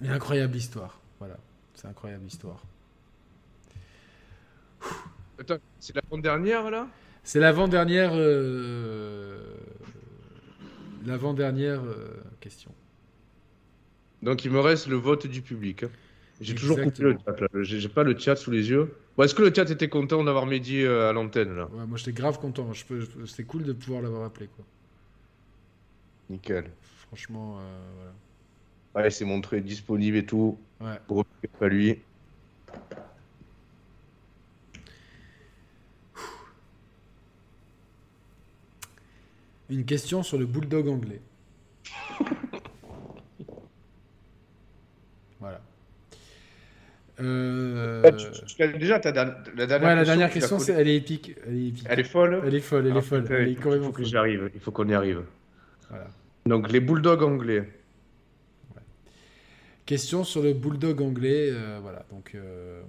une incroyable histoire. Voilà, c'est incroyable histoire. Attends, c'est la grande dernière là C'est l'avant-dernière euh, l'avant-dernière euh, question. Donc il me reste le vote du public. hein. J'ai toujours coupé Exactement. le chat là. J'ai j'ai pas le chat sous les yeux. Bon, Est-ce que le chat était content d'avoir Mehdi euh, à l'antenne là Ouais, moi j'étais grave content. Je peux, je- c'est cool de pouvoir l'avoir appelé quoi. Nickel. Franchement, euh, Ouais, il s'est montré disponible et tout. voilà. Ouais. Pour pas lui. Une question sur le bulldog anglais. voilà. Euh, Bah, tu- tu- tu l'as déjà ta dernière- la dernière ouais, la dernière question. tu la question, connais. c'est, elle est épique. Elle est épique. Elle est folle. Elle est folle, elle est Ah, folle. putain, Elle est il faut- complètement faut que folle. j'y arrive. Il faut qu'on y arrive. Voilà. Donc les bulldogs anglais. Question sur le bulldog anglais. euh, voilà, donc. euh,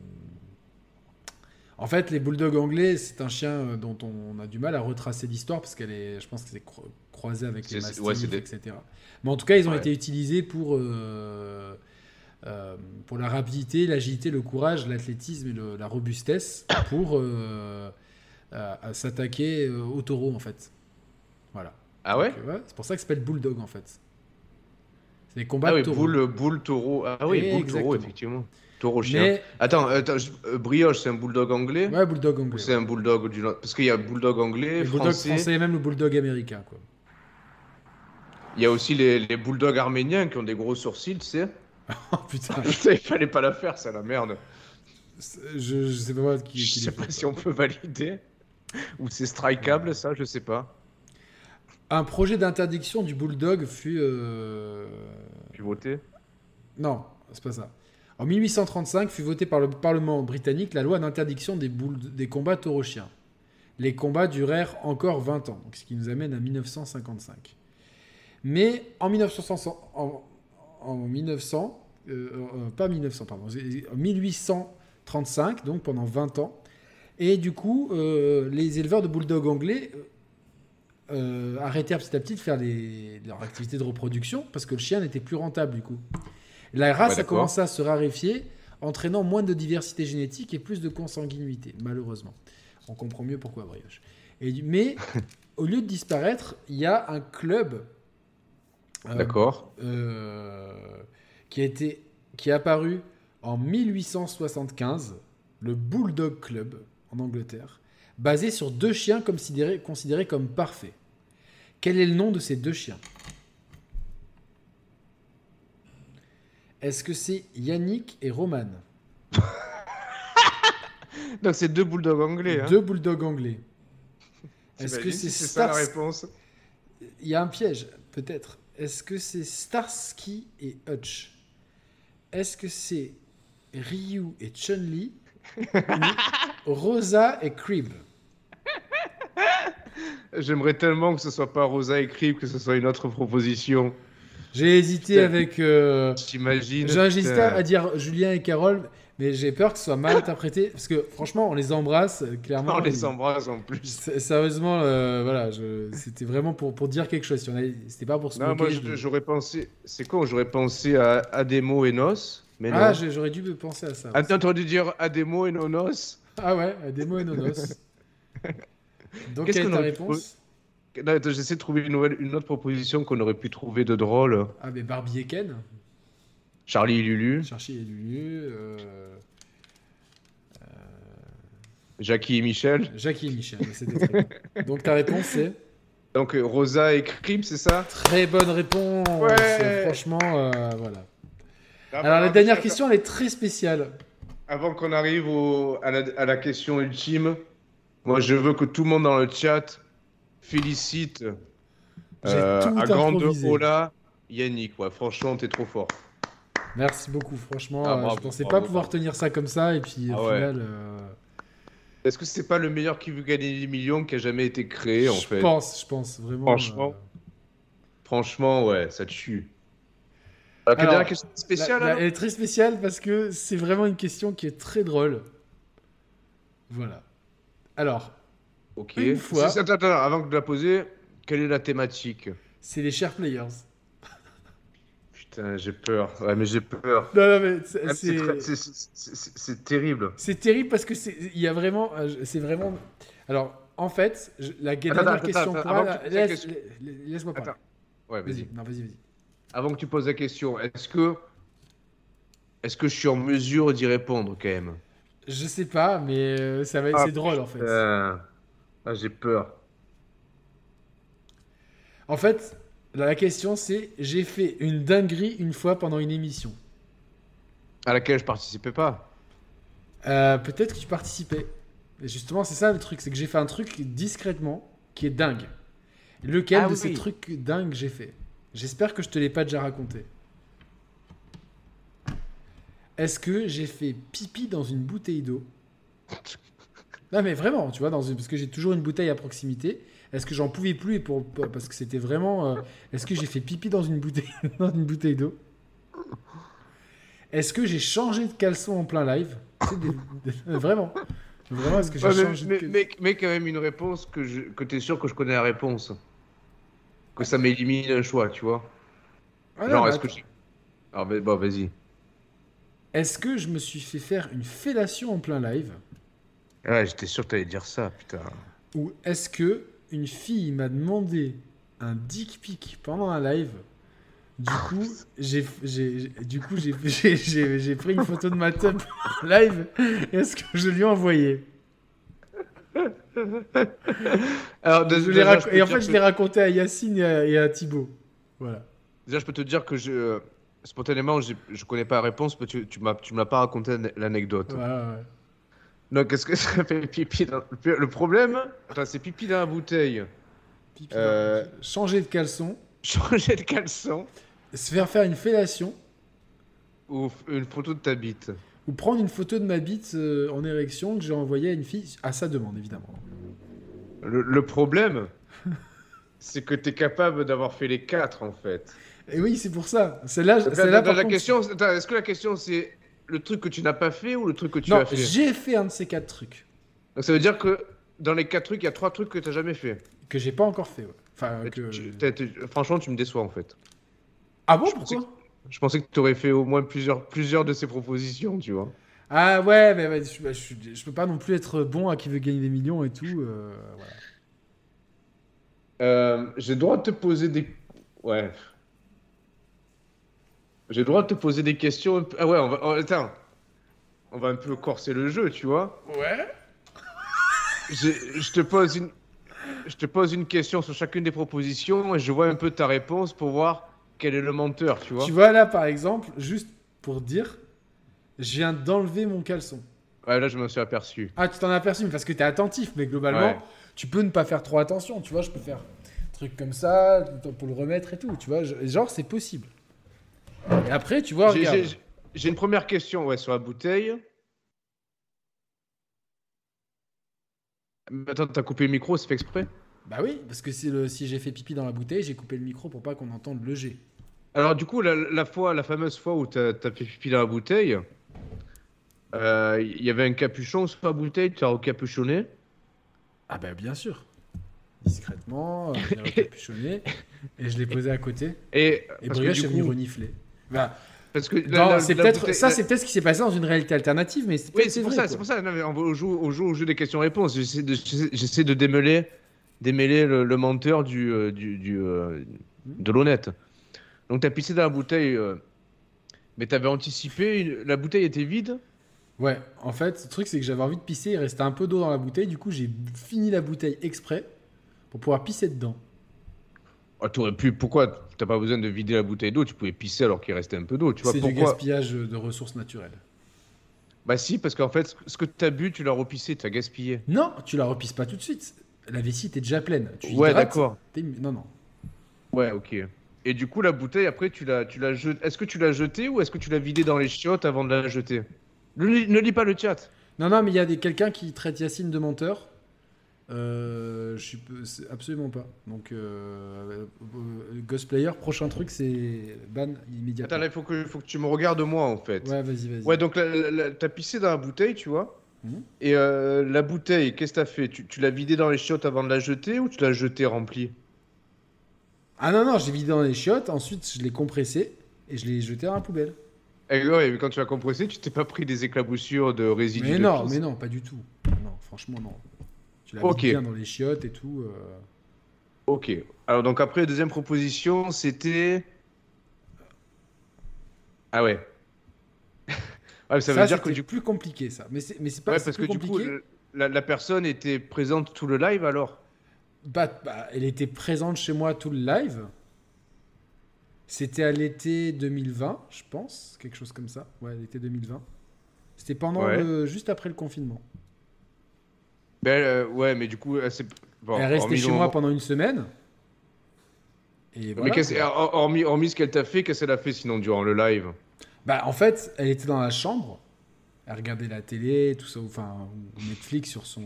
En fait, les bulldogs anglais, c'est un chien euh, dont on a du mal à retracer l'histoire parce qu'elle est, je pense que c'est cro- croisé avec les C'est- c'est- mastiffs, ouais, c'est des- etc. Mais en tout cas, ils ont Ouais. été utilisés pour euh, euh, pour la rapidité, l'agilité, le courage, l'athlétisme et le- la robustesse pour euh, à- à s'attaquer euh, au taureau en fait. Voilà. Ah ouais Donc, euh, ouais, c'est pour ça que ça s'appelle bulldog en fait. C'est des combats Ah de oui, taureaux. boule, boule taureau. Ah oui, Eh, boule exactement. taureau, effectivement. Taureau chien. Mais Attends, attends, je- euh, brioche, c'est un bulldog anglais ouais, bulldog anglais. ou c'est un bulldog du Nord Parce qu'il y a bulldog Le anglais, bulldog français. français et même le bulldog américain, quoi. Il y a aussi les, les bulldogs arméniens qui ont des gros sourcils, tu sais. Oh, putain, Putain, il fallait pas la faire, ça, la merde. C'est- je, je sais pas moi qui, Je qui les sais fait, pas si quoi. on peut valider. Ou c'est strikeable, ça, je sais pas. Un projet d'interdiction du bulldog fut. euh, Pivoter. Non, c'est pas ça. En 1835, fut votée par le Parlement britannique la loi d'interdiction des, boules- des combats taureaux-chiens. Les combats durèrent encore 20 ans, donc ce qui nous amène à 1955. Mais en 1900, en, en 1900 euh, euh, pas 1900, pardon, en 1835, donc pendant 20 ans. Et du coup, euh, les éleveurs de bulldog anglais euh, arrêtèrent petit à petit de faire les- leur activité de reproduction parce que le chien n'était plus rentable du coup. La race a d'accord. commencé à se raréfier, entraînant moins de diversité génétique et plus de consanguinité, malheureusement. On comprend mieux pourquoi brioche. Et, du- mais au lieu de disparaître, il y a un club euh, D'accord. euh, qui a été qui est apparu en 1875, le Bulldog Club en Angleterre, basé sur deux chiens considérés, considérés comme parfaits. Quel est le nom de ces deux chiens Est-ce que c'est Yannick et Roman Donc c'est deux bulldogs anglais. hein. Deux bulldogs anglais. Est-ce que T'imagines c'est si ça la Stars réponse Il y a un piège, peut-être. Est-ce que c'est Starsky et Hutch Est-ce que c'est Ryu et Chun-Li Ou Rosa et Crib J'aimerais tellement que ce soit pas Rosa et Crib, que ce soit une autre proposition. J'ai hésité Putain. avec. euh, J'imagine. J'ai hésité putain. à dire Julien et Carole, mais j'ai peur que ce soit mal interprété. Parce que franchement, on les embrasse, euh, clairement. On Ils- les embrasse en plus. S- Sérieusement, euh, voilà, je- c'était vraiment pour, pour dire quelque chose. Si on avait- C'était pas pour se Non, moi moquer. je- je- j'aurais pensé. C'est con, j'aurais pensé à Ademo et Nos. Mais non. Ah, j'ai- j'aurais dû penser à ça. Ah, t'as entendu dire Ademo et Nonos Ah ouais, à des mots et nonos. Donc, quelle Qu'est-ce est qu'on ta aurait pu- réponse Non, attends, j'essaie de trouver une, nouvelle, une autre proposition qu'on aurait pu trouver de drôle. Ah, mais Barbie et Ken, Charlie et Lulu, chercher et Lulu, euh, Jackie et Michel. Jackie et Michel, mais c'était très bien. Donc, ta réponse, c'est Donc euh, Rosa et Crib, c'est ça Très bonne réponse Ouais. Franchement, euh, voilà. Ah, bah Alors, la dernière question, elle est très spéciale. Avant qu'on arrive au- à, la, à la question ultime, moi je veux que tout le monde dans le chat félicite J'ai euh, tout à grande improvisé. Ola Yannick. Ouais. Franchement, t'es trop fort. Merci beaucoup, franchement. Ah, euh, bravo, je pensais bravo, pas pouvoir bravo. tenir ça comme ça, et puis au Ah ouais. final. euh, Putain, Est-ce que c'est pas le meilleur qui veut gagner des millions qui a jamais été créé en je fait pense, je pense vraiment. Franchement, euh, Franchement, ouais, ça tue. Alors, quelle Alors, dernière question la- spéciale la- alors elle est très spéciale parce que c'est vraiment une question qui est très drôle. Voilà. Alors, Ok. une fois- C'est- Attends, attends, avant de la poser, quelle est la thématique c'est les chers players. Putain, j'ai peur. Ouais, mais j'ai peur. Non, non, mais c'est- Ah, C'est très- Euh, c'est c'est- c'est- c'est- c'est terrible. c'est terrible parce que c'est il y a vraiment euh, je- c'est vraiment alors en fait, je- la dernière attends, attends, question attends, pour avant elle- que tu poses la laisse, moi parler. Attends. Ouais, vas-y. Vas-y, non, vas-y, vas-y. Avant que tu poses la question, est-ce que est-ce que je suis en mesure d'y répondre quand même Je sais pas, mais euh, ça va Ah, c'est drôle en fait. Euh, ah, j'ai peur. En fait, la la question c'est j'ai fait une dinguerie une fois pendant une émission. À laquelle je participais pas. Euh, peut-être que tu participais. Et justement, c'est ça le truc, c'est que j'ai fait un truc discrètement qui est dingue. Lequel Ah de oui. ces trucs dingues j'ai fait J'espère que je te l'ai pas déjà raconté. Est-ce que j'ai fait pipi dans une bouteille d'eau Non mais vraiment, tu vois, dans une... parce que j'ai toujours une bouteille à proximité. Est-ce que j'en pouvais plus et pour... parce que c'était vraiment. euh, Est-ce que j'ai fait pipi dans une bouteille dans une bouteille d'eau Est-ce que j'ai changé de caleçon en plein live C'est des- Vraiment, vraiment, est-ce que j'ai Ouais, mais, changé de mais, caleçon mais- mais quand même une réponse que je que t'es sûr que je connais la réponse. Que ça m'élimine un choix, tu vois. Ah non, Genre mais est-ce que attends. j'ai- Alors vas- bon, vas-y. Est-ce que je me suis fait faire une fellation en plein live Ouais, j'étais sûr que t'allais dire ça, putain. Ou est-ce que une fille m'a demandé un dick pic pendant un live Du Ah, coup, j'ai j'ai- j'ai- du coup, j'ai- j'ai- j'ai- j'ai pris une photo de ma top live. Est-ce que je lui ai envoyé Alors Je désolé, l'ai déjà, rac- je peux Et en dire fait, que- je l'ai raconté à Yacine et à, et à Thibaut. Voilà. Déjà, je peux te dire que je, euh, spontanément, j'ai- je connais pas la réponse, mais tu, tu m'as tu m'as pas raconté l'an- l'anecdote. Voilà, ouais. Donc, est-ce que ça fait pipi dans... Le problème, attends, c'est pipi dans la bouteille. Pipi Euh, dans- Changer de caleçon, Changer de caleçon se faire faire une fellation ou f- une photo de ta bite. ou prendre une photo de ma bite euh, en érection que j'ai envoyée à une fille à sa demande, évidemment. Le, le problème, c'est que tu es capable d'avoir fait les quatre, en fait. Et oui, c'est pour ça. Celle-là, Attends, celle-là, attends, par la contre, question, c'est- attends, est-ce que la question, c'est le truc que tu n'as pas fait ou le truc que tu Non, as fait j'ai fait un de ces quatre trucs Donc, ça veut dire que dans les quatre trucs, il y a trois trucs que tu jamais fait. que j'ai pas encore fait. ouais. Enfin, Et que... tu- tu- t'as- t'es- Franchement, tu me déçois, en fait. Ah bon, je pensais pourquoi Je pensais que tu aurais fait au moins plusieurs, plusieurs de ces propositions, tu vois. Ah ouais, mais mais je, bah, je suis- je peux pas non plus être bon à qui veut gagner des millions et tout. euh, voilà. Euh, j'ai le droit de te poser des... Ouais. J'ai le droit de te poser des questions... un peu- Ah ouais, on va... on- Attends. On va un peu corser le jeu, tu vois. Ouais. J'ai- Je te pose une... Je te pose une question sur chacune des propositions et je vois un peu ta réponse pour voir quel est le menteur, tu vois. Tu vois là, par exemple, juste pour dire, je viens d'enlever mon caleçon. Ouais, là, je m'en suis aperçu. Ah, tu t'en as aperçu mais parce que t'es attentif, mais globalement, Ouais. tu peux ne pas faire trop attention. Tu vois, je peux faire un truc comme ça pour le remettre et tout. Tu vois, je- genre, c'est possible. Et après, tu vois, J'ai- regarde. j'ai- J'ai une première question, ouais, sur la bouteille. Mais Attends, t'as coupé le micro, c'est fait exprès? Bah oui, parce que c'est le... si j'ai fait pipi dans la bouteille, j'ai coupé le micro pour pas qu'on entende le G. Alors du coup, la, la fois, la fameuse fois où t'as t'as fait pipi dans la bouteille, euh, il y avait un capuchon sur la bouteille, tu as recapuchonné. Ah bah bien sûr. Discrètement, euh, bien recapuchonné, et je l'ai posé à côté. Et, Et parce Brioche que est du venu coup, renifler. Bah, parce que la- dans- la- c'est la peut-être bouteille- ça, la- c'est peut-être ce qui s'est passé dans une réalité alternative, mais c'est Oui, peut-être c'est pour vrai, ça, quoi. c'est pour ça. Non, mais on, va- on joue, on joue au jeu des questions-réponses. J'essaie de, j'essaie- j'essaie de démêler, démêler le, le menteur du, euh, du, du, euh, de l'honnête. Donc t'as pissé dans la bouteille, euh, mais t'avais anticipé, une- la bouteille était vide. Ouais, en fait, le truc c'est que j'avais envie de pisser, il restait un peu d'eau dans la bouteille, du coup j'ai fini la bouteille exprès pour pouvoir pisser dedans. Ah, t'aurais pu, pourquoi t'as pas besoin de vider la bouteille d'eau, tu pouvais pisser alors qu'il restait un peu d'eau, tu vois C'est du pourquoi gaspillage de ressources naturelles. Bah si, parce qu'en fait, ce que- ce que t'as bu, tu l'as repissé, t'as gaspillé. Non, tu la repisses pas tout de suite. La vessie était déjà pleine. Tu ouais, hydrates, d'accord. t'es- Non, non. Ouais, ok. Et du coup, la bouteille, après, tu l'as, tu l'as jetée. Est-ce que tu l'as jetée ou est-ce que tu l'as vidée dans les chiottes avant de la jeter ne, lis- ne lis pas le chat. Non, non, mais il y a des- quelqu'un qui traite Yacine de menteur. Euh, je suis peu- c'est absolument pas. Donc, euh, euh, Ghost Player, prochain truc, c'est ban immédiatement. Attends, là, il faut que, faut que tu me regardes, moi, en fait. Ouais, vas-y, vas-y. Ouais, donc la- la- la- t'as pissé dans la bouteille, tu vois. Mhm. Et euh, la bouteille, qu'est-ce que t'as fait Tu, tu l'as vidée dans les chiottes avant de la jeter ou tu l'as jetée remplie Ah non, non, j'ai vidé dans les chiottes, ensuite je l'ai compressé et je l'ai jeté à la poubelle. Eh ouais, mais quand tu l'as compressée, tu t'es pas pris des éclaboussures de résidus Mais de non, pisse mais non, pas du tout. Non, franchement, non. Tu l'as Ok. mis bien dans les chiottes et tout. euh. Ok. Alors donc après, la deuxième proposition, c'était... Ah ouais. ouais, mais ça, veut dire que c'était du coup... plus compliqué, ça. Mais c'est mais c'est pas Ouais, c'est parce que plus du coup, euh, compliqué. le- la, la personne était présente tout le live alors Bah, bah, elle était présente chez moi tout le live. C'était à l'été 2020, je pense, quelque chose comme ça. Ouais, l'été 2020. C'était pendant Ouais. le- juste après le confinement. ben, euh, Ouais, mais du coup, elle s'est- bon, elle est restée hormis le chez moment- moi pendant une semaine. Et Mais voilà. qu'est-ce- hor- hormis, hormis ce qu'elle t'a fait, qu'est-ce qu'elle a fait sinon durant le live Bah, en fait, elle était dans la chambre. Elle regardait la télé, tout ça, ou- enfin, ou Netflix sur son.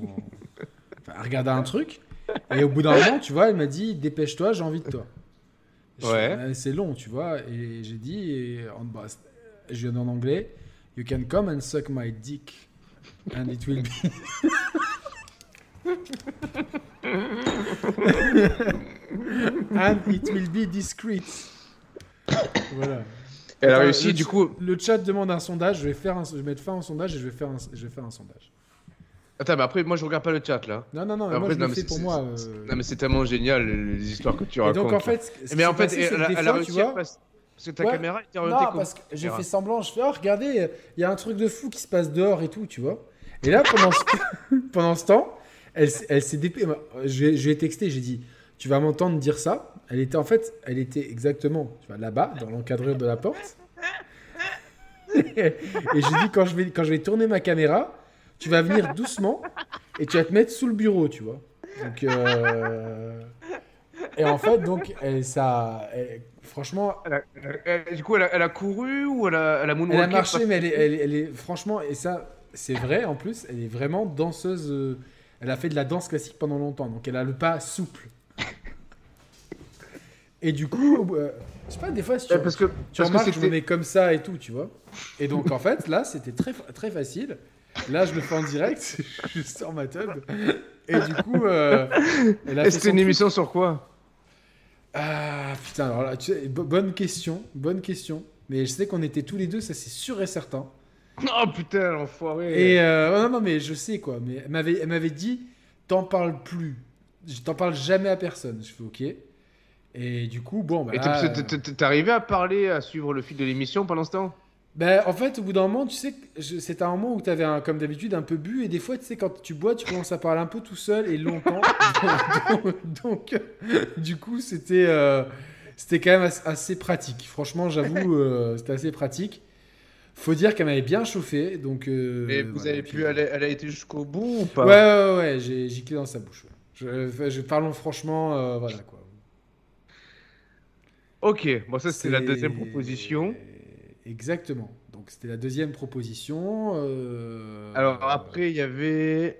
Enfin, elle regardait un truc. Et au bout d'un moment, tu vois, elle m'a dit Dépêche-toi, j'ai envie de toi. Je fais, Ouais. Ah, C'est long, tu vois. Et j'ai dit et en, bah, c'est- Je viens en anglais You can come and suck my dick. And it will be. and it will be discreet. Voilà. Elle a Attends, réussi le du ch- coup. Le chat demande un sondage. Je vais faire, un- je vais mettre fin au sondage et je vais faire un, je vais faire un sondage. Attends, mais après, moi je regarde pas le chat là. Non, non, non. mais Après, Ah, moi, je non, le mais fais c'est- pour c'est- moi. c'est- euh. Non, mais c'est tellement génial les les histoires que tu et racontes. donc en là. fait, ce- ce mais en qui fait, s'est passé, c'est elle, que des elle a fois, réussi tu vois, à passer- parce que ta Ouais. caméra était orientée Non, comme. parce que j'ai fait semblant, je fais, oh, regardez, il y a un truc de fou qui se passe dehors et tout, tu vois. Et là, pendant ce, pendant ce temps, elle, s- elle s'est dépêchée. Je, lui ai- je lui ai texté, j'ai dit, tu vas m'entendre dire ça. Elle était en fait, elle était exactement tu vois, là-bas, dans l'encadreur de la porte. et j'ai dit, quand je, vais, quand je vais tourner ma caméra, tu vas venir doucement et tu vas te mettre sous le bureau, tu vois. Donc. euh, Et en fait, donc, elle- ça. elle- franchement, Euh, Du coup, elle a, elle a couru ou elle a, elle a moonwalké elle a marché, mais elle est, elle est- elle est- franchement, et ça, c'est vrai en plus, elle est vraiment danseuse. euh, elle a fait de la danse classique pendant longtemps, donc elle a le pas souple. Et du coup, euh, je sais pas, des fois, si tu, Ouais, Eh, Parce que, tu parce que remarques, je me c'était- mets comme ça et tout, tu vois. Et donc, en fait, là, c'était très, fa- très facile. Là, je le fais en direct, je sors ma tub. Et du coup, euh, elle a Et fait c'était son une truc. émission sur quoi Ah putain, alors là, tu sais, bo- bonne question, bonne question. Mais je sais qu'on était tous les deux, ça c'est sûr et certain. Oh putain, l'enfoiré Et euh, ouais, non, non, mais je sais quoi. Mais elle m'avait, elle m'avait dit, t'en parles plus. Je t'en parle jamais à personne. Je fais ok. Et du coup, bon, bah. Et là, t'es- t'es- t'es- t'es- t'es arrivé à parler, à suivre le fil de l'émission pendant ce temps Bah, en fait, au bout d'un moment, tu sais, que je- c'est un moment où t'avais, un, comme d'habitude, un peu bu, et des fois, tu sais, quand tu bois, tu commences à parler un peu tout seul et longtemps. donc, donc, du coup, c'était, euh, c'était quand même as- assez pratique. Franchement, j'avoue, euh, c'était assez pratique. Faut dire qu'elle m'avait bien chauffé, donc. euh, Et vous voilà, avez puis, pu, elle, a- elle a été jusqu'au bout ou pas Ouais, ouais, ouais, ouais, j'ai giclé dans sa bouche. ouais. Je, enfin, je- parlons franchement, euh, voilà quoi. Ok, bon, ça C'est c'était la deuxième proposition. Exactement. Donc c'était la deuxième proposition. euh, Alors euh, après, il y avait.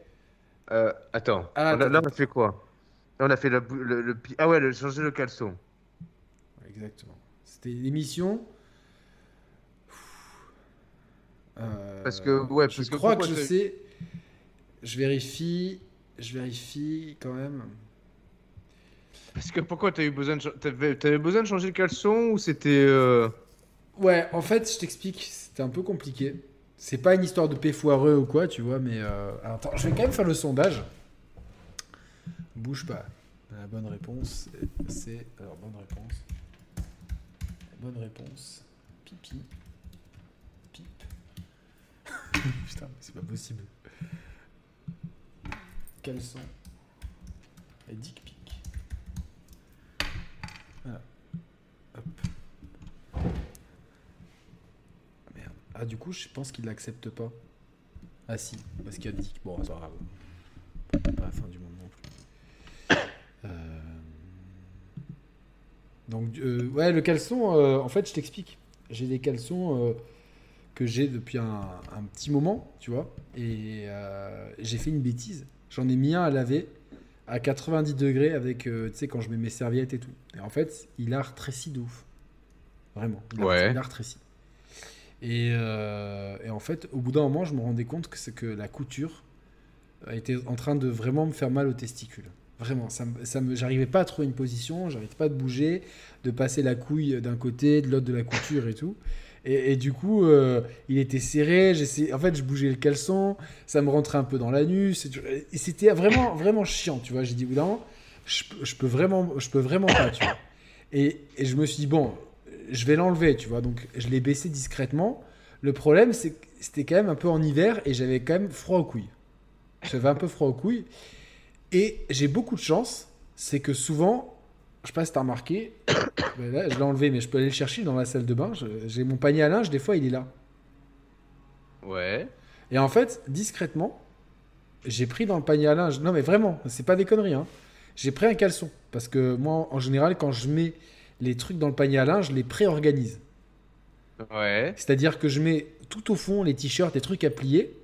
euh, attends. Ah, On a- attends, là, on a fait quoi Là, on a fait la bou- le, le pi- Ah ouais, le, changer le caleçon. Exactement. C'était l'émission. Euh, Parce que, ouais, parce je que crois que pourquoi je t'as- sais. Je vérifie. Je vérifie quand même. Parce que pourquoi t'as eu besoin de. cha- T'avais t'avais besoin de changer le caleçon ou c'était. euh, Ouais, en fait, je t'explique, c'était un peu compliqué. C'est pas une histoire de paix foireux ou quoi, tu vois, mais... euh, alors, attends, je vais quand même faire le sondage. Bouge pas. La bonne réponse, c'est... Alors, bonne réponse. La bonne réponse. Pipi. Pipe. Putain, mais c'est pas possible. Caleçon. Et dick pic. Voilà. Hop. Merde. Ah, du coup, je pense qu'il l'accepte pas. Ah, si, parce qu'il a dit que bon, c'est pas grave. Pas la fin du monde non plus. Euh, Donc, euh, ouais, le caleçon, euh, en fait, je t'explique. J'ai des caleçons euh, que que j'ai depuis un, un petit moment, tu vois. Et euh, j'ai fait une bêtise. J'en ai mis un à laver à 90 degrés avec, euh, tu sais, quand je mets mes serviettes et tout. Et en fait, il a rétréci de ouf. Vraiment. Il a, Ouais. il a rétréci. Et, euh, et en fait, au bout d'un moment, je me rendais compte que, c'est que la couture était en train de vraiment me faire mal aux testicules. Vraiment, ça me, ça me- j'arrivais pas à trouver une position, j'arrivais pas de bouger, de passer la couille d'un côté, de l'autre de la couture et tout. Et, et du coup, euh, il était serré. j'essayais- En fait, je bougeais le caleçon, ça me rentrait un peu dans l'anus. et tu- et C'était vraiment, vraiment chiant, tu vois. J'ai dit, non, je, peux- je peux vraiment, je peux vraiment pas, tu vois. Et, et je me suis dit, bon, je vais l'enlever, tu vois. Donc, je l'ai baissé discrètement. Le problème, c'est que c'était quand même un peu en hiver et j'avais quand même froid aux couilles. J'avais un peu froid aux couilles. Et j'ai beaucoup de chance, c'est que souvent, je sais pas si t'as remarqué, ben là, je l'ai enlevé, mais je peux aller le chercher dans la salle de bain. Je- J'ai mon panier à linge, des fois, il est là. Ouais. Et en fait, discrètement, j'ai pris dans le panier à linge. Non, mais vraiment, c'est pas des conneries. hein. J'ai pris un caleçon. Parce que moi, en général, quand je mets les trucs dans le panier à linge, je les pré-organise. Ouais. C'est-à-dire que je mets tout au fond les t-shirts, les trucs à plier,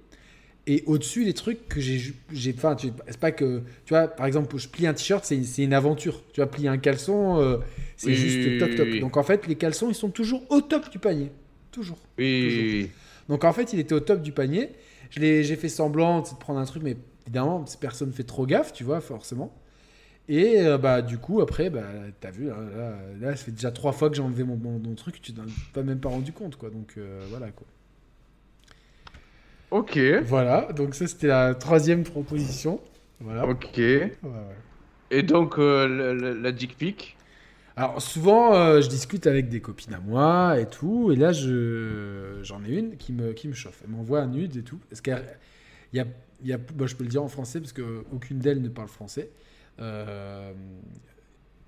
et au-dessus les trucs que j'ai, ju- j'ai, enfin, tu- c'est pas que, tu vois, par exemple, je plie un t-shirt, c'est une, c'est une aventure. Tu vois, plier un caleçon, euh, c'est Oui, oui, juste oui, top top. oui, oui. Donc en fait, les caleçons, ils sont toujours au top du panier, toujours. Oui. Donc en fait, il était au top du panier. Je l'ai- j'ai fait semblant tu sais, de prendre un truc, mais évidemment, personne fait trop gaffe, tu vois, forcément. Et euh, bah du coup, après, bah t'as vu, hein, là, là, ça fait déjà trois fois que j'ai enlevé mon, mon, mon truc, tu t'en t'as même pas rendu compte, quoi. Donc euh, voilà, quoi. Ok. Voilà, donc ça c'était la troisième proposition. Voilà. Ok. Ouais, ouais. Et donc, euh, la, la- la dick pic Alors souvent, euh, je discute avec des copines à moi et tout, et là je j'en ai une qui me qui me chauffe. Elle m'envoie un nude et tout. Parce qu'elle, il y a, il y a- bah, je peux le dire en français parce que aucune d'elles ne parle français. Euh,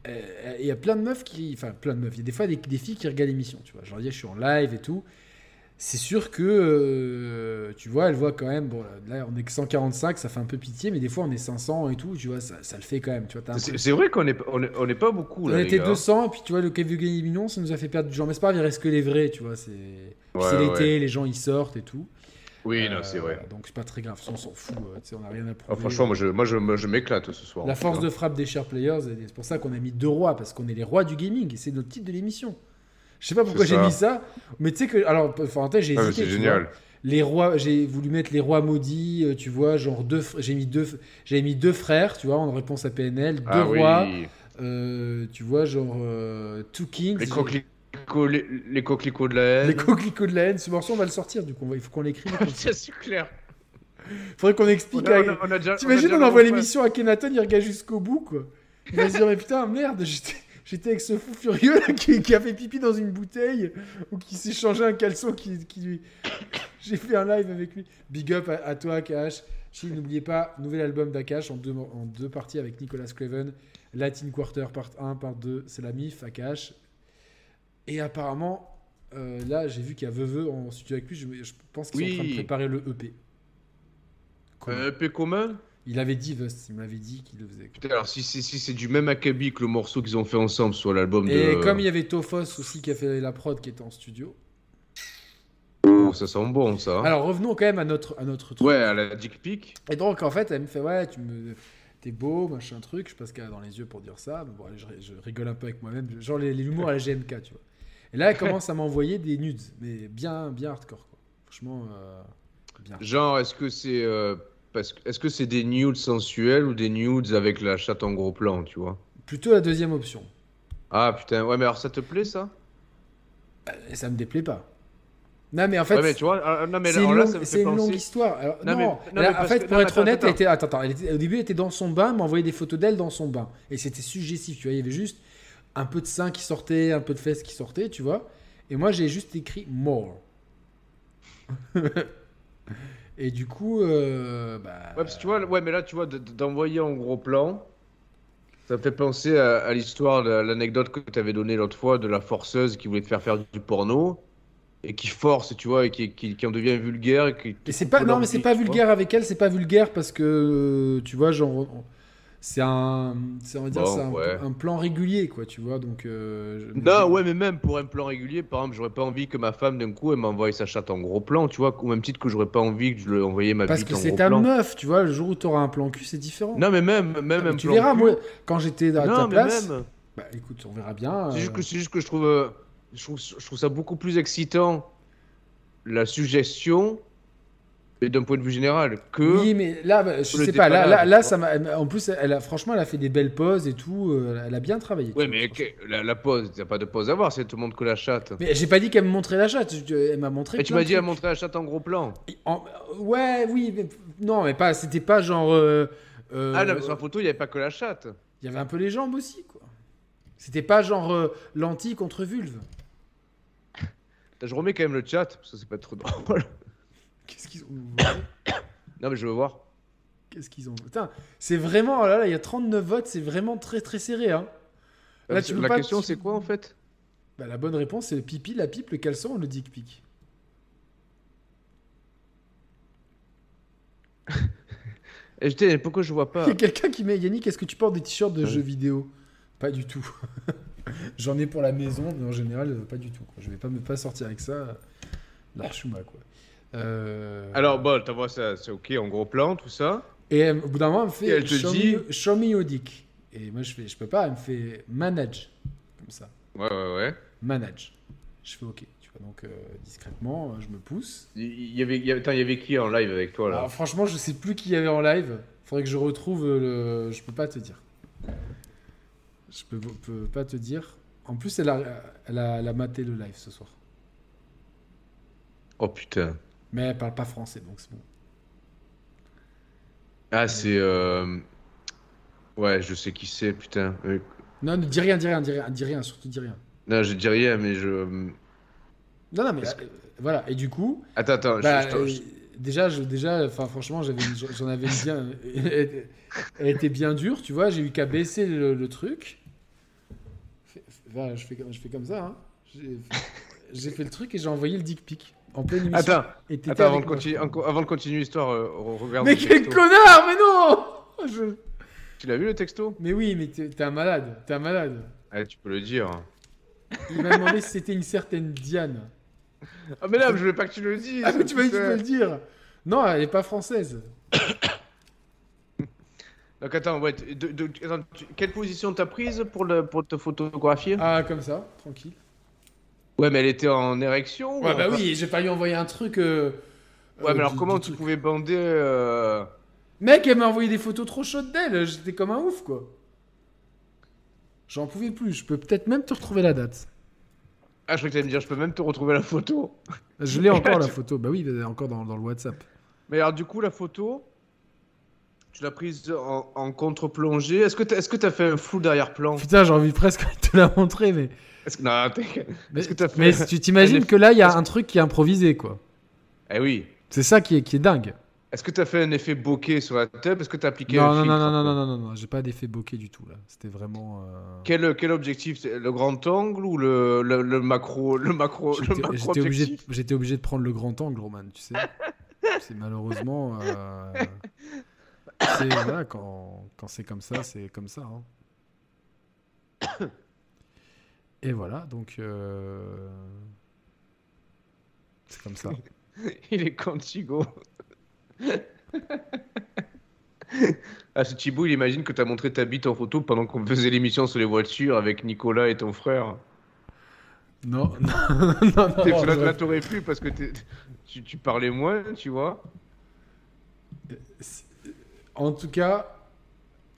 euh, Il y a plein de meufs qui, enfin plein de meufs. Il y a des fois des, des filles qui regardent l'émission, tu vois. Je leur dis, je suis en live et tout. C'est sûr que, euh, tu vois, elle voit quand même. Bon, là, on est que 145, ça fait un peu pitié, mais des fois, on est 500 et tout, tu vois, ça, ça le fait quand même. Tu vois, t'as un peu- C'est c'est vrai qu'on n'est on est, on est pas beaucoup là. on les était gars. 200, et puis tu vois, le Kevin Gagné Mignon, ça nous a fait perdre du genre. Mais c'est pas grave, il reste que les vrais, tu vois. C'est puis Ouais, c'est ouais. l'été, les gens ils sortent et tout. Oui, Euh, non, c'est vrai. voilà, donc c'est pas très grave, on s'en fout, euh, tu sais, on a rien à Ah, prouver. franchement, moi, je, moi, je, me- je m'éclate ce soir. La en tout force cas. Ah, de frappe des chers players, et c'est pour ça qu'on a mis deux rois, parce qu'on est les rois du gaming, et c'est notre titre de l'émission. Je sais pas pourquoi C'est j'ai ça. mis ça, mais tu sais que. Alors, enfin, en fait, j'ai Ah, mais hésité. tu c'est vois. génial. Les rois, j'ai voulu mettre les rois maudits, euh, tu vois, genre deux. fr- J'ai mis deux, f- j'ai mis deux frères, tu vois, en réponse à PNL, deux Ah rois, oui. euh, tu vois, genre euh, Two Kings. Les j'ai- coquelicots, les, les coquelicots de la haine. Les coquelicots de la haine, ce morceau on va le sortir du coup, on va- il faut qu'on l'écrive. Ça, c'est clair. Faudrait qu'on On explique. a- à- on a- on a déjà- T'imagines déjà on envoie le- l'émission à Kenaton, il regarde jusqu'au bout quoi. Il va se dire mais putain merde, j'étais- j'étais avec ce fou furieux là, qui, qui a fait pipi dans une bouteille ou qui s'est changé un caleçon qui, qui lui... J'ai fait un live avec lui. Big up à, à toi Akash. Chou, n'oubliez pas, nouvel album d'Akash en deux, en deux parties avec Nicolas Craven. Latin Quarter part 1, part 2, c'est la MIF, Akash. Et apparemment, euh, là j'ai vu qu'il y a Veveux en studio avec lui, je, je pense qu'ils sont en train de Oui. Euh, préparer le E EP. Comment Un EP commun il avait dit Vust, il m'avait dit qu'il le faisait. Putain, alors si, c'est- si c'est du même acabit que le morceau qu'ils ont fait ensemble sur l'album de. Et comme il y avait Tophos aussi qui a fait la prod qui était en studio. Oh, ça sent bon ça. Alors revenons quand même à notre, à notre truc. Ouais, à la dick pic. Et donc en fait, elle me fait Ouais, tu me. T'es beau, machin truc. Je sais pas ce qu'elle a dans les yeux pour dire ça. Mais bon, allez, je, ri- je rigole un peu avec moi-même. Genre les, les humours à la GMK, tu vois. Et là, elle commence à m'envoyer des nudes. Mais bien, bien hardcore, quoi. Franchement, euh, bien. Genre, est-ce que c'est. euh, parce que- Est-ce que c'est des nudes sensuels ou des nudes avec la chatte en gros plan, tu vois Plutôt la deuxième option. Ah putain, ouais, mais alors ça te plaît ça Et ça me déplaît pas. Non, mais en fait. Ouais, mais tu vois, ah, non, mais C'est là, alors une, là, longue- ça me c'est fait une longue penser. histoire. Alors, non, Non, mais- non, mais elle a- en parce fait, que- pour non, mais être attends, honnête, elle attends. était, attends, attends, elle était- au début, elle était dans son bain, elle m'envoyait des photos d'elle dans son bain. Et c'était suggestif, tu vois. Il y avait juste un peu de seins qui sortait, un peu de fesses qui sortaient, tu vois. Et moi, j'ai juste écrit more. Et du coup, euh, bah, Ouais, parce que tu vois, ouais, mais là, tu vois, de- de- d'envoyer en gros plan, ça me fait penser à, à l'histoire, la- l'anecdote que tu avais donnée l'autre fois de la forceuse qui voulait te faire faire du porno et qui force, tu vois, et qui, qui, qui en devient vulgaire. Et qui, Et qui c'est coupe pas, non, l'envie, mais c'est pas tu vois. vulgaire avec elle, c'est pas vulgaire parce que, euh, tu vois, genre, on- c'est un, c'est- on va dire, Bon, c'est un, ouais. un plan régulier, quoi, tu vois. Donc, euh, je- Non, ouais, mais même pour un plan régulier, par exemple, j'aurais pas envie que ma femme d'un coup elle m'envoie sa chatte en gros plan, tu vois, au même titre que j'aurais pas envie que je lui envoyais ma Parce bite que en c'est gros ta plan. meuf, tu vois. Le jour où tu auras un plan cul, c'est différent. Non, mais même, même Ah, Mais un tu plan verras, cul- moi, quand j'étais à ta Non, mais place. même. Bah écoute, on verra bien. C'est euh, juste que c'est juste que je trouve, euh, je trouve, je trouve ça beaucoup plus excitant la suggestion et d'un point de vue général que Oui, mais là, bah, je le sais pas. Là, là, dépannage, là, tu ça m'a. En plus, elle a, franchement, elle a fait des belles pauses et tout. euh, Elle a bien travaillé. Ouais, tu mais vois, que- la, la pause, t'as pas de pause à voir, c'est tout le monde que la chatte. Mais j'ai pas dit qu'elle me montrait la chatte. je- Elle m'a montré. Et tu plein m'as de dit à trucs. montrer la chatte en gros plan. En- Ouais, oui, mais non, mais pas. C'était pas genre. euh, euh, Ah non, mais sur la photo, il n'y avait pas que la chatte. Il y avait un peu les jambes aussi, quoi. C'était pas genre euh, lentille contre vulve. Je remets quand même le chat, parce que c'est pas trop drôle. Qu'est-ce qu'ils ont Non, mais je veux voir. Qu'est-ce qu'ils ont Putain, c'est vraiment. oh là là, il y a 39 votes. C'est vraiment très très serré, hein. Là, Euh, tu peux la pas- question, c'est quoi en fait Bah, la bonne réponse, c'est le pipi, la pipe, le caleçon ou le dick pic. Et j'étais, pourquoi je vois pas Il y a quelqu'un qui met Yannick, est-ce que tu portes des t-shirts de Ouais. jeux vidéo Pas du tout. J'en ai pour la maison, mais en général, euh, pas du tout. quoi. Je vais pas me pas sortir avec ça. euh, La chouma, quoi. Euh, Alors, bon, t'as vu ça, c'est ok en gros plan, tout ça. Et elle- au bout d'un moment, elle me fait Et elle te show, dit- me, show me your dick. Et moi, je fais, je peux pas, elle me fait manage. Comme ça, Ouais, ouais, ouais. manage. Je fais ok. Tu vois, donc euh, discrètement, euh, je me pousse. Il il y avait, il y avait- attends, il y avait qui en live avec toi là Alors, franchement, je sais plus qui y avait en live. Faudrait que je retrouve euh, le. Je peux pas te dire. Je peux, peux pas te dire. En plus, elle a, elle, a, elle a maté le live ce soir. Oh putain. Mais elle parle pas français, donc c'est bon. Ah, c'est. euh, Ouais, je sais qui c'est, putain. Euh, Non, ne dis rien, dis rien, dis rien, dis rien, surtout dis rien. Non, je dis rien, mais je. euh, Non, non, mais Parce euh, voilà. Et du coup, Attends, attends. je- bah, je t'en- je- euh, déjà, je, déjà, enfin, franchement, j'avais, une- j'en avais une bien. elle était bien dure, tu vois. J'ai eu qu'à baisser le, le truc. Fais- voilà, je fais, comme- je fais comme ça. hein. J'ai, j'ai fait le truc et j'ai envoyé le dick pic en pleine émission. Attends, Et t'étais attends avant, de avec moi. continuer, enco- avant de continuer l'histoire, euh, re- regarde. Mais le quel texto. connard, mais non Oh, Je- Tu l'as vu le texto Mais oui, mais t'es t'es un malade, t'es un malade. Ah, tu peux le dire. Il m'a demandé si c'était une certaine Diane. Ah, mais là, je voulais pas que tu le dises. Ah mais tu m'as dit, tu peux putain. le dire Non, elle est pas française. Donc, attends, ouais, t- de- de- attends, tu- quelle position t'as prise pour, le, pour te photographier Ah, comme ça, tranquille. Ouais, mais elle était en érection ou Ouais, bah en- oui, j'ai pas lui envoyer un truc... euh, Ouais, euh, mais alors du- comment du tu truc. pouvais bander. euh, Mec, elle m'a envoyé des photos trop chaudes d'elle, j'étais comme un ouf, quoi. J'en pouvais plus, je peux peut-être même te retrouver la date. Ah, je croyais que t'allais me dire, je peux même te retrouver la photo. Je l'ai encore la photo, bah oui, elle est encore dans, dans le WhatsApp. Mais alors, du coup, la photo, tu l'as prise en, en contre-plongée. Est-ce que t'as est-ce que t'as fait un flou derrière-plan Putain, j'ai envie presque de te la montrer, mais... Est-ce que... Non, t'inquiète. Mais, Est-ce que t'as fait- mais tu t'imagines Allez. que là, il y a Est-ce- un truc qui est improvisé, quoi. Eh oui. C'est ça qui est, qui est dingue. Est-ce que t'as fait un effet bokeh sur la tête Est-ce que t'as appliqué Non, un non, non, filtre non, un non, peu non, non, non, non, j'ai pas d'effet bokeh du tout, là. C'était vraiment... euh, Quel, quel objectif c'est Le grand angle ou le, le, le macro le macro, le J'étais macro j'étais obligé, de- objectif j'étais obligé de prendre le grand angle, Roman, tu sais. c'est malheureusement... euh, c'est- voilà, quand, quand c'est comme ça, c'est comme ça. hein. Et voilà, donc... euh, C'est comme ça. Il est contigo. ah, ce Thibaut, il imagine que t'as montré ta bite en photo pendant qu'on faisait l'émission sur les voitures avec Nicolas et ton frère. Non, non, non, non, T'es- là, j'aurais- là, t'aurais pu parce que t'es- tu, tu parlais moins, tu vois. C'est- En tout cas,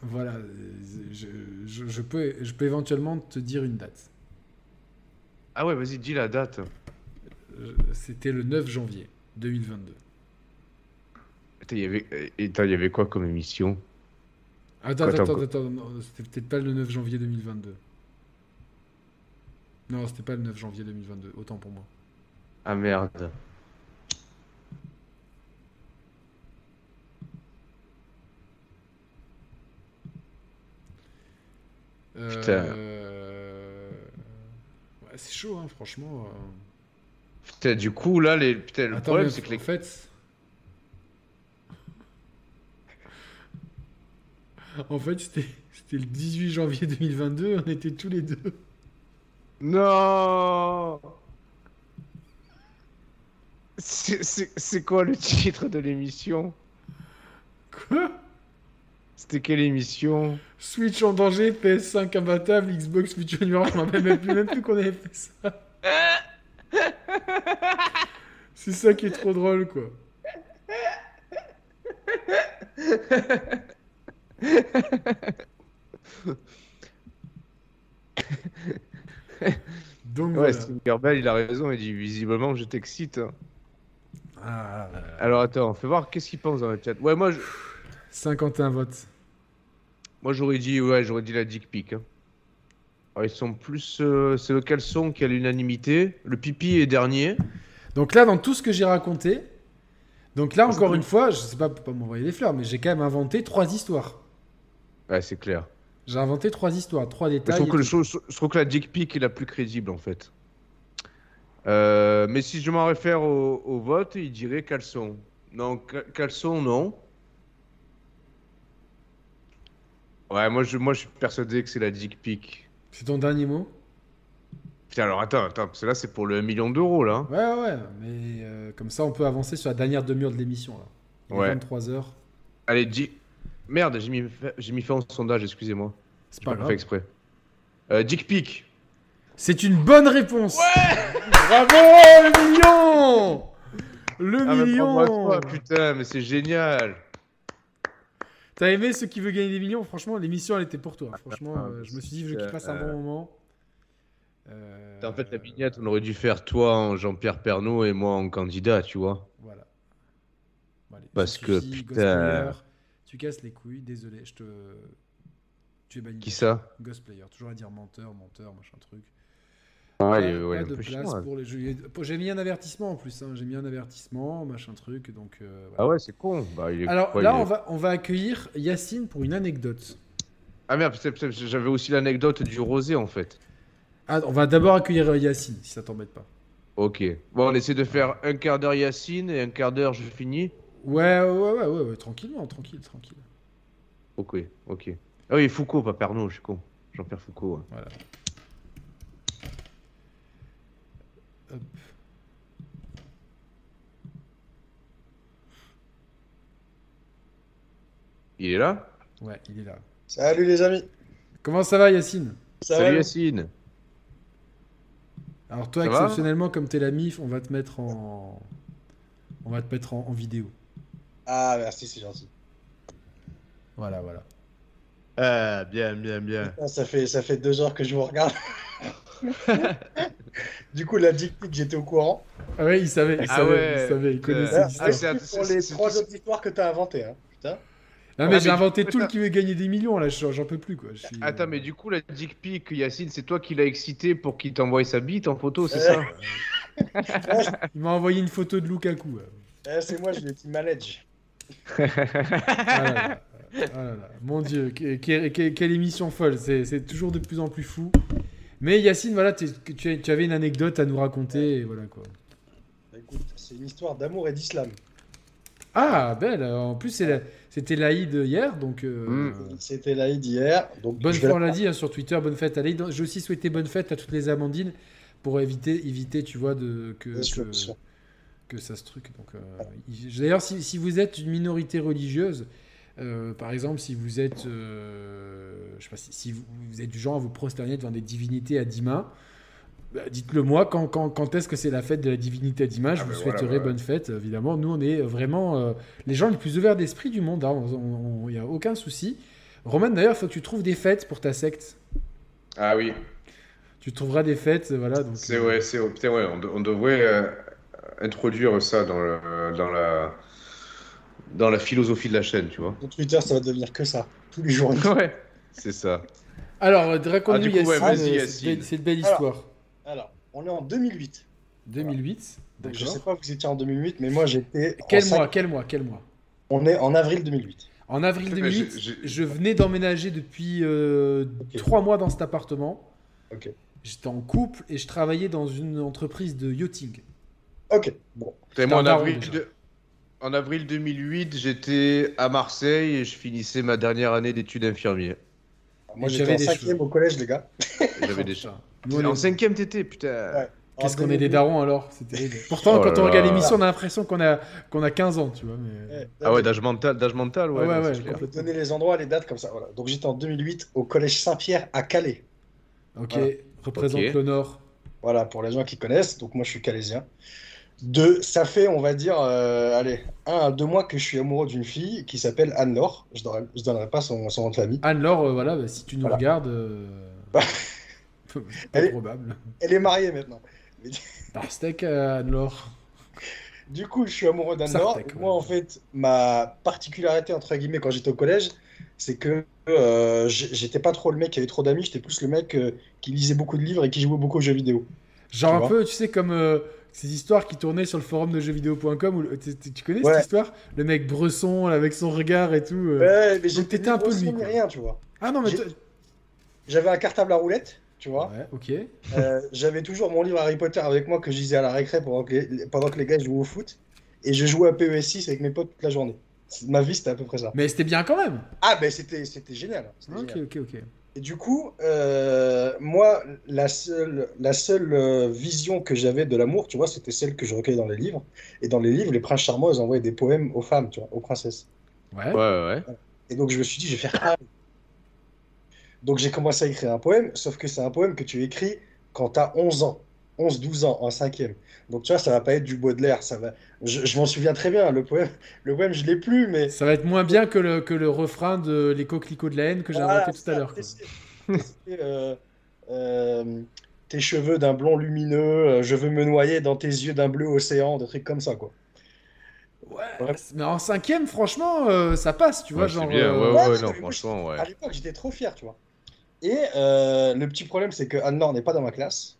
voilà, euh, je, je- je peux, je peux éventuellement te dire une date. Ah ouais, vas-y, dis la date. Je- C'était le 9 janvier 2022. Attends, il y avait, euh, attends, il y avait quoi comme émission Attends, Attends, attends, attends, quoi. non, c'était peut-être pas le 9 janvier 2022. Non, c'était pas le 9 janvier 2022, autant pour moi. Ah merde. Euh, Putain. euh, ouais, c'est chaud, hein, franchement. euh. Putain, du coup, là, les... Putain, le Attends, problème, mais c'est que en les... fait, En fait, c'était c'était le 18 janvier 2022, on était tous les deux. Non C'est- C'est c'est quoi le titre de l'émission Quoi C'était quelle émission Switch en danger, PS5 imbattable, Xbox Future New York, je m'en rappelle même plus, même plus qu'on avait fait ça. C'est ça qui est trop drôle, quoi. Donc Ouais, voilà. Stringer Bell, il a raison, il dit visiblement je t'excite. hein. Ah, là, là, là. Alors attends, fais voir qu'est-ce qu'il pense dans le chat. Ouais, moi je- 51 votes. moi, j'aurais dit, ouais, j'aurais dit la dick pic. hein. Alors, ils sont plus. euh, C'est le caleçon qui a l'unanimité. Le pipi est dernier. Donc là, dans tout ce que j'ai raconté, donc là, Parce encore que- une fois, je sais pas pour pas m'envoyer les fleurs, mais j'ai quand même inventé trois histoires. Ouais, c'est clair. J'ai inventé trois histoires, trois Je détails. trouve, que et le- tout. je- je trouve que la dick pic est la plus crédible en fait. Euh, mais si je m'en réfère au, au vote, il dirait caleçon. Non, ca- caleçon, non. Ouais, moi je, moi, je suis persuadé que c'est la dick pic. C'est ton dernier mot Putain, alors attends, attends, parce que là c'est pour le 1 million d'euros là. Ouais, ouais, ouais, mais euh, comme ça, on peut avancer sur la dernière demi-heure de l'émission. là. Il Ouais. est 23h. Allez, dis. Merde, j'ai mis, fa- j'ai mis fin au sondage, excusez-moi. C'est pas J'ai grave. fait exprès. Euh, dick pic. C'est une bonne réponse Bravo, le million Le Ah, mais prends-moi million toi, putain, mais c'est génial. T'as aimé ceux qui veulent gagner des millions Franchement, l'émission, elle était pour toi. Franchement, Ah, euh, je me suis dit, je veux c'est, qu'il passe un euh, bon moment. Euh, En fait, la vignette, on aurait dû faire toi en Jean-Pierre Pernaut et moi en candidat, tu vois. Voilà. Bon, allez, ça Parce que, suffit, Ghost putain. Player, tu casses les couilles, désolé, je te. Tu es banni. Qui ça Ghost Player, toujours à dire menteur, menteur, machin truc. Ouais, Pas- il est- ouais, pas il est un de peu place chiant, hein. pour les jeux vidéo. J'ai mis un avertissement en plus, hein, j'ai mis un avertissement, machin truc, donc. euh, voilà. Ah ouais, c'est con. Bah, il est- Alors ouais, là, il est- on va, on va accueillir Yacine pour une anecdote. Ah merde, putain, putain, j'avais aussi l'anecdote du rosé, en fait. Ah, on va d'abord accueillir Yacine, si ça t'embête pas. Ok. Bon, on essaie de faire un quart d'heure Yacine et un quart d'heure je finis. Ouais, ouais, ouais, ouais, ouais, tranquillement, tranquille, tranquille. Ok, ok. Ah oui, Foucault, pas Pernaut, je suis con. Jean-Pierre Foucault. hein. Hop. Il est là Ouais, il est là. Salut les amis. Comment ça va, Yacine Ça Salut va Yacine. Alors toi, Ça va hein exceptionnellement, comme t'es la MIF, on va te mettre en, on va te mettre en, en vidéo. Ah merci, c'est gentil. Voilà, voilà. Ah, bien, bien, bien. Ah, Ça fait, ça fait deux heures que je vous regarde. du coup, la dick pic, j'étais au courant. Ah ouais, il savait, il Ah savait, ouais, il savait, il putain. connaissait Ah, l'histoire. c'est un- Pour c'est- les c'est- trois c'est- autres histoires que t'as inventées, hein. Putain. Non Ouais, mais j'ai Ah, mais inventé du coup, tout le qui veut gagner des millions là, je- j'en peux plus quoi. je suis- euh, Attends, mais du coup, la dick pic, Yacine, c'est toi qui l'as excité pour qu'il t'envoie sa bite en photo, c'est ça Il m'a envoyé une photo de Lukaku. euh. là. Eh, c'est moi, je l'ai team manage. Ah là là, ah là là. Mon dieu, que- que- que- quelle émission folle, c'est c'est toujours de plus en plus fou. Mais Yacine, voilà, t'es- que tu, tu avais une anecdote à nous raconter, et voilà quoi. Bah, Écoute, c'est une histoire d'amour et d'islam. Ah, belle, en plus c'est la- c'était l'Aïd hier, donc... euh, Mm. C'était l'Aïd hier. Donc Bonne je fête, vais on l'a dit hein, sur Twitter, bonne fête à l'Aïd. J'ai aussi souhaité bonne fête à toutes les Amandines pour éviter, éviter tu vois, de, que, Bien sûr, que, bien sûr. que ça se truc. Donc, euh, il- D'ailleurs, si, si vous êtes une minorité religieuse, euh, par exemple, si vous êtes, euh, je sais pas, si, si vous, vous êtes du genre à vous prosterner devant des divinités à dix mains, bah, dites-le moi, quand, quand, quand est-ce que c'est la fête de la divinité à dix mains Je Ah, vous bah, souhaiterais voilà, voilà. bonne fête, évidemment. Nous, on est vraiment euh, les gens les plus ouverts d'esprit du monde, hein. il n'y a aucun souci. Roman, d'ailleurs, il faut que tu trouves des fêtes pour ta secte. Ah oui, Tu trouveras des fêtes, euh, voilà. Donc, c'est euh, ouais, c'est oh, putain, ouais, on, de- on devrait euh, introduire ça dans le, dans la dans la philosophie de la chaîne, tu vois. Sur Twitter, ça va devenir que ça. Tous les jours. Ouais, c'est ça. Alors, euh, raconte-nous, Ah, du coup, ouais, Yacine, vas-y, euh, c'est Yacine. une belle- c'est une belle Alors, histoire. Alors, on est en 2008. 2008, Donc, je d'accord. sais pas, vous étiez en 2008, mais moi, j'étais. en Quel cinq- mois, quel mois, quel mois On est en avril 2008. En avril Ouais, 2008, j'ai- j'ai- je venais d'emménager depuis euh, Ok. trois mois dans cet appartement. Ok. J'étais en couple et je travaillais dans une entreprise de yachting. Ok, bon. Putain, moi en Standard, avril déjà. de- En avril 2008, j'étais à Marseille et je finissais ma dernière année d'études infirmières. Alors, Moi, Et j'étais j'avais en des cinquième cheveux. au collège, les gars. J'avais des Putain. Nous, on est- En cinquième TT, putain. Ouais. Qu'est-ce En qu'on est des 2008. darons alors C'est terrible. Pourtant, Oh quand là on regarde là. l'émission, on a l'impression qu'on a, qu'on a 15 ans, tu vois. Mais... Ouais, Ah ouais, d'âge mental, d'âge mental, ouais. Ah ouais, non, ouais, c'est clair. Eh, On peut donner les endroits, les dates comme ça. Voilà. Donc j'étais en 2008 au collège Saint-Pierre à Calais. Ok, Voilà. représente Ok. le Nord. Voilà, pour les gens qui connaissent. Donc moi, je suis calaisien. Deux, ça fait, on va dire, euh, allez, un à deux mois que je suis amoureux d'une fille qui s'appelle Anne-Laure. Je donnerai, je donnerai pas son, son nom de famille. Anne-Laure, euh, voilà, bah, si tu nous Voilà. regardes. euh, peu- Elle peu est- probable. Elle est mariée maintenant. Parsec, euh, Anne-Laure. Du coup, je suis amoureux d'Anne-Laure. Sartec, Et Moi, ouais. en fait, ma particularité, entre guillemets, quand j'étais au collège, c'est que euh, j- j'étais pas trop le mec qui avait trop d'amis, j'étais plus le mec euh, qui lisait beaucoup de livres et qui jouait beaucoup aux jeux vidéo. Genre Tu un vois peu, tu sais, comme euh, ces histoires qui tournaient sur le forum de jeuxvideo.com. Où, le- tu, tu- tu connais Ouais. cette histoire Le mec Bresson là, avec son regard et tout. euh. Ouais, mais j'étais t'étais un peu ni lui, bossu, ni quoi. rien, tu vois. Ah non, mais. j'ai- toi- J'avais un cartable à roulette, tu vois. Ouais, ok. Euh, j'avais toujours mon livre Harry Potter avec moi que je lisais à la récré pendant que les, pendant que les gars jouaient au foot. Et je jouais à PES6 avec mes potes toute la journée. C'est- Ma vie, c'était à peu près ça. Mais c'était bien quand même. Ah, ben c'était c'était génial. C'était Ok, génial. ok, ok. Et du coup, euh, moi, la seule, la seule euh, vision que j'avais de l'amour, tu vois, c'était celle que je recueillais dans les livres. Et dans les livres, les princes charmants, ils envoyaient des poèmes aux femmes, tu vois, aux princesses. Ouais. Ouais, ouais. Et donc, je me suis dit, je vais faire pareil. Donc, j'ai commencé à écrire un poème, sauf que c'est un poème que tu écris quand tu as 11 ans, 11-12 ans, en cinquième. Donc, tu vois, ça va pas être du Baudelaire. Ça va... Je, je m'en souviens très bien, le poème, le poème je l'ai plus, mais. Ça va être moins bien que le, que le refrain de Les coquelicots de la haine que j'ai Voilà, inventé tout à ça, l'heure. quoi. t'essaies- t'essaies, euh, euh, tes cheveux d'un blond lumineux, euh, je veux me noyer dans tes yeux d'un bleu océan, des trucs comme ça, quoi. Ouais, mais en cinquième, franchement, euh, ça passe, tu vois, Ouais, genre. c'est bien. euh, Ouais, ouais, ouais, mais non, moi, franchement, ouais. À l'époque, j'étais trop fier, tu vois. Et euh, le petit problème, c'est que Anne-Laure n'est pas dans ma classe.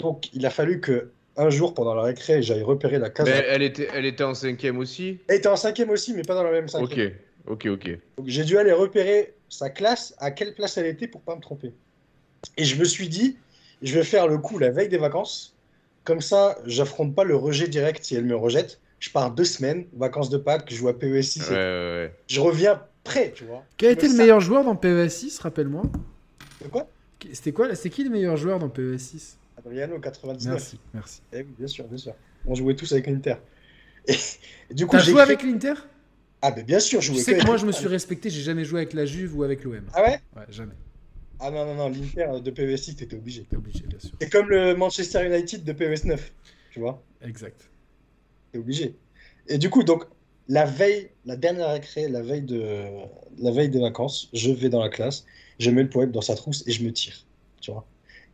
Donc, il a fallu que un jour, pendant la récré, j'aille repérer la case. Mais elle était, elle était en cinquième aussi Elle était en cinquième aussi, mais pas dans la même cinquième. Ok, ok, ok. Donc, j'ai dû aller repérer sa classe, à quelle place elle était pour pas me tromper. Et je me suis dit, je vais faire le coup la veille des vacances. Comme ça, j'affronte pas le rejet direct si elle me rejette. Je pars deux semaines, vacances de Pâques, je joue à E PES6. Ouais, ouais, ouais. Je reviens prêt, tu vois. Quel était Ça- le meilleur joueur dans PES6, rappelle-moi De quoi C'était quoi là C'était qui le meilleur joueur dans PES6 Adriano, 99. Merci, merci. Eh oui, bien sûr, bien sûr. On jouait tous avec l'Inter. Et, et du coup, T'as j'ai joué créé- avec l'Inter Ah, mais bien sûr, je Tu jouais sais que que moi, avec je me suis l'Inter. respecté, j'ai jamais joué avec la Juve ou avec l'OM. Ah ouais Ouais, jamais. Ah non, non, non, l'Inter de PES6, t'étais obligé. T'es obligé, bien sûr. C'est comme le Manchester United de PES9, tu vois. Exact. T'es obligé. Et du coup, donc, la veille, la dernière récré, la veille, de, la veille des vacances, je vais dans la classe, je mets le poème dans sa trousse et je me tire. Tu vois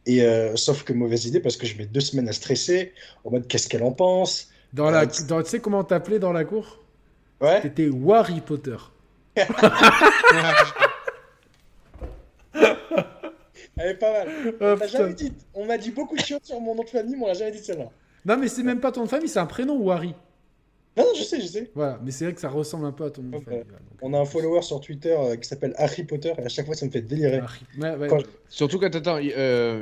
et euh, sauf que mauvaise idée parce que je mets deux semaines à stresser en mode qu'est-ce qu'elle en pense Dans la, Ouais, tu- dans, tu sais comment t'appelais dans la cour ouais T'étais Harry Potter. Oh, elle est pas mal Ah, on m'a putain. jamais dit on m'a dit beaucoup de choses sur mon nom de famille mais on l'a jamais dit celle-là Non, mais c'est même pas ton nom de famille, c'est un prénom, Harry. non non je sais je sais Voilà, mais c'est vrai que ça ressemble un peu à ton nom de Ok. famille. voilà, donc- on a un follower sur Twitter euh, qui s'appelle Harry Potter et à chaque fois ça me fait délirer Harry. euh, Ouais, ouais. Quand- Surtout quand, attends, y- euh,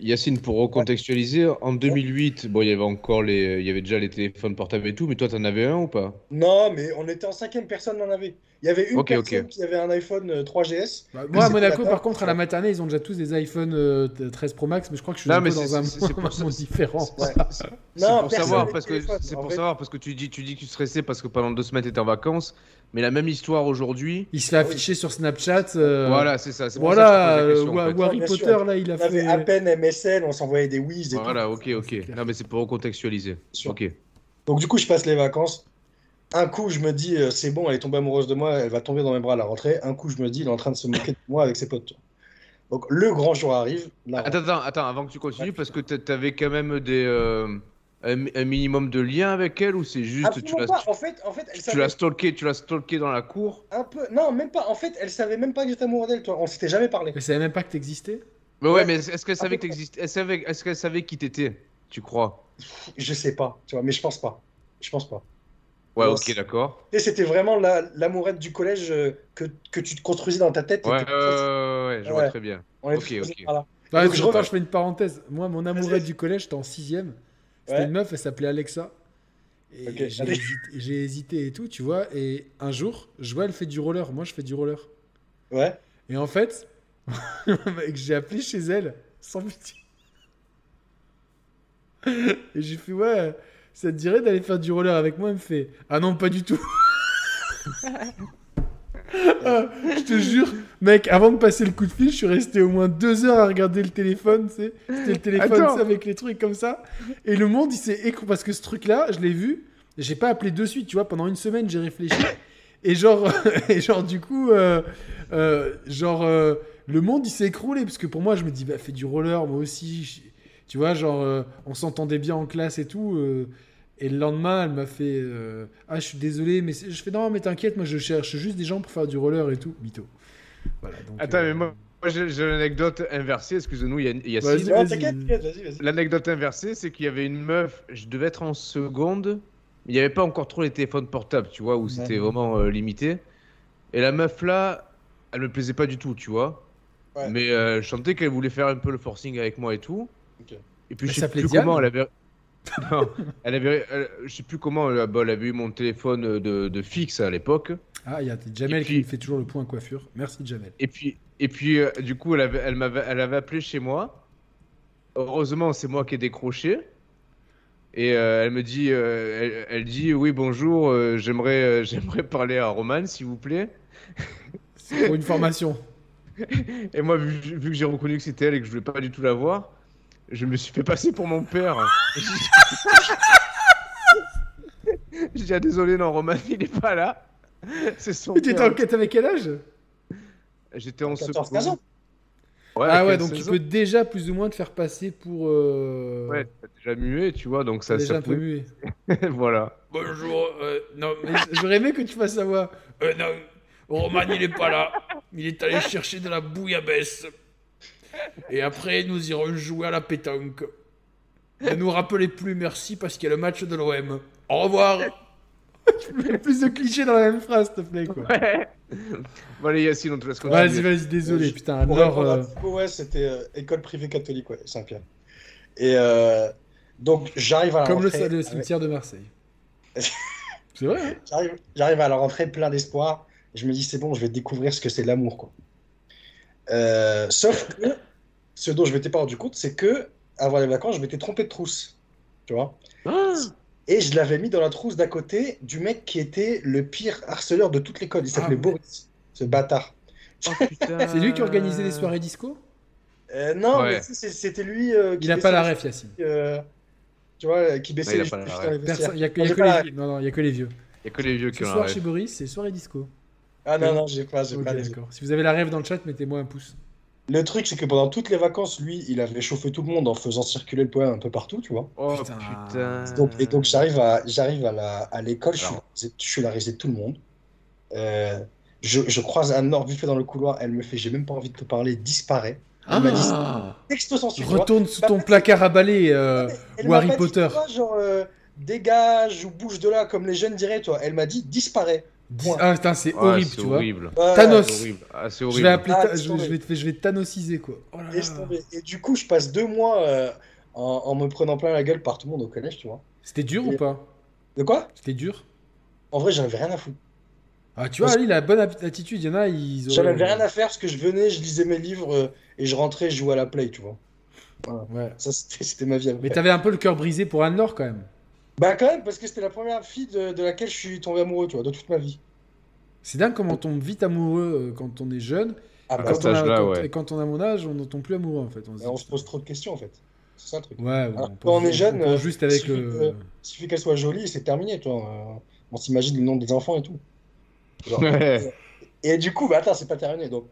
Yacine, pour recontextualiser, en 2008, bon, il y avait encore les, il y avait déjà les téléphones portables et tout, mais toi, t'en avais un ou pas non mais on était en cinquième personne n'en avait il y avait une Ok, personne ok. qui avait un iPhone euh, 3GS Bah, moi, à c'est Monaco, la par table, contre, à c'est la matinée, ils ont déjà tous des iPhone euh, 13 Pro Max, mais je crois que je suis Non, un peu mais dans c'est- un c'est- monde, c'est pour ça- un monde différent. Ouais. C'est Non, pour personne savoir avec parce que téléphone, c'est en pour vrai. savoir parce que tu dis tu dis que tu stressais parce que pendant deux semaines t'étais en vacances, mais la même histoire aujourd'hui. Il se fait Ah oui. afficher sur Snapchat. euh, Voilà, c'est ça. c'est pour Voilà, ça que je te euh, pose la question, en Wa- fait. Harry Bien sûr. Potter, là, il a On avait fait. à peine MSN, on s'envoyait des whiz et Voilà, ok, ok. C'est clair. Non, mais c'est pour recontextualiser. tout. Ok. Donc du coup, je passe les vacances. Un coup, je me dis, euh, c'est bon, elle est tombée amoureuse de moi, elle va tomber dans mes bras à la rentrée. Un coup, je me dis, il est en train de se moquer de moi avec ses potes. tu vois. Donc le grand jour arrive. La rentrée. Attends, attends, attends, avant que tu continues, parce que t'a- t'avais quand même des euh, un, un minimum de lien avec elle ou c'est juste tu Absolument l'as pas. En fait, en fait, elle tu- tu savait l'as stalké, tu l'as stalké dans la cour. un peu. Non, même pas. En fait, elle savait même pas que j'étais amoureux d'elle. Toi, on s'était jamais parlé. Elle savait même pas que t'existais. Mais ouais, Ouais. mais est-ce qu'elle savait que peu t'existais Est-ce savait- est-ce qu'elle savait qui t'étais Tu crois Je sais pas, tu vois, mais je pense pas. Je pense pas. Ouais, Non, ok, c'est- d'accord. Et c'était vraiment la- l'amourette du collège euh, que, que tu te construisais dans ta tête. et Ouais, ouais, ouais, que- ouais, ouais, je vois Ouais. très bien. On est ok, tous ok. par là. Ah, Donc, je je attends, reviens. je fais une parenthèse. Moi, mon amourette Vas-y. du collège, j'étais en 6ème. C'était Ouais. une meuf, elle s'appelait Alexa. Et Ok, j'ai allez. hésité- j'ai hésité et tout, tu vois. Et un jour, Joël fait du roller. Moi, je fais du roller. Ouais. Et en fait, mec, j'ai appelé chez elle, sans pitié. Et j'ai fait, ouais, ça te dirait d'aller faire du roller avec moi Elle me fait, ah non, pas du tout. Ah, je te jure, mec, avant de passer le coup de fil, je suis resté au moins deux heures à regarder le téléphone, tu sais. C'était le téléphone Attends. tu sais, avec les trucs comme ça. Et le monde, il s'est écrou... Parce que ce truc-là, je l'ai vu, j'ai pas appelé de suite, tu vois. Pendant une semaine, j'ai réfléchi. Et genre, et genre du coup, euh, euh, genre, euh, le monde, il s'est écroulé. Parce que pour moi, je me dis, bah, fais du roller, moi aussi. je- Tu vois, genre, euh, on s'entendait bien en classe et tout. euh, et le lendemain, elle m'a fait, euh, ah, je suis désolé, mais c'est- je fais, non, mais t'inquiète, moi, je cherche juste des gens pour faire du roller et tout. Mytho. Voilà, donc, Attends, euh, mais moi, moi, j'ai j'ai une anecdote inversée, excusez-nous, il y a, il y a Vas-y, six- vas-y. Non, t'inquiète, t'inquiète, vas-y, vas-y. L'anecdote inversée, c'est qu'il y avait une meuf, je devais être en seconde, mais il n'y avait pas encore trop les téléphones portables, tu vois, où c'était vraiment euh, limité. Et la meuf là, elle me plaisait pas du tout, tu vois. Ouais. Mais euh, je sentais qu'elle voulait faire un peu le forcing avec moi et tout. Ok. Et puis Elle je sais s'appelait plus Diane comment elle avait. non, elle avait. elle- je sais plus comment elle, a- bah, elle avait eu mon téléphone euh, de, de fixe à l'époque. Ah, il y a Jamel Et puis- qui me fait toujours le point coiffure. Merci, Jamel. Et puis, et puis euh, du coup, elle avait, elle, m'avait, elle avait appelé chez moi. Heureusement, c'est moi qui ai décroché. Et euh, elle me dit, euh, elle, elle dit, oui, bonjour, euh, j'aimerais, euh, j'aimerais parler à Roman, s'il vous plaît. C'est pour une formation. Et moi, vu, vu que j'ai reconnu que c'était elle et que je voulais pas du tout la voir, je me suis fait passer pour mon père. J'ai dit, ah, désolé, non, Roman, il est pas là. C'est son Mais t'étais père. en quête avec quel âge J'étais en 14, seconde. 15 ans. Ouais, Ah ouais, 15, donc tu 16 ans. peux déjà plus ou moins te faire passer pour. euh, Ouais, t'as déjà muet, tu vois, donc t'es ça, déjà ça un peu pouvait- muet. voilà. Bonjour, euh, non, mais j'aurais aimé que tu fasses sa voix. non, Roman, il est pas là. Il est allé chercher de la bouillabaisse. Et après, nous irons jouer à la pétanque. Ne nous rappelez plus, merci, parce qu'il y a le match de l'OM. Au revoir. tu mets plus de clichés dans la même phrase, s'il te plaît, quoi. Bon, allez, Yacine, on te laisse continuer. Vas-y, vas-y, désolé, putain. Pour Alors, répondre à euh, Thibaut, ouais, c'était euh, école privée catholique, ouais, Saint-Pierre. Et euh, donc, j'arrive à la comme le, rentrée le avec- cimetière de Marseille. C'est vrai. hein J'arrive, j'arrive à la rentrée plein d'espoir. Je me dis, c'est bon, je vais découvrir ce que c'est l'amour, quoi. Euh, sauf que ce dont je m'étais pas rendu compte, c'est que avant les vacances, je m'étais trompé de trousse, tu vois. Et je l'avais mis dans la trousse d'à côté du mec qui était le pire harceleur de toute l'école. Il s'appelait Ah, Boris, ce bâtard. C'est lui qui organisait les soirées disco Euh, non, Ouais. mais c'est- c'était lui euh, qui Il n'a baissait pas la les ref, Yacine. filles, euh, tu vois, qui baissait Ouais, il a les pas la filles ref. dans les vestiaires. Personne- Il n'y a, que- Non, il y a j'ai que pas les la vieux. Non, non, il y a que les vieux. Il a que les vieux qui Ce ont soir, la chez ref. Boris, c'est soirée disco. Ah non, non, j'ai pas, j'ai Ok, pas les- d'accord. Si vous avez la ref dans le chat, mettez-moi un pouce. Le truc, c'est que pendant toutes les vacances, lui, il avait chauffé tout le monde en faisant circuler le poème un peu partout, tu vois. Oh Putain. putain. Donc, et donc, j'arrive à, j'arrive à la, à l'école, je suis, Alors. je suis la risée de tout le monde. Euh, je, je croise Anne Nord buffet dans le couloir, elle me fait, j'ai même pas envie de te parler, disparaît. Elle m'a dit, texto sensu, Retourne Ah, sous ton placard à balai. euh, ou Harry Potter. genre, euh, dégage ou bouge de là, comme les jeunes diraient, toi. Elle m'a dit, disparaît. dis- Ah putain, c'est Ah, horrible, c'est tu vois. horrible. Ouais, Thanos. C'est horrible. Ah, c'est Je horrible. vais appeler, Ah, ta- je, laisse vais- je tomber. vais te, je vais te thanosiser, quoi. Oh là laisse là. tomber. Et du coup, je passe deux mois euh, en, en me prenant plein la gueule par tout le monde au collège, tu vois. C'était dur ou pas De quoi? C'était dur En vrai, j'en avais rien à foutre. Ah, tu vois, Parce- lui, il a la bonne ap- attitude. Il y en a, ils J'en auraient- avais rien à faire parce que je venais, je lisais mes livres euh, et je rentrais, je jouais à la play, tu vois. Ouais. Ça, c'était c'était ma vie. à peu Mais près. t'avais un peu le cœur brisé pour Anne-Laure, quand même. Bah, quand même, parce que c'était la première fille de, de laquelle je suis tombé amoureux, tu vois, de toute ma vie. C'est dingue comment on tombe vite amoureux euh, quand on est jeune. Ah, Ah, bah, Quand cet on a- âge-là, quand- ouais. Et quand on a mon âge, on n'en tombe plus amoureux, en fait. On se on, dit, se pose trop de questions, en fait. C'est ça le truc. Ouais, bon, Alors, on quand on pense- est jeune, pense juste avec suffit le. de- Il suffit qu'elle soit jolie et c'est terminé, tu vois. Euh, on s'imagine le nom des enfants et tout. Genre. Ouais. Et du coup, bah, attends, c'est pas terminé. Donc,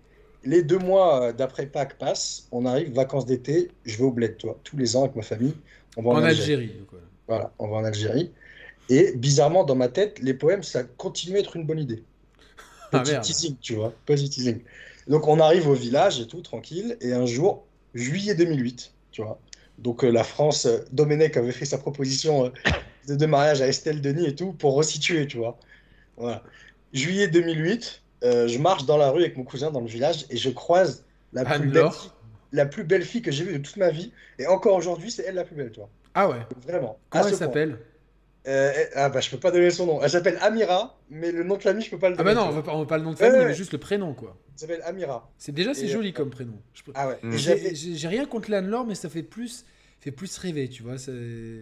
les deux mois euh, d'après Pâques passent, on arrive, vacances d'été, je vais au bled, tu vois, tous les ans avec ma famille. On va en, En Algérie. Algérie. quoi. Voilà, on va en Algérie. Et bizarrement, dans ma tête, les poèmes, ça continue à être une bonne idée. Ah, Petit merde. teasing, tu vois, petit teasing. Donc on arrive au village et tout, tranquille. Et un jour, juillet 2008, tu vois. Donc euh, la France, euh, Domenech avait fait sa proposition euh, de, de mariage à Estelle Denis et tout pour resituer, tu vois. Voilà. Juillet 2008, euh, je marche dans la rue avec mon cousin dans le village et je croise la plus belle, Anne-Laure. la plus belle fille que j'ai vue de toute ma vie. Et encore aujourd'hui, c'est elle la plus belle, tu vois. Ah ouais. Vraiment. à Comment ce elle point. s'appelle Elle Euh, elle- ah bah je peux pas donner son nom. Elle s'appelle Amira, mais le nom de famille je peux pas le Ah donner. bah non, tu on vois. va pas, on va pas le nom de famille, Ouais, mais ouais. juste le prénom, quoi. Elle s'appelle Amira. C'est déjà c'est Et, joli euh, comme prénom. Je pr- Ah ouais. Mm. J'ai Et j'avais- j'ai- j'ai rien contre l'Anne-Laure, mais ça fait plus, fait plus rêver, tu vois. C'est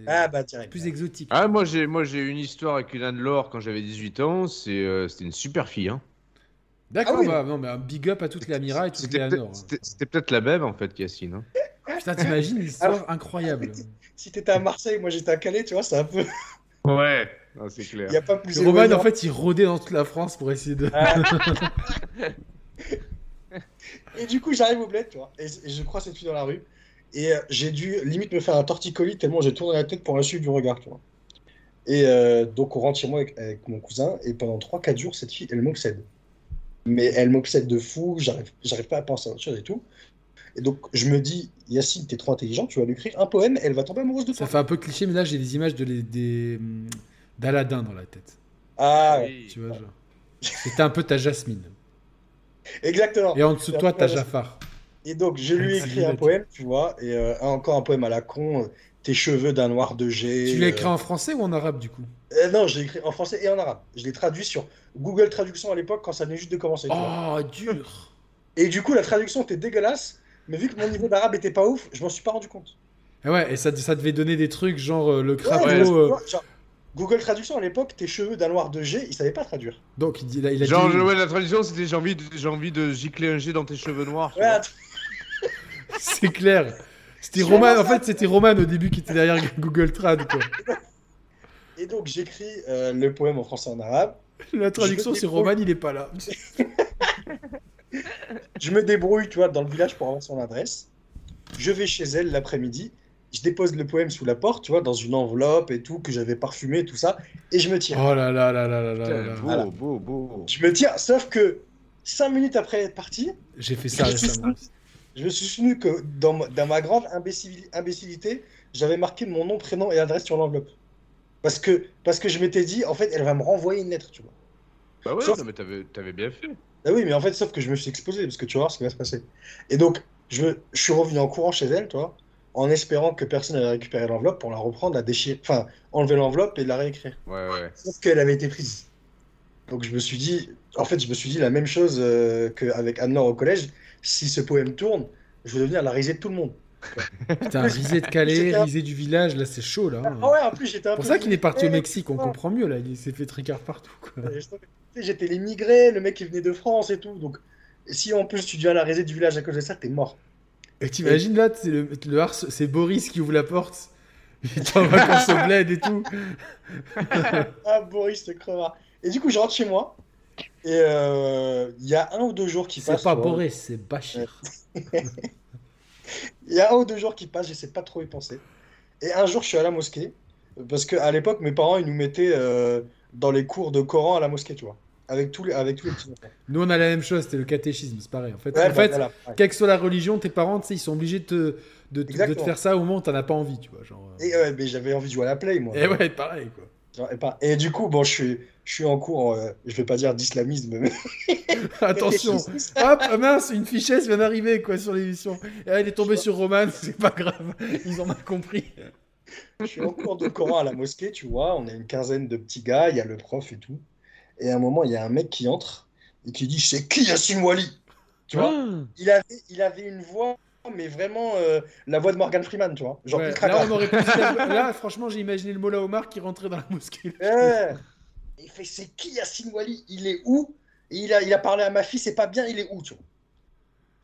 Ah bah direct. plus exotique. Ah, moi j'ai moi j'ai une histoire avec une Anne-Laure quand j'avais 18 ans, c'est euh, c'était une super fille hein. D'accord, Ah oui, bah, non, mais un big up à toutes les Amira et hein. toutes les C'était Anor. peut-être- c'était- c'était peut-être la même en fait Cassine. hein. Putain, t'imagines l'histoire incroyable. Si t'étais à Marseille, moi j'étais à Calais, tu vois, c'est un peu. Ouais, Ah, c'est clair. Il y a pas plus. Roman, éloigné. en fait, il rôdait dans toute la France pour essayer de. hein. Et du coup, j'arrive au bled, tu vois, et, et je crois cette fille dans la rue. Et euh, j'ai dû limite me faire un torticolis tellement j'ai tourné la tête pour la suivre du regard, tu vois. Et euh, donc, on rentre chez moi avec, avec mon cousin, et pendant 3-4 jours, cette fille, elle m'obsède. Mais elle m'obsède de fou, j'arrive j'arrive pas à penser à autre chose et tout. Et donc, je me dis, Yacine, t'es trop intelligent, tu vas lui écrire un poème, elle va tomber amoureuse de Ça toi. fait un peu cliché, mais là, j'ai des images de les- des hum, d'Aladin dans la tête. Ah, ouais, Oui. Tu vois, genre. C'était un peu ta Jasmine. exactement. Et en dessous de toi, t'as Jafar. Et donc, je lui ai C'est écrit un génial. poème, tu vois, et euh, encore un poème à la con, euh, tes cheveux d'un noir de jet. Tu l'as euh, écrit en français ou en arabe, du coup Euh, non, je l'ai écrit en français et en arabe. Je l'ai traduit sur Google Traduction à l'époque quand ça venait juste de commencer. tu vois. Oh, dur Et du coup, la traduction était dégueulasse, mais vu que mon niveau d'arabe était pas ouf, je m'en suis pas rendu compte. Ah ouais, et ça, ça devait donner des trucs genre euh, le Ouais, crapaud. mais- euh, genre, Google Traduction à l'époque, tes cheveux d'un noir de G, il savait pas traduire. Donc, il, dit- il a, il a Genre dit- je- ouais, la tradition c'était j'ai envie de, j'ai envie de gicler un jet dans tes cheveux noirs. tu Ouais, vois. attends, C'est clair. C'était Je Roman. vois En ça. fait, c'était Roman au début qui était derrière Google Trad. Quoi. Et donc, j'écris euh, le poème en français et en arabe. La traduction, Je me c'est Roman, il est pas là. Je me débrouille, tu vois, dans le village pour avoir son adresse. Je vais chez elle l'après-midi. Je dépose le poème sous la porte, tu vois, dans une enveloppe et tout, que j'avais parfumé, tout ça. Et je me tire. Oh là là là là là là. Putain, là. beau, Voilà. beau, beau. Je me tire, sauf que cinq minutes après être parti, J'ai fait ça récemment. Je me suis souvenu que dans ma, dans ma grande imbécil- imbécilité, j'avais marqué mon nom, prénom et adresse sur l'enveloppe. Parce que, parce que je m'étais dit, en fait, elle va me renvoyer une lettre, tu vois. Bah ouais, Sauf- non, mais t'avais t'avais bien fait. Ah oui, mais en fait, sauf que je me suis exposé, parce que tu vas voir ce qui va se passer. Et donc, je, me- je suis revenu en courant chez elle, tu vois, en espérant que personne n'allait récupérer l'enveloppe pour la reprendre, la déchirer, enfin, enlever l'enveloppe et la réécrire. Ouais ouais. Sauf qu'elle avait été prise. Donc, je me suis dit, en fait, je me suis dit la même chose euh, qu'avec Anne-Laure au collège. Si ce poème tourne, je vais devenir la risée de tout le monde. Putain, risée de J'étais Calais, là. risée du village, là c'est chaud là. Ah ouais, en plus j'étais un C'est pour peu ça qu'il est parti au immigré, Mexique, on comprend mieux là. Il s'est fait tricard partout. Quoi. tu sais, J'étais l'immigré, le mec il venait de France et tout. Donc si en plus tu deviens la risée du village à cause de ça, t'es mort. Et t'imagines là, c'est le, le harce- c'est Boris qui ouvre la porte. Il est en vacances au bled et tout. Ah Boris le crevard. Et du coup je rentre chez moi et euh, il y a un ou deux jours qui passent. C'est pas tu vois. Boris, c'est Bachir. Il y a un ou deux jours qui passent, j'essaie de pas trop y penser. Et un jour je suis à la mosquée parce que à l'époque mes parents ils nous mettaient euh, dans les cours de Coran à la mosquée, tu vois, avec tous les avec tous les petits. enfants. Nous on a la même chose, c'était le catéchisme, c'est pareil. En fait, Ouais, en bah, fait voilà, ouais. quelle que soit la religion, tes parents, tu sais, ils sont obligés de te, de, te- de te Exactement. faire ça au moment où t'en as pas envie, tu vois. Genre, euh. Et ouais, mais j'avais envie de jouer à la play moi. Et ouais, pareil, quoi. Genre, Et, pas- et du coup, bon, je suis, je suis en cours, euh, je vais pas dire d'islamisme, mais Attention. Hop, ah mince, une fichesse vient d'arriver, quoi, sur l'émission. Et Elle est tombée sur Roman, c'est pas grave. Ils ont mal compris. je suis en cours de Coran à la mosquée, tu vois. On est une quinzaine de petits gars, il y a le prof et tout. Et à un moment, il y a un mec qui entre et qui dit C'est qui Yassine Wali Tu vois Ah. il avait, il avait une voix, mais vraiment euh, la voix de Morgan Freeman, tu vois. Genre Ouais, ultra là, grave. on aurait pu se faire- là, franchement, j'ai imaginé le Mola Omar qui rentrait dans la mosquée. Ouais. Et Il fait C'est qui Yassine Wali Il est où Et il a, il a parlé à ma fille, c'est pas bien, il est où tu vois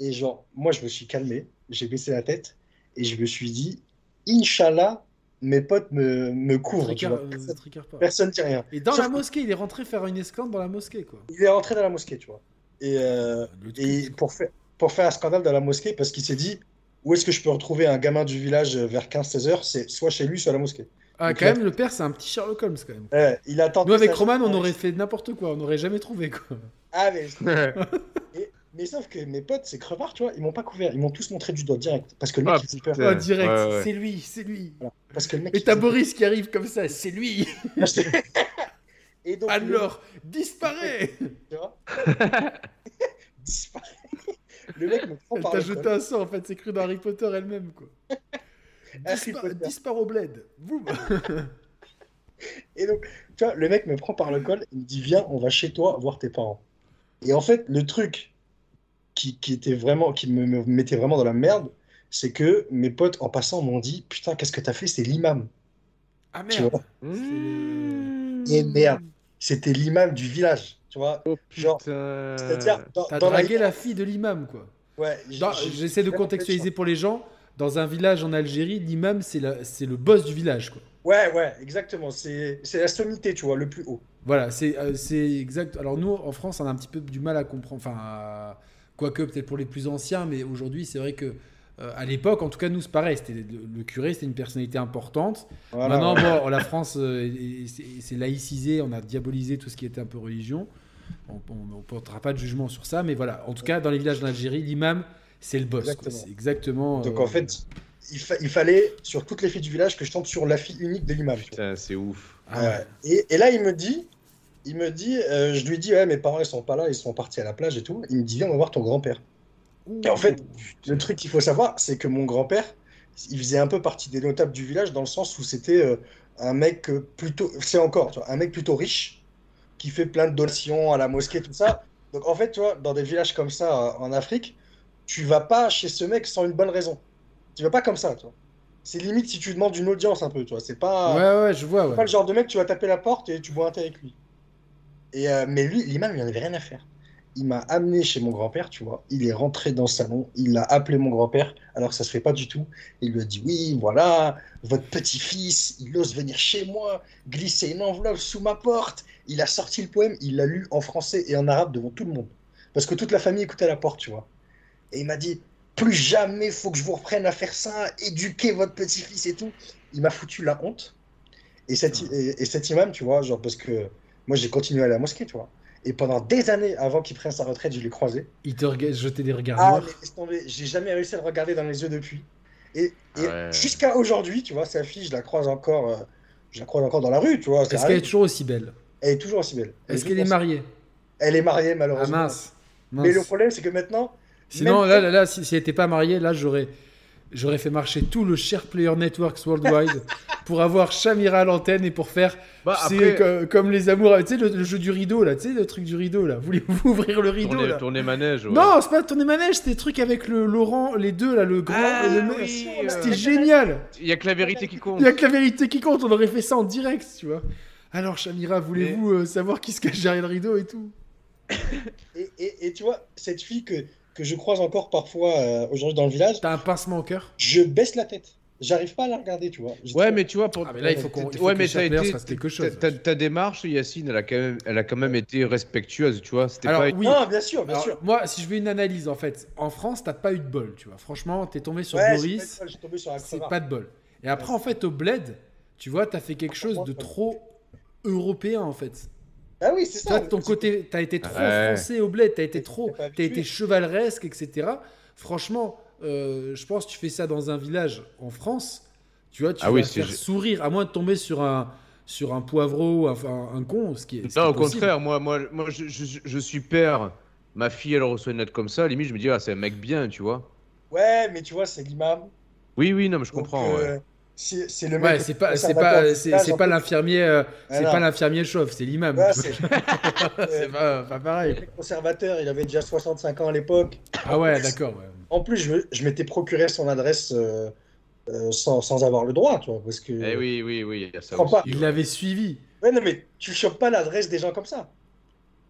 Et genre, moi je me suis calmé, j'ai baissé la tête et je me suis dit Inch'Allah, mes potes me, me couvrent. tu Tricard- vois. euh, Personne- tricard pas. Personne ne dit rien. Et dans Sauf la que- mosquée, il est rentré faire une esclandre dans la mosquée, quoi. Il est rentré dans la mosquée, tu vois. Et, euh, et pour, faire, pour faire un scandale dans la mosquée, parce qu'il s'est dit Où est-ce que je peux retrouver un gamin du village vers 15-16 heures C'est soit chez lui, soit à la mosquée. Ah, Donc, quand même, le père, c'est un petit Sherlock Holmes, quand même. Ouais, il a tenté Nous, avec sa- Roman, on aurait fait n'importe quoi, on n'aurait jamais trouvé, quoi. Ah, mais ah Et- mais sauf que mes potes, ces crevards, tu vois, ils m'ont pas couvert. Ils m'ont tous montré du doigt direct. Parce que le mec, Ah, il fait peur. Ah, direct, Ouais, ouais. c'est lui, c'est lui. Parce que le mec. Et il t'as fait Boris qui arrive comme ça, c'est lui. peur. Et donc, Alors, disparaît le mec, tu vois, disparaît. Le mec me prend Elle par t'a le jeté col. un sort, en fait, c'est cru dans Harry Potter elle-même, quoi. Harry Dispa- Potter. disparaît au bled. Boum Et donc, tu vois, le mec me prend par le col, il me dit Viens, on va chez toi voir tes parents. Et en fait, le truc qui, qui était vraiment, qui me, me mettait vraiment dans la merde, c'est que mes potes, en passant, m'ont dit Putain, qu'est-ce que t'as fait C'est l'imam. Ah Tu merde. Et merde, c'était l'imam du village, tu vois. Oh Genre, putain. C'est-à-dire, dans, Euh, T'as dans la- dragué la... fille de l'imam, quoi. Ouais, j'ai- Dans- j'ai- J'essaie de j'ai- contextualiser pour les gens. Dans un village en Algérie, l'imam, c'est la- c'est le boss du village, quoi. Ouais, ouais, exactement. C'est c'est la sommité, tu vois, le plus haut. Voilà, c'est euh, c'est exact. Alors nous, en France, on a un petit peu du mal à comprendre. Enfin, à- quoique peut-être pour les plus anciens, mais aujourd'hui, c'est vrai que euh, à l'époque, en tout cas, nous, c'est pareil. C'était le, le curé, c'était une personnalité importante. Voilà, Maintenant, ouais. Ah bon, la France, euh, est- est- c'est c'est laïcisé. On a diabolisé tout ce qui était un peu religion. On ne portera pas de jugement sur ça, mais voilà. En tout cas, dans les villages d'Algérie, l'imam, c'est le boss. quoi. Exactement. C'est exactement. Donc euh, en fait, il, fa- il fallait, sur toutes les filles du village, que je tombe sur la fille unique de l'imam. tu vois. Putain, c'est ouf. ah Ouais. ouais. Euh, Et, et là, il me dit, il me dit, euh, je lui dis, ouais, mes parents, ils sont pas là, ils sont partis à la plage et tout. Il me dit, viens, on va voir ton grand-père. euh, Et en fait, le truc qu'il faut savoir, c'est que mon grand-père, il faisait un peu partie des notables du village dans le sens où c'était euh, un mec euh, plutôt, c'est encore, tu vois, un mec plutôt riche qui fait plein de donations à la mosquée, tout ça. Donc en fait, tu vois, dans des villages comme ça euh, en Afrique, tu vas pas chez ce mec sans une bonne raison. Tu vas pas comme ça, tu vois. C'est limite si tu demandes une audience un peu, tu vois. C'est pas. ouais, ouais, je vois. C'est ouais. ah, pas le genre de mec, tu vas taper la porte et tu bois un thé avec lui. Et euh, mais lui, l'imam, il en avait rien à faire. Il m'a amené chez mon grand-père, tu vois. Il est rentré dans le salon, il a appelé mon grand-père, alors que ça se fait pas du tout. Il lui a dit Oui, voilà, votre petit-fils, il ose venir chez moi, glisser une enveloppe sous ma porte. Il a sorti le poème, il l'a lu en français et en arabe devant tout le monde. Parce que toute la famille écoutait à la porte, tu vois. Et il m'a dit Plus jamais faut que je vous reprenne à faire ça, éduquer votre petit-fils et tout. Il m'a foutu la honte. Et cet, i- et, et cet imam, tu vois, genre, parce que moi j'ai continué à aller à la mosquée, tu vois. Et pendant des années avant qu'il prenne sa retraite, je l'ai croisé. Il te rega- jetait des regards Ah, noirs. mais laisse tomber, j'ai jamais réussi à le regarder dans les yeux depuis. Et, et Ah ouais. jusqu'à aujourd'hui, tu vois, sa fille, je la croise encore, euh, je la croise encore dans la rue, tu vois. ça Est-ce qu'elle est arrive. toujours aussi belle Elle est toujours aussi belle. Est-ce toujours qu'elle est aussi- mariée Elle est mariée, Ah malheureusement. mince. mince. Mais le problème, c'est que maintenant, Sinon, même- là, là, là, si, si elle n'était pas mariée, là, j'aurais, j'aurais fait marcher tout le Share Player Networks Worldwide pour avoir Shamira à l'antenne et pour faire Bah, tu après, sais, euh, co- comme les amours. Tu sais, le, le jeu du rideau, là, tu sais, le truc du rideau, là. Voulez-vous ouvrir le rideau tourner, là tourner manège. ouais. Non, c'est pas tourner manège, c'était le truc avec le Laurent, les deux, là, le grand Ah, et le me- oui, C'était euh, génial Il y a que la vérité qui compte. Il n'y a que la vérité qui compte, on aurait fait ça en direct, tu vois. Alors, Shamira, voulez-vous euh, savoir qui se cache derrière le rideau et tout et, et- et tu vois, cette fille que, que je croise encore parfois euh, aujourd'hui dans le village, T'as un pincement au cœur je baisse la tête. J'arrive pas à la regarder, tu vois. J'ai Ouais, trop- mais tu vois, pour. Ah, mais là, il faut qu'on- il faut Ouais, que mais les ça a Sharpers été- fassent quelque ta- chose. ta- ta démarche, Yacine, elle a quand même, elle a quand même été respectueuse, tu vois. C'était Alors, pas. oui. Non, bien sûr, bien Alors, sûr. Moi, si je veux une analyse, en fait, en France, t'as pas eu de bol, tu vois. Franchement, t'es tombé sur Ouais, Boris, j'ai tombé sur la c'est crevard. pas de bol. Et après, en fait, au bled, tu vois, t'as fait quelque chose de trop européen, en fait. Ah oui, c'est ça. Toi, ton côté, t'as été trop Ouais. français au bled, t'as été trop, T'es pas t'as habitué. été chevaleresque, etc. Franchement, euh, je pense que tu fais ça dans un village en France, tu vois, tu Ah vas oui, c'est- faire sourire, à moins de tomber sur un sur un poivreau, enfin un con, ce qui est. ce qui Non, est au possible. contraire, moi, moi, moi je, je- je suis père. Ma fille, elle reçoit une lettre comme ça. Limite, je me dis, ah, c'est un mec bien, tu vois. Ouais, mais tu vois, c'est l'imam. Oui, oui, non, mais je comprends. Donc, ouais. euh, C'est c'est le mec. Ouais, c'est pas, le c'est conservateur pas, du c'est village, c'est en pas fait. l'infirmier, euh, c'est Ah, pas non. l'infirmier chauve, c'est l'imam. Ouais, c'est c'est pas, pas pareil. le conservateur, il avait déjà 65 ans à l'époque. Ah ouais, d'accord. ouais. En plus, je, me- je m'étais procuré son adresse euh, euh, sans, sans avoir le droit, tu vois, parce que. Eh oui, oui, oui, il y a ça Prends aussi. pas. Il l'avait suivi. Ouais, non, mais tu chopes pas l'adresse des gens comme ça.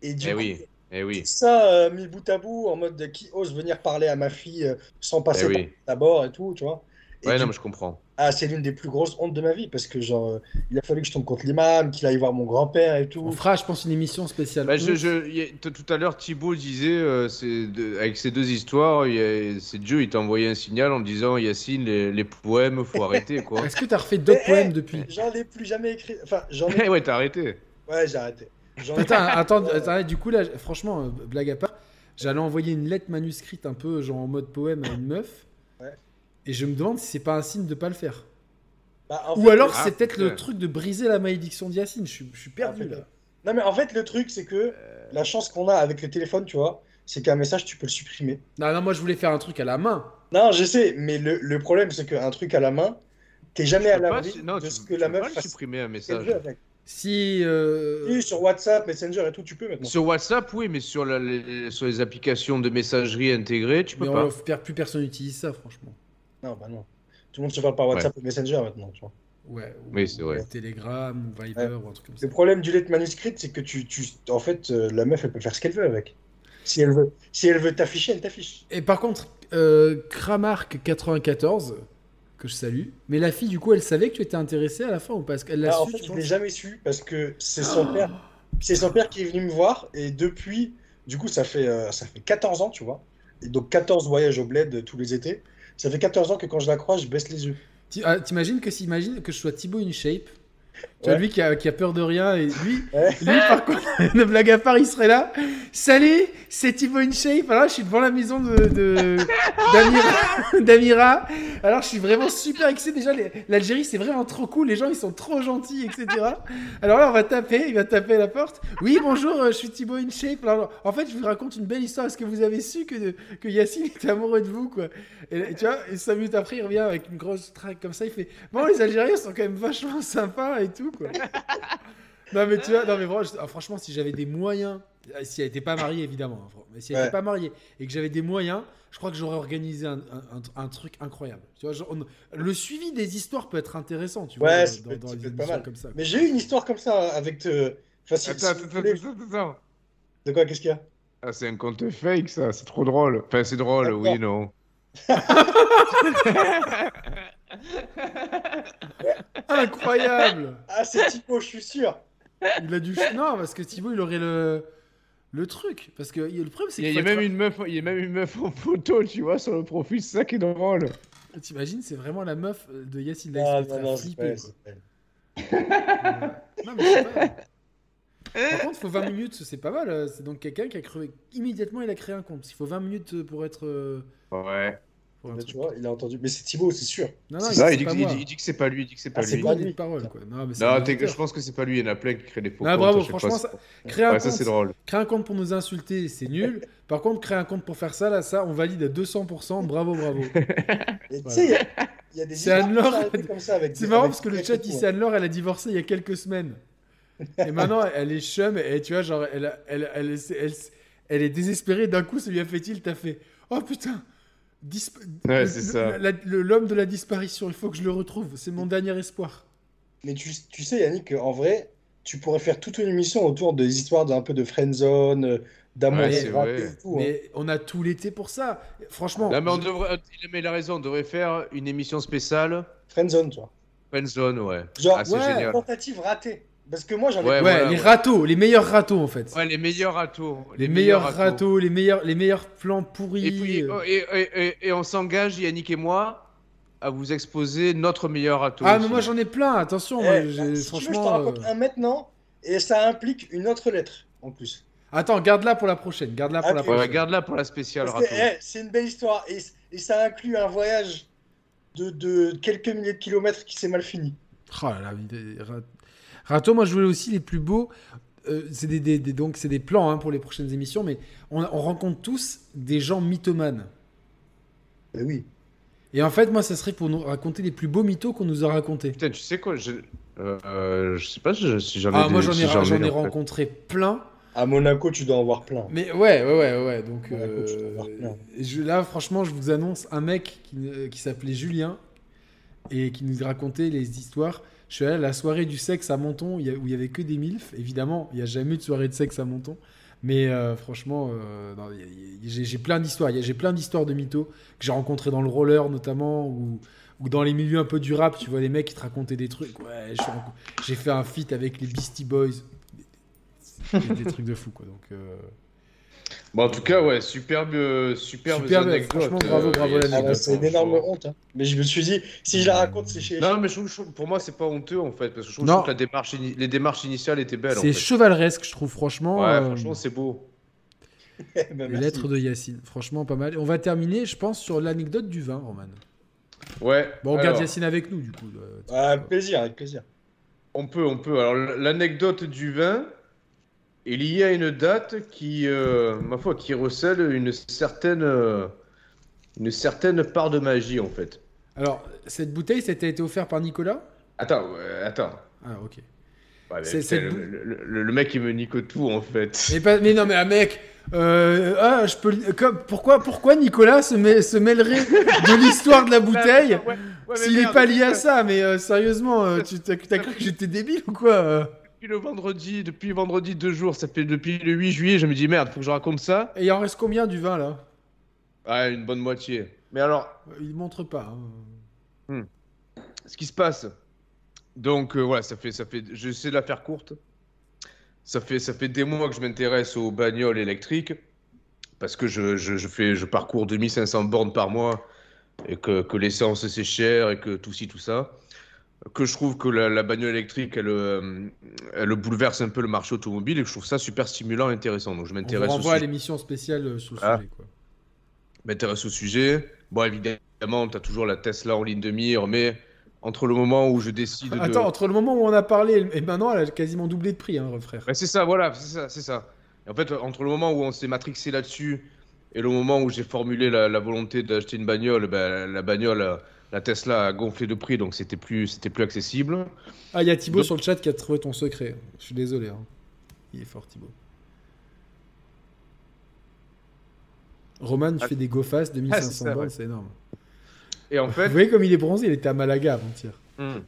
Et du Eh coup, oui, eh oui, tout ça euh, mis bout à bout, en mode de qui ose venir parler à ma fille euh, sans passer eh oui. par d'abord et tout, tu vois. Et Ouais, du non, mais je comprends. Ah, c'est l'une des plus grosses hontes de ma vie parce que genre euh, il a fallu que je tombe contre l'imam, qu'il aille voir mon grand-père et On tout. fera, je pense, une émission spéciale. Bah, je, je- y a- t- tout à l'heure, Thibaut disait, euh, c'est de- avec ces deux histoires, il y a- c'est Dieu, il t'a envoyé un signal en disant Yacine, les, les poèmes, faut arrêter, quoi. Est-ce que t'as refait d'autres Eh, poèmes eh, depuis J'en ai plus jamais écrit. Enfin, j'en ai. Eh ouais, t'as arrêté. Ouais, j'ai arrêté. J'en ai- Attends, attends, attends, du coup, là, franchement, euh, blague à part, j'allais envoyer une lettre manuscrite un peu genre en mode poème à une meuf. Ouais. Et je me demande si c'est pas un signe de pas le faire. Bah, en Ou fait, alors ah, c'est peut-être putain. le truc de briser la malédiction de Yacine. Je suis, je suis perdu en fait, euh, là. Non, mais en fait, le truc, c'est que Euh. la chance qu'on a avec le téléphone, tu vois, c'est qu'un message, tu peux le supprimer. Non, non, moi je voulais faire un truc à la main. Non, je sais, mais le, le problème, c'est qu'un truc à la main, T'es jamais à peux pas l'abri su- non, de tu- ce que tu la peux pas meuf le fasse. supprimer un Tu peux message. jouer avec. Si. euh, Oui, sur WhatsApp, Messenger et tout, tu peux maintenant. Sur WhatsApp, oui, mais sur, la- les, sur les applications de messagerie intégrées, tu peux mais on pas. va faire- plus personne n'utilise ça, franchement. Non, bah non. Tout le monde se parle par WhatsApp ou Messenger maintenant. Tu vois. Ouais. ou- Oui, c'est vrai. ou Telegram, ou Viber, Ouais. ou un truc comme ça. Le problème du lettre manuscrite, c'est que tu, tu, en fait, euh, la meuf, elle peut faire ce qu'elle veut avec. Si elle veut, si elle veut t'afficher, elle t'affiche. Et par contre, euh, Kramark94, que je salue, mais la fille, du coup, elle savait que tu étais intéressé à la fin ou pas Parce qu'elle l'a Ah, en su, fait, tu je penses l'ai jamais su parce que c'est son père, c'est son père qui est venu me voir et depuis, du coup, ça fait euh, ça fait 14 ans, tu vois. Et donc 14 voyages au bled euh, tous les étés. Ça fait 14 ans que quand je la croise, je baisse les yeux. Ti- ah, T'imagines que si- imagine que je sois Thibaut InShape tu vois, Ouais. lui qui a, qui a peur de rien, et lui, Ouais. lui par contre, ne blague à part, il serait là. Salut, c'est Thibaut InShape. Alors, je suis devant la maison de, de- d'Amira, d'Amira. Alors, je suis vraiment super excité. Déjà, les- l'Algérie, c'est vraiment trop cool. Les gens, ils sont trop gentils, etc. Alors là, on va taper, il va taper à la porte. Oui, bonjour, euh, je suis Thibaut InShape. Alors, en fait, je vous raconte une belle histoire. Est-ce que vous avez su que, que Yacine était amoureux de vous, quoi et, là, tu vois, et cinq minutes après, il revient avec une grosse traque comme ça. Il fait Bon, les Algériens sont quand même vachement sympas et tout, quoi. non, mais tu vois, non, mais vraiment, je- ah, franchement, si j'avais des moyens, ah, si elle n'était pas mariée, évidemment, hein, fran- mais si elle n'était Ouais. pas mariée et que j'avais des moyens, je crois que j'aurais organisé un, un- un- un truc incroyable. Tu vois, genre, on- le suivi des histoires peut être intéressant, tu vois, Ouais, dans- ça peut dans, être- dans ça les peut être pas émissions mal. comme ça. Mais j'ai eu une histoire comme ça avec. euh, enfin, si- Attends, si vous attends, voulez- attends, attends, attends. De quoi Qu'est-ce qu'il y a Ah, c'est un compte fake, ça, c'est trop drôle. Enfin, c'est drôle, oui, non. Incroyable Ah, c'est Thibaut, je suis sûr. Il a du. Non, parce que Thibaut, il aurait le, le truc. Parce que le problème, c'est Il y a, qu'il il y a faut être- même une meuf, il y a même une meuf en photo, tu vois, sur le profil, c'est ça qui est drôle. T'imagines, c'est vraiment la meuf de Yacine Laïs Ah, qui non, serait non, c'est flippée. pas elle, c'est pas elle. quoi. Non, mais c'est pas mal. Par contre, faut 20 minutes, c'est pas mal. euh, C'est donc quelqu'un qui a crevé. Immédiatement, il a créé un compte. Il faut 20 minutes euh, pour être. euh, Ouais. Pour un Bah, truc. tu vois, il a entendu. Mais c'est Thibaut, c'est sûr. Non, non, c'est Ah, Ça, c'est il dit, pas que- moi. il dit- il dit que c'est pas lui, il dit que c'est pas Ah, c'est lui. pas Thibaut, il dit lui. de parole, quoi. Non, mais c'est un Non, t'es- auditeur. je pense que c'est pas lui, il y en a plein qui créent des faux Non, comptes à bravo, chaque fois, franchement, c'est- ça, créer un Ouais, ça, compte, c'est drôle. créer un compte pour nous insulter, c'est nul. Par contre, créer un compte pour faire ça, là, ça, on valide à 200%. Bravo, bravo. Et tu sais, il y a- il y, a des C'est histoires Anne-Laure. qui sont arrêtées comme ça avec. C'est des- marrant avec parce que le des chat photos, il hein. sait Anne-Laure, elle a divorcé il y a quelques semaines. Et maintenant, elle est chum et tu vois, genre, elle, a- elle, elle, elle- elle- elle est désespérée. D'un coup, ça lui a fait il t'as fait Oh putain disp- Ouais, le- c'est le- ça. la- le- L'homme de la disparition, il faut que je le retrouve. C'est mon dernier espoir. Mais tu, tu sais, Yannick, en vrai, tu pourrais faire toute une émission autour des histoires d'un peu de friendzone, euh, d'amour Ouais, c'est raté vrai. et tout. hein. Mais on a tout l'été pour ça. Franchement, Non, mais on devrait, mais il a raison, on devrait faire une émission spéciale Friendzone, tu vois. Friendzone, ouais. Genre, Ah, c'est ouais. génial. tentative ratée. Parce que moi, j'en ai. ouais, Ouais, voilà, les ouais. râteaux, les meilleurs râteaux en fait. Ouais, les meilleurs râteaux. les, meilleurs râteaux, les meilleurs, les meilleurs plans pourris. Et, puis, oh, et, euh. et- et- et on s'engage, Yannick et moi, à vous exposer notre meilleur râteau. ah, aussi. mais moi j'en ai plein, attention. Eh, moi, bah, j'ai- si tu veux, je t'en franchement. raconte euh, un maintenant, et ça implique une autre lettre, en plus. Attends, garde-la pour la prochaine. Garde-la pour Ah, la ok. Ouais, prochaine. ouais, garde-la pour la spéciale Parce râteau. que, eh, c'est une belle histoire, et, et ça inclut un voyage de, de quelques milliers de kilomètres qui s'est mal fini. Oh là là, il est- Rat- Rato, moi je voulais aussi les plus beaux. euh, c'est des, des- des- donc c'est des plans hein, pour les prochaines émissions, mais on, on rencontre tous des gens mythomanes. Bah Ben oui. Et en fait, moi, ça serait pour nous raconter les plus beaux mythos qu'on nous a racontés. Putain, tu sais quoi je... euh, euh, je sais pas si je- si j'en ai Ah, moi, des- j'en si ai, j'en ai en fait. rencontré plein. À Monaco, tu dois en voir plein. Mais ouais, ouais, ouais, ouais. Donc Ouais, euh, écoute, je te marque, non. je- là, franchement, je vous annonce un mec qui, ne- qui s'appelait Julien et qui nous racontait les histoires. Je suis allé à la soirée du sexe à Menton il y a- où il y avait que des milfs. Évidemment, il n'y a jamais eu de soirée de sexe à Menton. Mais euh, franchement, euh, non, il y a- il y a- j'ai j'ai plein d'histoires. Il y a- J'ai plein d'histoires de mythos que j'ai rencontrés dans le roller notamment ou, ou dans les milieux un peu du rap. Tu vois les mecs qui te racontaient des trucs. Ouais, je suis renco- j'ai fait un feat avec les Beastie Boys. Des, des trucs de fou quoi. Donc. euh, Bon, Bah, en tout cas, ouais, superbe, euh, superbe, Superbe, anecdote. euh, franchement, bravo, bravo, yes, l'anecdote. Ah, bah, c'est une énorme franchement. honte. hein. Mais je me suis dit, si je la raconte, c'est chez les Non, mais je trouve, je trouve- pour moi, c'est pas honteux en fait, parce que je trouve, je Non. trouve que la démarche, ini- les démarches initiales étaient belles. en C'est fait. chevaleresque, je trouve, franchement. Ouais, euh, franchement, c'est beau. Eh ben, les merci. lettres de Yacine, franchement, pas mal. Et on va terminer, je pense, sur l'anecdote du vin, Roman. Ouais. Bon, on alors, garde Yacine avec nous, du coup. euh, Ouais, Ah, avec plaisir, avec plaisir. On peut, on peut. Alors, l- l'anecdote du vin est liée à une date qui, euh, ma foi, qui recèle une certaine, euh, une certaine part de magie en fait. Alors, cette bouteille, ça t'a été offert par Nicolas Attends, euh, attends. Ah, ok. Ouais, mais C'est- putain, c'est le, bou- le- le- le mec, il me nique tout, en fait. Mais, pas- mais non, mais ah, mec, euh, ah, je peux, le- comme- pourquoi, pourquoi Nicolas se, mêle- se mêlerait de l'histoire de la bouteille Ouais, ouais, mais s'il est merde, pas lié à ça Mais euh, sérieusement, euh, tu t'as t'as ça cru que j'étais débile ou quoi euh Depuis le vendredi, depuis vendredi deux jours, ça fait depuis le 8 juillet, je me dis merde, faut que je raconte ça. Et il en reste combien du vin là Ah, une bonne moitié. Mais alors, Il montre pas. hein. ce qui se passe. Donc euh, voilà, ça fait, ça fait, j'essaie de la faire courte. Ça fait, ça fait des mois que je m'intéresse aux bagnoles électriques parce que je, je, je fais, je parcours 2500 bornes par mois et que, que l'essence c'est cher et que tout ci tout ça. Que je trouve que la, la bagnole électrique elle, euh, elle bouleverse un peu le marché automobile et que je trouve ça super stimulant et intéressant. Donc je On vous m'intéresse. au renvoie à sujet l'émission spéciale euh, sur le Ah. sujet. Quoi. m'intéresse au sujet. Bon, évidemment, tu as toujours la Tesla en ligne de mire, mais entre le moment où je décide de... Attends, entre le moment où on a parlé et le- et maintenant, elle a quasiment doublé de prix, hein, frère. Ouais, c'est ça, voilà, c'est ça, c'est ça. Et en fait, entre le moment où on s'est matrixé là-dessus et le moment où j'ai formulé la, la volonté d'acheter une bagnole, ben, la bagnole, euh, la Tesla a gonflé de prix, donc c'était plus, c'était plus accessible. Ah, il y a Thibaut Donc- sur le chat qui a trouvé ton secret. Je suis désolé. hein. Il est fort, Thibaut. Roman, tu Ah. fais des go fast, 2500 Ah, c'est ça, balles, ouais. c'est énorme. Et en fait, Vous voyez comme il est bronzé, il était à Malaga avant-hier. Hmm.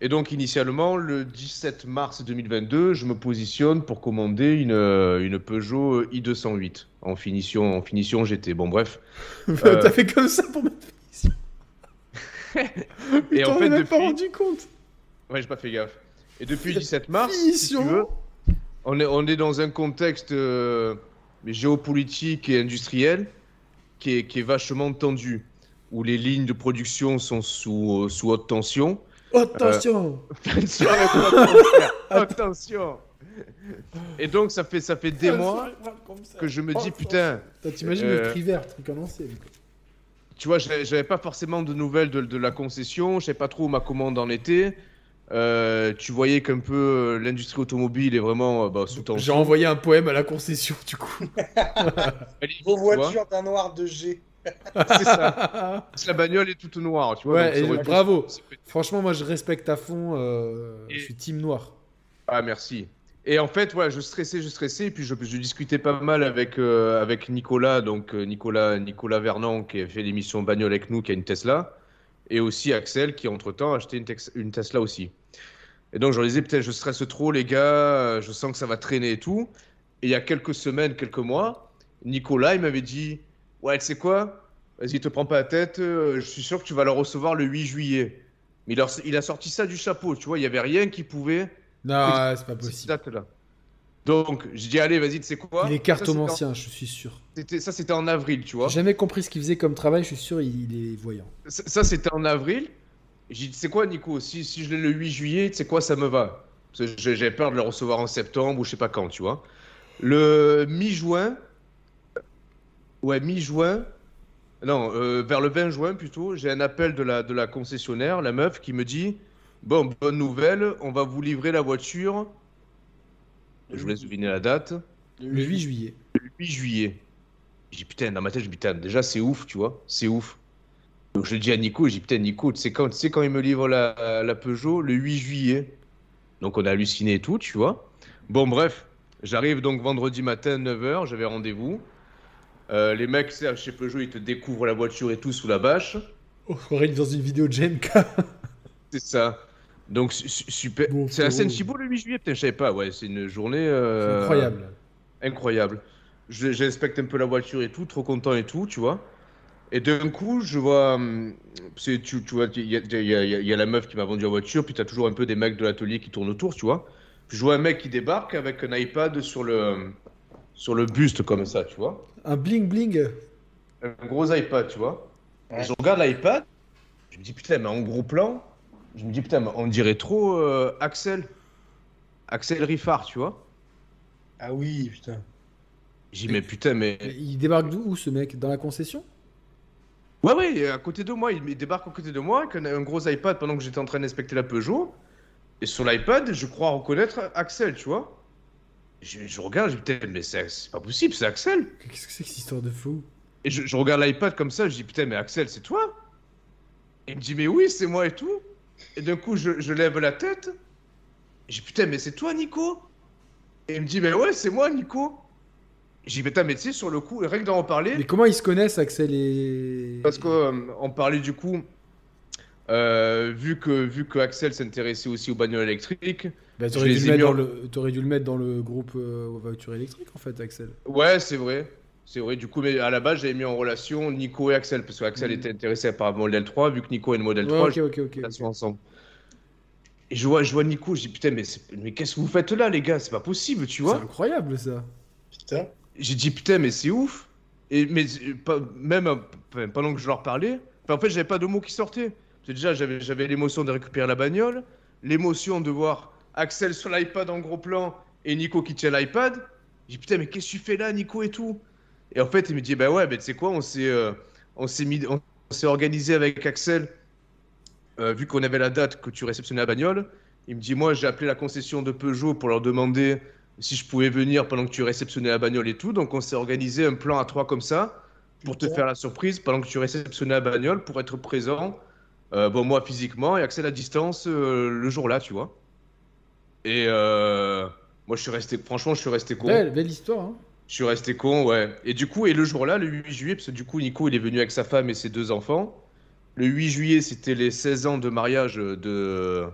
Et donc, initialement, le 17 mars 2022, je me positionne pour commander une, euh, une Peugeot i208 en finition, en finition GT. Bon, bref. Euh. T'as fait comme ça pour ma finition. Et Putain, en on fait, est même pas depuis- rendu compte. Ouais, j'ai pas fait gaffe. Et depuis le 17 mars, si tu Finition. veux, on est, on est dans un contexte euh, géopolitique et industriel qui est, qui est vachement tendu, où les lignes de production sont sous, euh, sous haute tension. Oh, Attention euh, Attention, attention, attention. Et donc ça fait ça fait des mois que je me dis putain, Putain, T'imagines le Euh. prix vert, le truc commencé. tu vois, j'avais j'avais pas forcément de nouvelles de, de la concession, je sais pas trop où ma commande en était. Euh, tu voyais qu'un peu euh, l'industrie automobile est vraiment euh, bah, sous J'ai tension. envoyé un poème à la concession, du coup. Elle est- Vos tu vois, voitures d'un noir de G. c'est ça. La bagnole est toute noire, tu vois. Ouais, donc ça et aurait pu- bravo. Franchement, moi, je respecte à fond. euh, Et- Je suis team noir. Ah, merci. Et en fait, voilà, je stressais, je stressais, et puis je, je discutais pas mal avec, euh, avec Nicolas, donc euh, Nicolas, Nicolas Vernon, qui a fait l'émission Bagnole avec nous, qui a une Tesla, et aussi Axel, qui entre-temps a acheté une, Tex- une Tesla aussi. Et donc, je leur disais, peut-être, je stresse trop, les gars, euh, je sens que ça va traîner et tout. Et il y a quelques semaines, quelques mois, Nicolas, il m'avait dit, ouais, tu sais quoi, vas-y, te prends pas la tête, euh, je suis sûr que tu vas le recevoir le 8 juillet. Mais il a, il a sorti ça du chapeau, tu vois, il y avait rien qui pouvait Non, c'est pas cette possible. date-là. Donc, je dis, allez, vas-y, tu sais quoi Il est Ça, c'était cartomancien, je suis sûr. en- c'était- Ça, c'était en avril, tu vois. J'ai jamais compris ce qu'il faisait comme travail, je suis sûr, il il est voyant. Ça, ça, c'était en avril. J'ai dit, tu sais quoi, Nico, si, si je l'ai le 8 juillet, tu sais quoi, ça me va. Parce que j'ai- j'ai peur de le recevoir en septembre ou je sais pas quand, tu vois. Le mi-juin, ouais, mi-juin, non, euh, vers le 20 juin plutôt, j'ai un appel de la, de la concessionnaire, la meuf, qui me dit, bon, bonne nouvelle, on va vous livrer la voiture. Je vous laisse deviner la date. Le 8 juillet. 8 juillet. J'ai dit, putain, dans ma tête, je me dis, putain, déjà, c'est ouf, tu vois, c'est ouf. Donc je le dis à Nico, j'ai dit, putain, Nico, tu sais quand, tu sais quand il me livre la, la Peugeot Le 8 juillet. Donc on a halluciné et tout, tu vois. Bon, bref, j'arrive donc vendredi matin, 9h, j'avais rendez-vous. Euh, les mecs, tu sais, chez Peugeot, ils te découvrent la voiture et tout sous la bâche. On croirait Oh, dans une vidéo de GMK. C'est ça. Donc, su- su- super. Bon, c'est la frérot. Seine-Thibault le 8 juillet, peut-être, je savais pas. Ouais, c'est une journée. euh, Incroyable. incroyable. Je- J'inspecte un peu la voiture et tout, trop content et tout, tu vois. Et d'un coup, je vois, hum, c'est- tu, tu vois, il y, a- il y a- il y a- il y a la meuf qui m'a vendu la voiture, puis tu as toujours un peu des mecs de l'atelier qui tournent autour, tu vois. Puis je vois un mec qui débarque avec un iPad sur le, sur le buste comme ça, tu vois. Un bling bling. Un gros iPad, tu vois. Ouais. Je regarde l'iPad, je me dis putain, mais en gros plan, je me dis putain, mais on dirait trop euh, Axel, Axel Riffard, tu vois. Ah oui, putain. J'ai dit mais putain, mais Mais Il débarque d'où où, ce mec Dans la concession Ouais, ouais, à côté de moi, il il débarque à côté de moi avec un, un gros iPad pendant que j'étais en train d'inspecter la Peugeot. Et sur l'iPad, je crois reconnaître Axel, tu vois. Je, je regarde, je dis putain, mais c'est c'est pas possible, c'est Axel. Qu'est-ce que c'est que cette histoire de fou Et je, je regarde l'iPad comme ça, je dis putain, mais Axel, c'est toi Il me dit, mais oui, c'est moi et tout. Et d'un coup, je, je lève la tête. J'ai dit, putain, mais c'est toi, Nico Et il me dit, mais ouais, c'est moi, Nico. J'ai dit, putain, mais tu sais, sur le coup, rien que d'en parler, Mais comment ils se connaissent, Axel et. parce qu'on parlait du coup, euh, vu, que, vu que Axel s'intéressait aussi aux bagnoles électriques, Bah, je t'aurais, dû le mettre les ai mis dans en- le... t'aurais dû le mettre dans le groupe euh, aux voitures électriques, en fait, Axel. Ouais, c'est vrai. C'est vrai. Du coup, mais à la base, j'avais mis en relation Nico et Axel, parce que Axel Mhm. était intéressé par le modèle 3, vu que Nico est le modèle Ouais, 3, ok, ok, ok. je ensemble. Et je vois, je vois Nico, je dis putain, mais, c'est- mais qu'est-ce que vous faites là, les gars? C'est pas possible, tu C'est vois? incroyable, ça. Putain. J'ai dit putain, mais c'est ouf. Et mais euh, pas- même euh, p- pendant que je leur parlais, enfin, en fait, j'avais pas de mots qui sortaient. Parce que déjà, j'avais j'avais l'émotion de récupérer la bagnole, l'émotion de voir Axel sur l'iPad en gros plan et Nico qui tient l'iPad. J'ai dit putain, mais qu'est-ce que tu fais là, Nico et tout. Et en fait, il me dit bah ouais, ben tu sais quoi, on s'est euh, on s'est mis on s'est organisé avec Axel euh, vu qu'on avait la date que tu réceptionnais la bagnole. Il me dit moi, j'ai appelé la concession de Peugeot pour leur demander si je pouvais venir pendant que tu réceptionnais la bagnole et tout. Donc on s'est organisé un plan à trois comme ça pour te Putain. faire la surprise pendant que tu réceptionnais la bagnole pour être présent. euh, bon, moi physiquement et accès à la distance euh, le jour-là, tu vois. Et euh, moi je suis resté, franchement, je suis resté con. Belle, belle histoire, hein. Je suis resté con, ouais. Et du coup, et le jour-là, le 8 juillet, parce que du coup, Nico, il est venu avec sa femme et ses deux enfants. Le 8 juillet, c'était les 16 ans de mariage de. De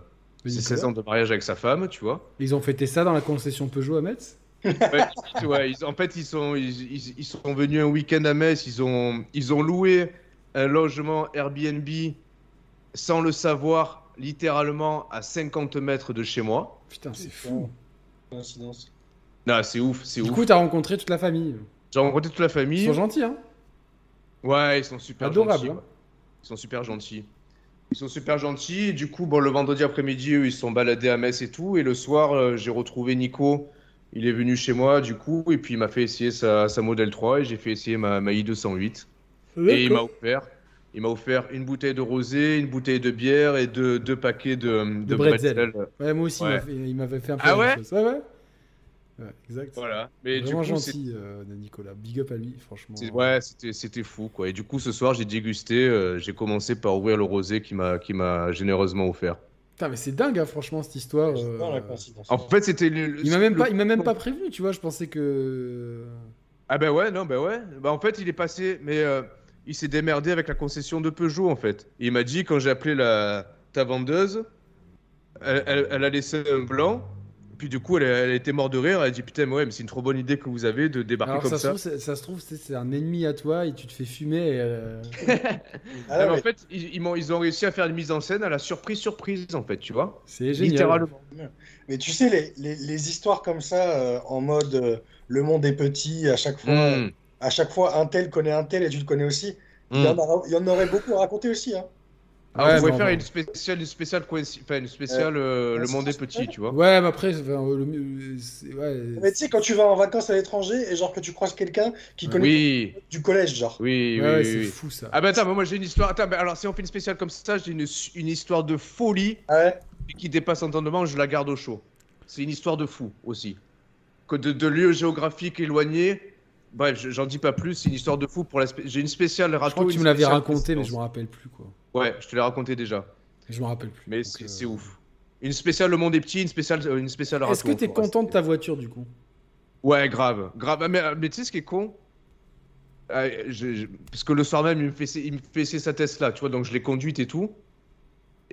Ses Nicolas. 16 ans de mariage avec sa femme, tu vois. Ils ont fêté ça dans la concession Peugeot à Metz Ouais, ils- ouais, ils- en fait, ils sont, ils, ils- ils sont venus un week-end à Metz. Ils ont, ils ont loué un logement Airbnb sans le savoir, littéralement à 50 mètres de chez moi. Putain, c'est fou. Coïncidence. Non, c'est ouf, c'est Du ouf. coup, t'as rencontré toute la famille. J'ai rencontré toute la Ils famille. sont gentils, hein. Ouais, ils sont super Adorables, gentils. hein. ouais. Ils sont super gentils. Ils sont super gentils. Et du coup, bon, le vendredi après-midi, eux, ils se sont baladés à Metz et tout. Et le soir, euh, j'ai retrouvé Nico. Il est venu chez moi, du coup, et puis il m'a fait essayer sa, sa Model 3 et j'ai fait essayer ma, ma i208. Et il m'a offert, il m'a offert une bouteille de rosé, une bouteille de bière et deux, deux paquets de, de, bretzel. bretzel. Ouais, moi aussi, il m'a Ouais. fait- il m'avait fait un peu Ah la même ouais chose. Ouais, ouais. Ouais, exact. Voilà. Mais du Vraiment coup, c'est- gentil, euh, de Nicolas. Big up à lui, franchement. c'est- ouais, c'était, c'était fou, quoi. Et du coup, ce soir, j'ai dégusté. euh, j'ai commencé par ouvrir le rosé qui m'a, qui m'a généreusement offert. Putain, mais c'est dingue, hein, franchement, cette histoire. euh, Non, la coïncidence. En fait, c'était le. le- Il m'a même le- pas, il m'a même pas prévenu, tu vois. Je pensais que. Ah bah ouais, non, bah ouais. Bah en fait, il est passé, mais euh, il s'est démerdé avec la concession de Peugeot, en fait. Il m'a dit, quand j'ai appelé la... ta vendeuse, elle, elle- elle a laissé un blanc. Puis du coup, elle, a- elle était morte de rire. Elle a dit, putain, mais ouais, mais c'est une trop bonne idée que vous avez de débarquer Alors comme ça, ça. se trouve, c'est- ça se trouve, c'est c'est un ennemi à toi et tu te fais fumer. Et, euh, Ah, Ah, mais ouais, En fait, ils, ils m'ont- ils ont réussi à faire une mise en scène à la surprise, surprise, en fait, tu vois. C'est génial. Littéralement. Mais tu sais, les, les, les histoires comme ça, euh, en mode euh, le monde est petit, à chaque fois, Mm, à chaque fois un tel connaît un tel et tu le connais aussi. Il, mm. y en aura- il y en aurait beaucoup à raconter aussi. Hein. Ah, Ouais, on pourrait non, faire non. une spéciale, une spéciale, coïnci- enfin, une spéciale euh, Le c'est Monde ça, est c'est petit, tu vois. Ouais, mais après, enfin, euh, le mieux, euh, c'est- ouais, Mais tu sais, quand tu vas en vacances à l'étranger et genre que tu croises quelqu'un qui connaît Oui, du collège, genre. oui, oui. ouais, oui, c'est oui. fou ça. Ah bah attends, mais moi j'ai une histoire. Attends, bah alors si on fait une spéciale comme ça, j'ai une, une histoire de folie Ah ouais. qui dépasse entendement, je la garde au chaud. C'est une histoire de fou aussi. Que de, de lieux géographiques éloignés. Bref, je- j'en dis pas plus, c'est une histoire de fou pour la spé- J'ai une spéciale je crois râteau. que tu une me l'avais spéciale raconté, mais je présidence. m'en rappelle plus quoi. Ouais, je te l'ai raconté déjà. Je m'en rappelle plus. Mais donc, c'est euh, c'est ouf. Une spéciale Le Monde est Petit, une spéciale, euh, une spéciale râteau. Est-ce que t'es encore, content de c'était- ta voiture du coup Ouais, grave. grave. Ah, Mais, ah, mais tu sais ce qui est con Ah, je- je- Parce que le soir même, il me fait, essayer- il me fait essayer sa Tesla, tu vois, donc je l'ai conduite et tout.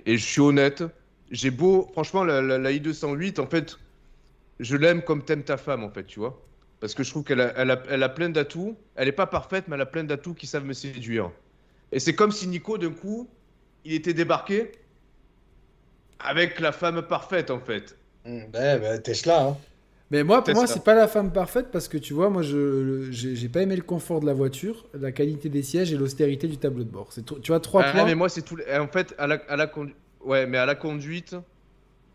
Et je suis honnête, j'ai beau. Franchement, la, la- la i208, en fait, je l'aime comme t'aimes ta femme, en fait, tu vois. Parce que je trouve qu'elle a, elle a- elle a plein d'atouts. Elle est pas parfaite, mais elle a plein d'atouts qui savent me séduire. Et c'est comme si Nico, d'un coup, il était débarqué avec la femme parfaite, en fait. Mm, bah, bah, Tesla, hein. Mais moi, pour moi, Tesla. c'est pas la femme parfaite parce que tu vois, moi, je le- j'ai j'ai pas aimé le confort de la voiture, la qualité des sièges et l'austérité du tableau de bord. C'est tro- tu vois trois Ah, points. mais moi, c'est tout. le- En fait, à la, à la condu- Ouais, mais à la conduite.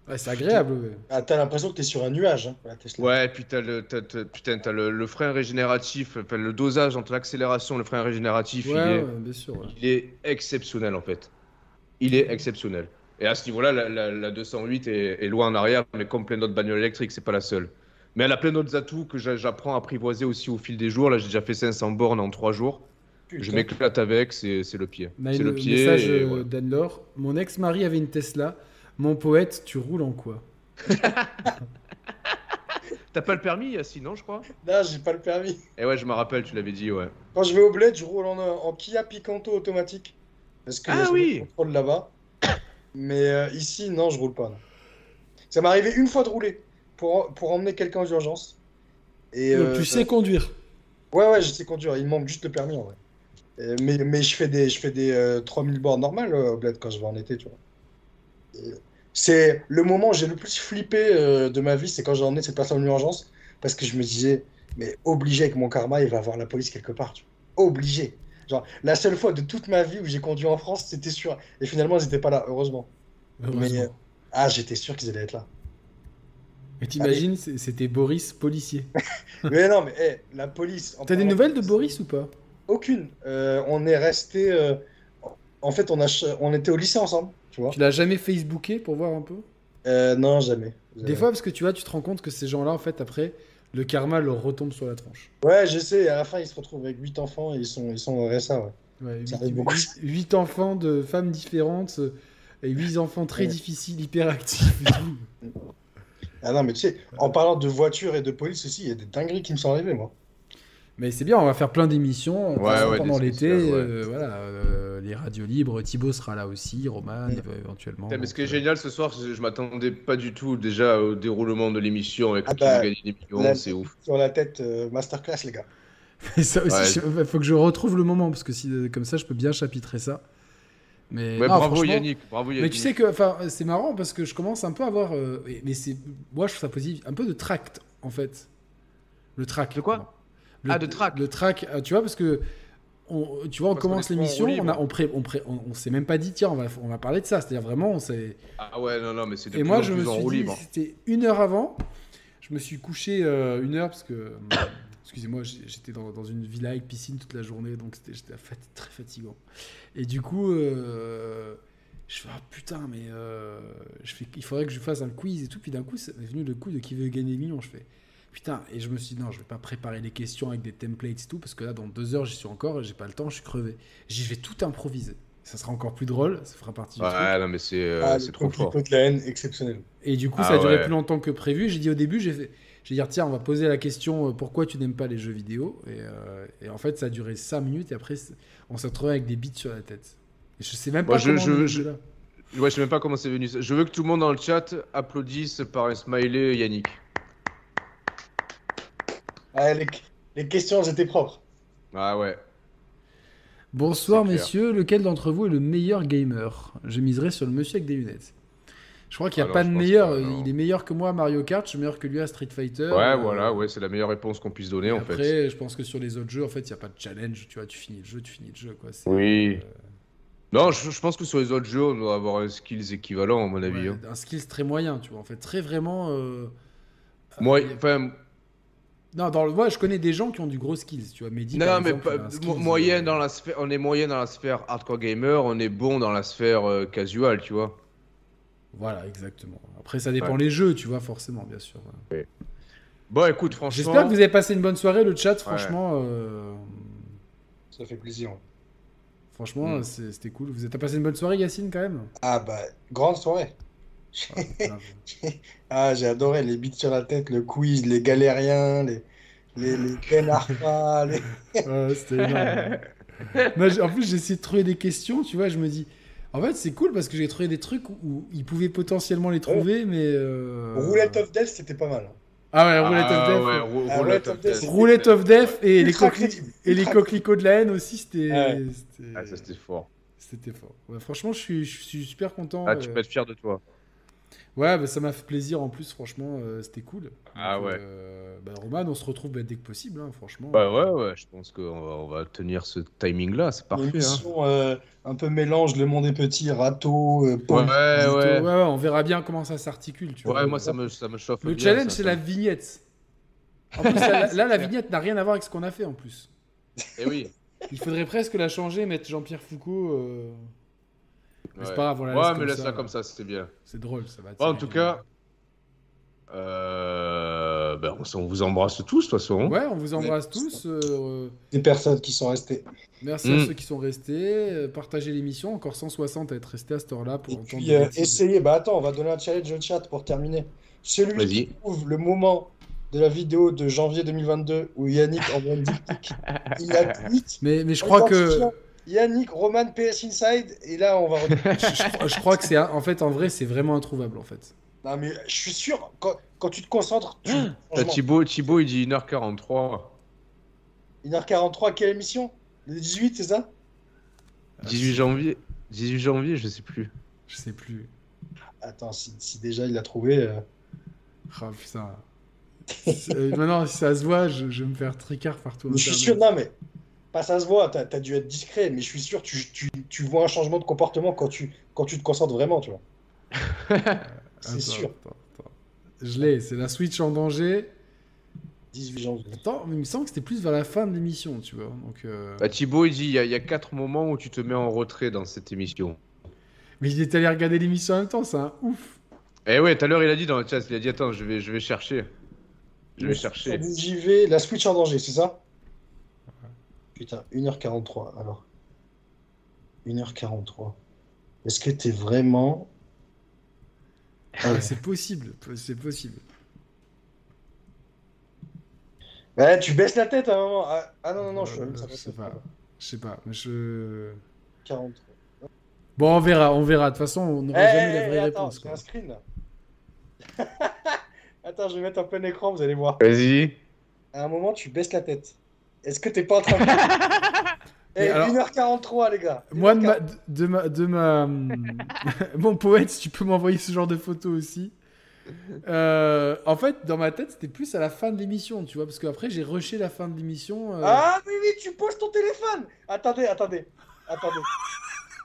Ouais, c'est agréable. ouais. Ah, t'as l'impression que t'es sur un nuage, hein, la Tesla. Ouais, puis t'as le, t'as- t'as- putain, t'as le, le frein régénératif, enfin, le dosage entre l'accélération et le frein régénératif, Ouais, il, est, ouais, bien sûr. ouais. il est exceptionnel en fait. Il est exceptionnel. Et à ce niveau-là, la, la- la 208 est, est loin en arrière, mais comme plein d'autres bagnoles électriques, c'est pas la seule. Mais elle a plein d'autres atouts que j'a- j'apprends à apprivoiser aussi au fil des jours. Là, j'ai déjà fait 500 bornes en 3 jours. Je m'éclate avec, c'est c'est le pied. Maël, C'est le pied. message et euh, voilà. d'Anne-Laure. Mon ex-mari avait une Tesla. Mon poète, tu roules en quoi T'as pas le permis, Yacine, non, je crois Là, j'ai pas le permis. Et ouais, je me rappelle, tu l'avais dit, ouais. Quand je vais au bled, je roule en, en Kia Picanto automatique. Parce que Ah je oui. me contrôle là-bas. Mais euh, ici, non, je roule pas. non. Ça m'est arrivé une fois de rouler pour, pour emmener quelqu'un aux urgences. Et, Donc, euh, Tu sais conduire. Ouais, ouais, je sais conduire. Il me manque juste le permis, en vrai. Euh, mais, mais je fais des, je fais des euh, 3000 bornes normales euh, au bled quand je vais en été, tu vois. Et C'est le moment où j'ai le plus flippé euh, de ma vie, c'est quand j'ai emmené cette personne en urgence, parce que je me disais, mais obligé avec mon karma, il va voir la police quelque part, tu vois. Obligé. Genre, la seule fois de toute ma vie où j'ai conduit en France, c'était sûr. Et finalement, ils n'étaient pas là, heureusement. Mais, euh, Heureusement. ah, j'étais sûr qu'ils allaient être là. Mais t'imagines, c'est- c'était Boris, policier. Mais non, mais hé, la police. en T'as des parlant nouvelles de police- Boris ou pas Aucune. Euh, on est resté. euh, En fait, on, a... ch- on était au lycée ensemble, tu vois. Tu l'as jamais Facebooké pour voir un peu Euh, non, jamais. Jamais. Des fois, parce que tu vois, tu te rends compte que ces gens-là, en fait, après, le karma leur retombe sur la tranche. Ouais, je sais. À la fin, ils se retrouvent avec 8 enfants et ils sont, ils sont au RSA, ouais. Ouais, Ça arrive beaucoup. 8, enfants de femmes différentes euh, et 8 enfants très Ouais. difficiles, hyperactifs. et tout. Ah non, mais tu sais, en parlant de voiture et de police aussi, il y a des dingueries qui me sont arrivées, moi. Mais c'est bien, on va faire plein d'émissions en Ouais, passant ouais, pendant des l'été. spéciales, ouais. euh, voilà, euh, les radios libres. Thibaut sera là aussi, Roman Mm. euh, éventuellement. Putain, mais ce donc, qui est euh, génial ce soir, c'est que je m'attendais pas du tout déjà au déroulement de l'émission avec Ah le qui bah, va gagner des millions, la- c'est ouf. Sur la tête, euh, masterclass, les gars. mais ça aussi, Ouais. je- faut que je retrouve le moment parce que si, euh, comme ça, je peux bien chapitrer ça. Mais Ouais, non, bravo franchement, Yannick, bravo Yannick. Mais tu sais que, enfin, c'est marrant parce que je commence un peu à avoir, euh, et- mais c'est, moi je trouve ça positif, un peu de tract en fait. Le tract. De quoi pardon. Le- Ah, de tract. Le tract, euh, tu vois, parce que, on, tu vois, on Parce qu'on commence est souvent l'émission, au libre. on, a- on, pré- on, pré- on, on s'est même pas dit, tiens, on va, on va parler de ça. C'est-à-dire vraiment, on s'est. Ah ouais, non, non, mais c'est de Et plus moi en je me plus en roue suis dit, libre. c'était une heure avant, je me suis couché euh, une heure parce que, euh, excusez-moi, j'ai- j'étais dans, dans une villa avec piscine toute la journée, donc c'était- j'étais fat- très fatigant. Et du coup, euh, je fais, ah putain, mais euh, je fais, il faudrait que je fasse un quiz et tout. Puis d'un coup, c'est venu le coup de qui veut gagner des millions. Je fais, putain, et je me suis dit, non, je vais pas préparer les questions avec des templates et tout, parce que là, dans deux heures, j'y suis encore, et j'ai pas le temps, je suis crevé. J'y vais tout improviser. Ça sera encore plus drôle, ça fera partie du truc. Ouais, non, mais c'est euh, Ah, c'est le trop fort. coquelicot de la haine, exceptionnel. Et du coup, Ah ça a duré ouais. plus longtemps que prévu. J'ai dit au début, j'ai fait, j'ai dit, tiens, on va poser la question euh, pourquoi tu n'aimes pas les jeux vidéo. Et, euh, et en fait, ça a duré 5 minutes. Et après, c'est- on s'est retrouvé avec des bits sur la tête. Et je sais même Moi, pas je- comment on je- est venu je- là. Ouais, je sais même pas comment c'est venu. ça. Je veux que tout le monde dans le chat applaudisse par un smiley Yannick. Ah, les... les questions, elles étaient propres. Ah ouais. Bonsoir, C'est clair. messieurs. Lequel d'entre vous est le meilleur gamer Je miserai sur le monsieur avec des lunettes. Je crois qu'il n'y a pas Ah non, je de pense meilleur. pas, non. il est meilleur que moi à Mario Kart. Je suis meilleur que lui à Street Fighter. Ouais, Euh, voilà, ouais, c'est la meilleure réponse qu'on puisse donner en après, fait. je pense que sur les autres jeux, en fait, il n'y a pas de challenge. Tu vois, tu finis le jeu, tu finis le jeu. Quoi. C'est- Oui. euh, Non, je, je pense que sur les autres jeux, on doit avoir un skills équivalent, à mon avis. Ouais, hein. Un skill très moyen, tu vois. En fait, très vraiment. euh, hein. Moi, euh, enfin, non, dans le moi, je connais des gens qui ont du gros skills, tu vois. Mehdi, Non, par mais exemple, pas- il a un skill, mo- hein. moyen euh, dans la sphère, on est moyen dans la sphère hardcore gamer, on est bon dans la sphère euh, casual, tu vois. Voilà, exactement. Après, ça dépend les jeux, tu vois, forcément, bien sûr. Bon, écoute, franchement, J'espère que vous avez passé une bonne soirée, le chat. Franchement, euh, Ça fait plaisir. ouais. franchement, Mm. c'est- c'était cool. Vous êtes passé une bonne soirée, Yacine, quand même. Ah, bah, grande soirée. Ah, grave. Ah, j'ai adoré les bits sur la tête, le quiz, les galériens, les, les, les Ah. Ben Arfa, les- Ouais, c'était énorme. Non, j'ai- en plus, j'ai essayé de trouver des questions, tu vois, je me dis. En fait, c'est cool parce que j'ai trouvé des trucs où- où ils pouvaient potentiellement les trouver, mais. euh, Oh. Roulette of Death, c'était pas mal. hein. Ah ouais, Roulette Ah of Death. ouais, rou- Ah, roulette of death. Roulette of Death et les, Ultra coqueli- crédible, et les ultra coquelicots de la haine aussi, c'était Ouais. c'était- Ah, ça c'était fort. c'était fort. Ouais, franchement, je suis, je suis super content. Ah, tu euh. peux être fier de toi. Ouais, bah, ça m'a fait plaisir en plus, franchement, euh, c'était cool. Ah ouais. euh, bah, Roman, on se retrouve bah, dès que possible, hein, franchement. Bah ouais, ouais, je pense qu'on va, on va tenir ce timing-là, c'est Une parfait. Hein. émission, euh, un peu mélange, Le Monde est Petit, Râteau, euh, Ouais, Paul. Plutôt- ouais, ouais. ouais, on verra bien comment ça s'articule. tu vois. moi ça me, ça me chauffe. Le bien, challenge, ça, c'est ça. la vignette. En plus, là, là, la vignette n'a rien à voir avec ce qu'on a fait en plus. Eh oui. Il faudrait presque la changer, mettre Jean-Pierre Foucault. euh, Mais c'est Ouais. pas grave, on la Ouais, laisse mais comme laisse ça, ça là. comme ça, c'est bien. C'est drôle, ça va. Bon, en attirer tout les- cas, euh, ben, on, s- on vous embrasse tous, de toute façon. Ouais, on vous embrasse Ouais. tous. euh, Des personnes qui sont restées. merci à Mm. ceux qui sont restés. euh, partagez l'émission. Encore 160 à être resté à cette heure-là pour Et entendre. puis, des euh, bêtises. essayez. Bah attends, on va donner un challenge au chat pour terminer. Celui Vas-y. qui trouve le moment de la vidéo de janvier 2022 où Yannick envoie une dick pic, il la tweet. Mais, mais je crois que Yannick, Roman, PS Inside, et là on va. je, je crois- je crois que c'est un- en fait en vrai c'est vraiment introuvable en fait. non mais je suis sûr, quand, quand tu te concentres, tu. bah, Euh, Là, Thibaut, Thibaut, il dit 1h43. 1h43, quelle émission Le 18, c'est ça 18 janvier. 18 janvier, je sais plus. Je sais plus. Attends, si, si déjà il l'a trouvé. euh, Ah putain. C'est- euh, Maintenant si ça se voit, je, je vais me faire tricard partout. Je suis sûr, Internet. non mais. Pas ça se voit, t'as as dû être discret, mais je suis sûr, tu, tu, tu vois un changement de comportement quand tu, quand tu te concentres vraiment, tu vois. Attends, c'est sûr. attends, attends. Je l'ai. C'est la Switch en danger. 18 janvier. Attends, mais il me semble que c'était plus vers la fin de l'émission, tu vois. Donc. euh, Bah, Thibaut, il dit il y, a- il y a quatre moments où tu te mets en retrait dans cette émission. Mais il est allé regarder l'émission en même temps, c'est un ouf. Eh ouais, tout à l'heure, il a dit dans le chat il a dit attends, je vais, je vais chercher. Je vais chercher. JV, la Switch en danger, c'est ça Putain, 1h43, alors. 1h43. Est-ce que t'es vraiment. Ah ouais. C'est possible, c'est possible. Ouais, Eh, tu baisses la tête à un moment. Ah, ah non, non, non, je suis Euh, même ça je passe sais pas. pas. Je sais pas, mais je. 43. Bon, on verra, on verra. De toute façon, on n'aura Eh, jamais la eh, vraie attends, réponse. c'est quoi. un screen là. attends, je vais mettre en plein écran, vous allez voir. Vas-y. À un moment, tu baisses la tête. Est-ce que t'es pas en train de. Eh, Mais alors- 1h43, les gars. Moi, de ma, de ma, de ma- euh, mon poète, si tu peux m'envoyer ce genre de photos aussi. Euh, en fait, dans ma tête, c'était plus à la fin de l'émission, tu vois, parce qu'après, j'ai rushé la fin de l'émission. euh, Ah oui, oui, tu poses ton téléphone Attendez, attendez, attendez.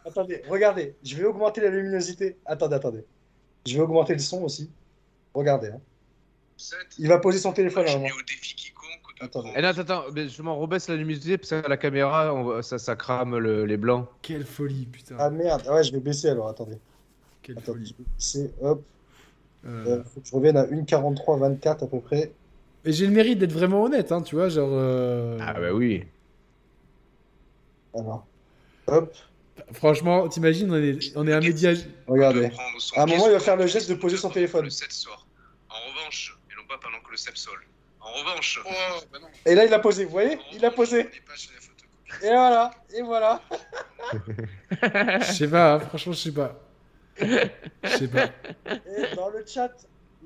attendez, regardez, je vais augmenter la luminosité. Attendez, attendez. Je vais augmenter le son aussi. Regardez. hein. Il va poser son téléphone à un moment. au défi quiconque de Attendez. Eh non, attends, attends, mais je m'en rebaisse la luminosité parce que la caméra, on- ça, ça crame le- les blancs. Quelle folie, putain. Ah merde, ah ouais, je vais baisser alors, attendez. Quelle attendez. folie. C'est hop, Euh, euh, faut que je revienne à 1,43-24 à peu près. Et j'ai le mérite d'être vraiment honnête, hein, tu vois, genre. euh, Ah bah oui. Alors, hop, Franchement, t'imagines, on est, on est un média. regardez. prendre son À un moment, casque il va faire le geste de pendant poser son que téléphone. Le 7 sort. En revanche, et non pas pendant que le 7 sort. En revanche. Oh, bah non. Et là, il l'a posé, vous voyez Il l'a posé. Et voilà, et voilà. Je sais pas, hein, franchement, je sais pas. Je sais pas. Et dans le chat,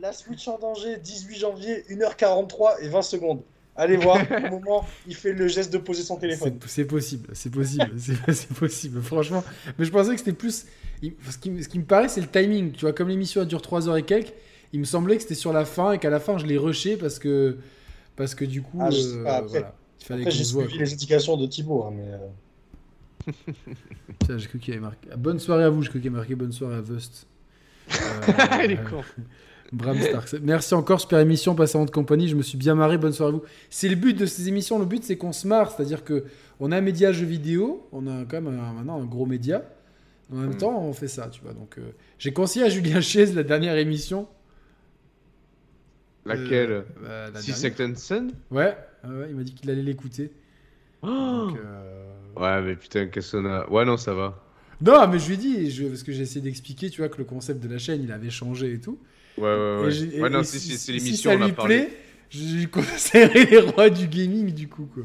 la Switch en danger, 18 janvier, 1h43 et 20 secondes. Allez voir, au moment, il fait le geste de poser son téléphone. C'est c'est possible, c'est possible, c'est c'est possible, franchement. Mais je pensais que c'était plus. il- Ce qui, me- ce qui me paraît, c'est le timing. Tu vois, comme l'émission dure 3 heures et quelques, il me semblait que c'était sur la fin et qu'à la fin, je l'ai rushé parce que. Parce que du coup. euh, Ah, je sais pas, après- voilà. Il fallait Après, qu'on j'ai se voit. suivi quoi. les indications de Thibaut, hein, mais euh, Putain, j'ai cru qu'il y avait marqué. Ah, Bonne soirée à vous, j'ai cru qu'il y avait marqué bonne soirée à Vust. Euh, Ah, Il est con. Bram Stark. Merci encore, super émission, passez en votre compagnie. Je me suis bien marré, bonne soirée à vous. C'est le but de ces émissions, le but c'est qu'on se marre, c'est-à-dire que on a un média jeu vidéo, on a quand même un- maintenant un gros média. En même Hmm. temps, on fait ça, tu vois. Donc, euh, j'ai conseillé à Julien Chiez la dernière émission. Euh, Laquelle bah, la Six dernière. Sentences Ouais, ouais, ouais, il m'a dit qu'il allait l'écouter. Oh Donc, euh, Ouais, mais putain, qu'est-ce qu'on a. Ouais, non, ça va. Non, mais je lui ai dit, je- parce que j'ai essayé d'expliquer, tu vois, que le concept de la chaîne, il avait changé et tout. Ouais, ouais, Et ouais. j'ai- ouais, et- non, et si, si, c'est si l'émission, ça on a lui parlé. plaît, je lui conseillerais les rois du gaming du coup quoi.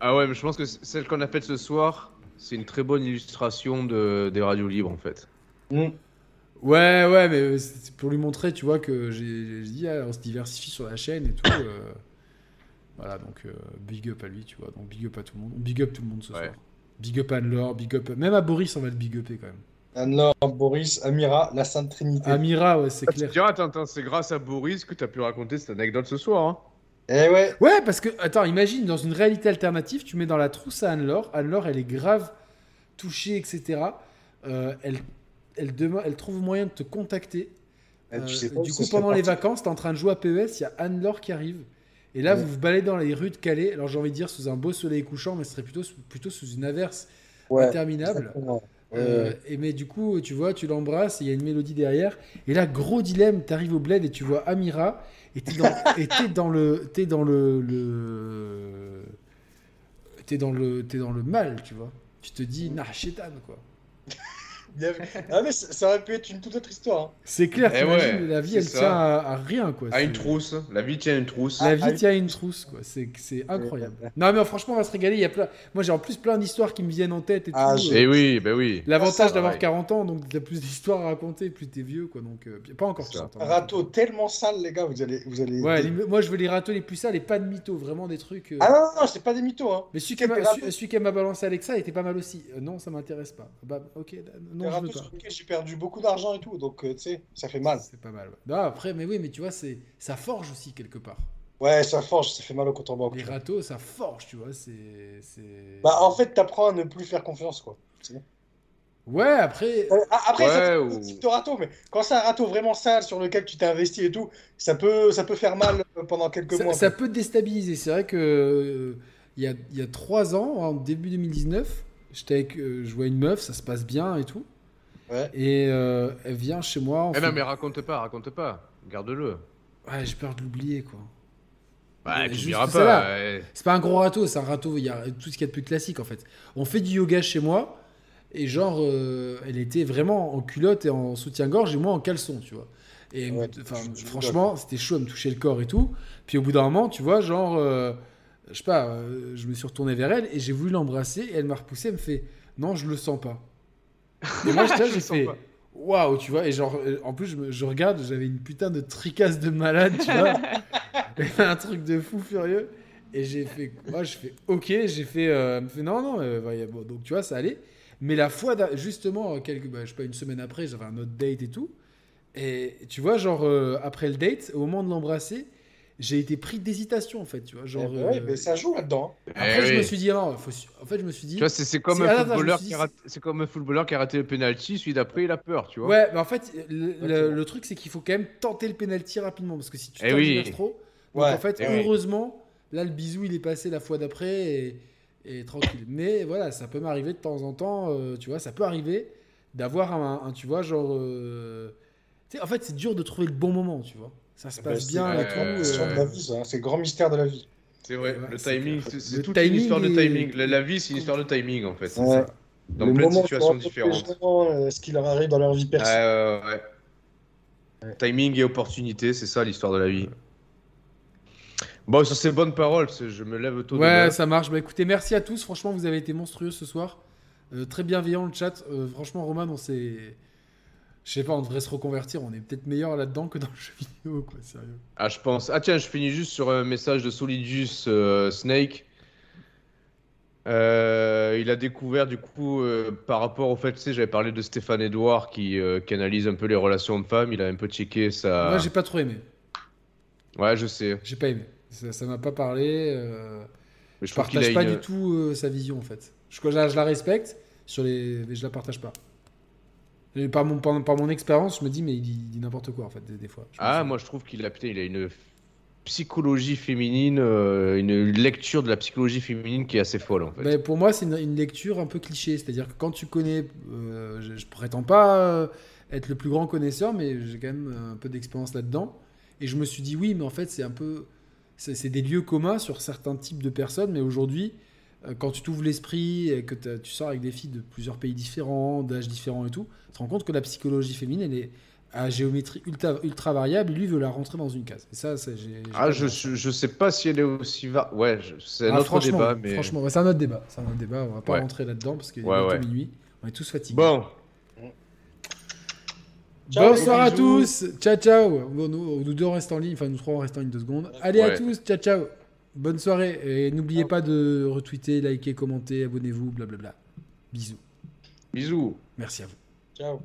Ah ouais, mais je pense que c- celle qu'on a faite ce soir, c'est une très bonne illustration de, des radios libres en fait. hmm, Ouais ouais mais euh, c'est c'est pour lui montrer tu vois que j'ai j'ai dit ah, on se diversifie sur la chaîne et tout. euh, Voilà donc euh, big up à lui tu vois donc big up à tout le monde big up tout le monde ce Ouais. soir. Big up à Anne-Laure, big up même à Boris on va le big upper quand même. Anne-Laure, Boris, Amira, la Sainte Trinité. Amira ouais c'est Tu clair. diras, attends, attends, c'est grâce à Boris que t'as pu raconter cette anecdote ce soir. hein. Eh ouais, Ouais, parce que, attends, imagine, dans une réalité alternative, tu mets dans la trousse à Anne-Laure. Anne-Laure, elle est grave touchée, etc. Euh, elle, elle, dema- elle trouve moyen de te contacter. Eh, tu sais Euh, pas où du ça coup, serait pendant les parti. vacances, t'es en train de jouer à PES, il y a Anne-Laure qui arrive. Et là, Ouais. vous vous baladez dans les rues de Calais. Alors, j'ai envie de dire sous un beau soleil couchant, mais ce serait plutôt, sous- plutôt sous une averse ouais. interminable. exactement. Euh, et mais du coup, tu vois, tu l'embrasses, il y a une mélodie derrière. Et là, gros dilemme, t'arrives au bled et tu vois Amira, et t'es dans, et t'es dans le, t'es dans le, le- t'es dans le, t'es dans le mal, tu vois. Tu te dis, nah, shaitan, quoi. Ah, mais ça ça aurait pu être une toute autre histoire. hein. C'est clair, Eh t'imagines, ouais, la vie, c'est elle ça. tient à, à rien, quoi. À Bah, C'est- une trousse. La vie tient à une trousse. La Ah, vie ah oui. tient à une trousse, quoi. C'est, c'est incroyable. Non, mais franchement, on va se régaler. Il y a plein... Moi, j'ai en plus plein d'histoires qui me viennent en tête et Ah, tout. euh. j'ai- Eh Et oui, bah oui. Ah, L'avantage ça, d'avoir ouais. 40 ans, donc t'as plus d'histoires à raconter, plus t'es vieux, quoi. Donc, euh, pas encore C'est ça. 40 ans. Râteau tellement sale, les gars, vous allez. Vous allez Ouais, les- moi, je veux les râteaux les plus sales et pas de mythos, vraiment des trucs. euh, Ah non, non, non, c'est pas des mythos. Hein. Mais celui qui m'a- Quelques celui- râteaux. celui qui m'a balancé Alexa était pas mal aussi. Euh, non, ça m'intéresse pas. Bah, ok, d- les non, je veux râteaux pas. sur lesquels j'ai perdu beaucoup d'argent et tout, donc euh, tu sais, ça fait mal. C'est pas mal. ouais. Non, après, mais oui, mais tu vois, c'est ça forge aussi quelque part. Ouais, ça forge, ça fait mal au compte en banque. Les râteaux, ça forge, tu vois. C'est. c'est- Bah, en fait, t'apprends à ne plus faire confiance, quoi. Ouais, après. Euh, ah, après, Ouais, ça ou- dépend du type de râteau, mais quand c'est un râteau vraiment sale sur lequel tu t'es investi et tout, ça peut, ça peut faire mal euh, pendant quelques Ça, mois. ça peut te déstabiliser. C'est vrai que euh, il y, a, il y a trois ans, en début 2019, j'étais avec, euh, je vois une meuf, ça se passe bien et tout. Ouais. Et euh, elle vient chez moi. on Eh ben, fait- non, mais raconte pas, raconte pas. Garde-le. Ouais, j'ai peur de l'oublier quoi. Bah, Mais tu juste diras celle-là. pas. eh. C'est pas un gros râteau, c'est un râteau. Il y a tout ce qu'il y a de plus classique en fait. On fait du yoga chez moi et genre, euh, elle était vraiment en culotte et en soutien-gorge et moi en caleçon, tu vois. Et elle me- Ouais, enfin, je- je- je franchement, c'était chaud, elle me touchait le corps et tout. Puis au bout d'un moment, tu vois, genre, euh, je sais pas, euh, je me suis retourné vers elle et j'ai voulu l'embrasser et elle m'a repoussé, elle me fait non, je le sens pas. Et moi, j'étais là, Je j'ai le sens fait pas. waouh, tu vois. Et genre, euh, en plus, je, me- je regarde, j'avais une putain de tricasse de malade, tu vois. un truc de fou furieux. Et j'ai fait, moi, je fais ok, j'ai fait, euh, elle me fait, non, non, euh, bah, y a- bon, donc tu vois, ça allait. Mais la fois, d'a- justement, euh, quelques, bah, je sais pas, une semaine après, j'avais un autre date et tout. Et tu vois, genre, euh, après le date, au moment de l'embrasser, j'ai été pris d'hésitation, en fait, tu vois. Eh Genre, ben ouais, euh, mais ça joue là-dedans. hein. après, Eh je me oui. suis dit, non, faut su- en fait, je me suis dit, Tu vois, c'est c'est comme, C'est- un ah, attends, je me footballeur suis qui dit, a raté- c'est comme un footballeur qui a raté le penalty, celui d'après, il a peur, tu vois. Ouais, mais en fait, le, le- Exactement. le truc, c'est qu'il faut quand même tenter le penalty rapidement parce que si tu Eh tergiverses oui. trop. Donc Ouais, en fait, eh oui. heureusement, là, le bisou, il est passé la fois d'après et, et tranquille. Mais voilà, ça peut m'arriver de temps en temps, euh, tu vois, ça peut arriver d'avoir un, un- tu vois, genre. euh, Tu sais, en fait, c'est dur de trouver le bon moment, tu vois. Ça se Bah, passe c'est bien la et tout. Question de euh, la vie, ça, hein, c'est le grand mystère de la vie. C'est vrai, Ouais, le c'est timing, clair. c'est- Le c'est toute timing une histoire de est- timing. La, la vie, c'est une histoire de timing en fait. c'est ça. Dans le plein de moment où situations tu racontes aux différentes. gens, euh, ce qui leur arrive dans leur vie perso. Ouais, ouais, ouais. Timing et opportunité, c'est ça l'histoire de la vie. Bon, sur ces bonnes paroles, parce que je me lève tôt Ouais, demain. ça marche. Bah écoutez, merci à tous. Franchement, vous avez été monstrueux ce soir. Euh, très bienveillant le chat. Euh, franchement, Roman, on s'est. Je sais pas, on devrait se reconvertir. On est peut-être meilleur là-dedans que dans le jeu vidéo, quoi, sérieux. Ah, je pense. Ah, tiens, je finis juste sur un message de Solidus euh, Snake. Euh, il a découvert, du coup, euh, par rapport au fait, tu sais, j'avais parlé de Stéphane Edouard qui, euh, qui analyse un peu les relations de femmes. Il a un peu checké Moi, sa. j'ai pas trop aimé. ouais, je sais. J'ai pas aimé. Ça ça m'a pas parlé. euh, Mais je Je trouve qu'il a partage pas une- du tout euh, sa vision, en fait. Je, je la- je la respecte, sur les... mais je la partage pas. Et par, mon, par, par mon expérience, je me dis, mais il dit, il dit n'importe quoi, en fait, des, des fois. Je me Ah, dis- moi je trouve qu'il a, putain, il a une psychologie féminine, euh, une lecture de la psychologie féminine qui est assez folle en fait. Ben, pour moi, c'est une, une lecture un peu cliché. C'est-à-dire que quand tu connais, euh, je, je prétends pas euh, être le plus grand connaisseur, mais j'ai quand même un peu d'expérience là-dedans. Et je me suis dit, oui, mais en fait, c'est un peu. C'est c'est des lieux communs sur certains types de personnes, mais aujourd'hui, euh, quand tu t'ouvres l'esprit, et que t'as- tu sors avec des filles de plusieurs pays différents, d'âges différents et tout, tu te rends compte que la psychologie féminine, elle est à géométrie ultra, ultra variable, et lui veut la rentrer dans une case. Et ça, ça, j'ai. j'ai Ah, pas je, compris. je je sais pas si elle est aussi va. Ouais, je- c'est un Ah, autre franchement, débat, mais. Franchement, ouais, c'est un autre débat. C'est un autre débat. On va pas Ouais. rentrer là-dedans parce qu'il Ouais, est bientôt ouais. minuit. On est tous fatigués. Bon, Ciao, Bonsoir à les tous. Ciao, ciao. Bon, nous, nous deux on reste en ligne. Enfin, nous trois on reste en ligne deux secondes. Allez à Ouais. tous. Ciao, ciao. Bonne soirée. Et n'oubliez Ciao. pas de retweeter, liker, commenter, abonnez-vous, blablabla. Bisous. bisous. Merci à vous. Ciao.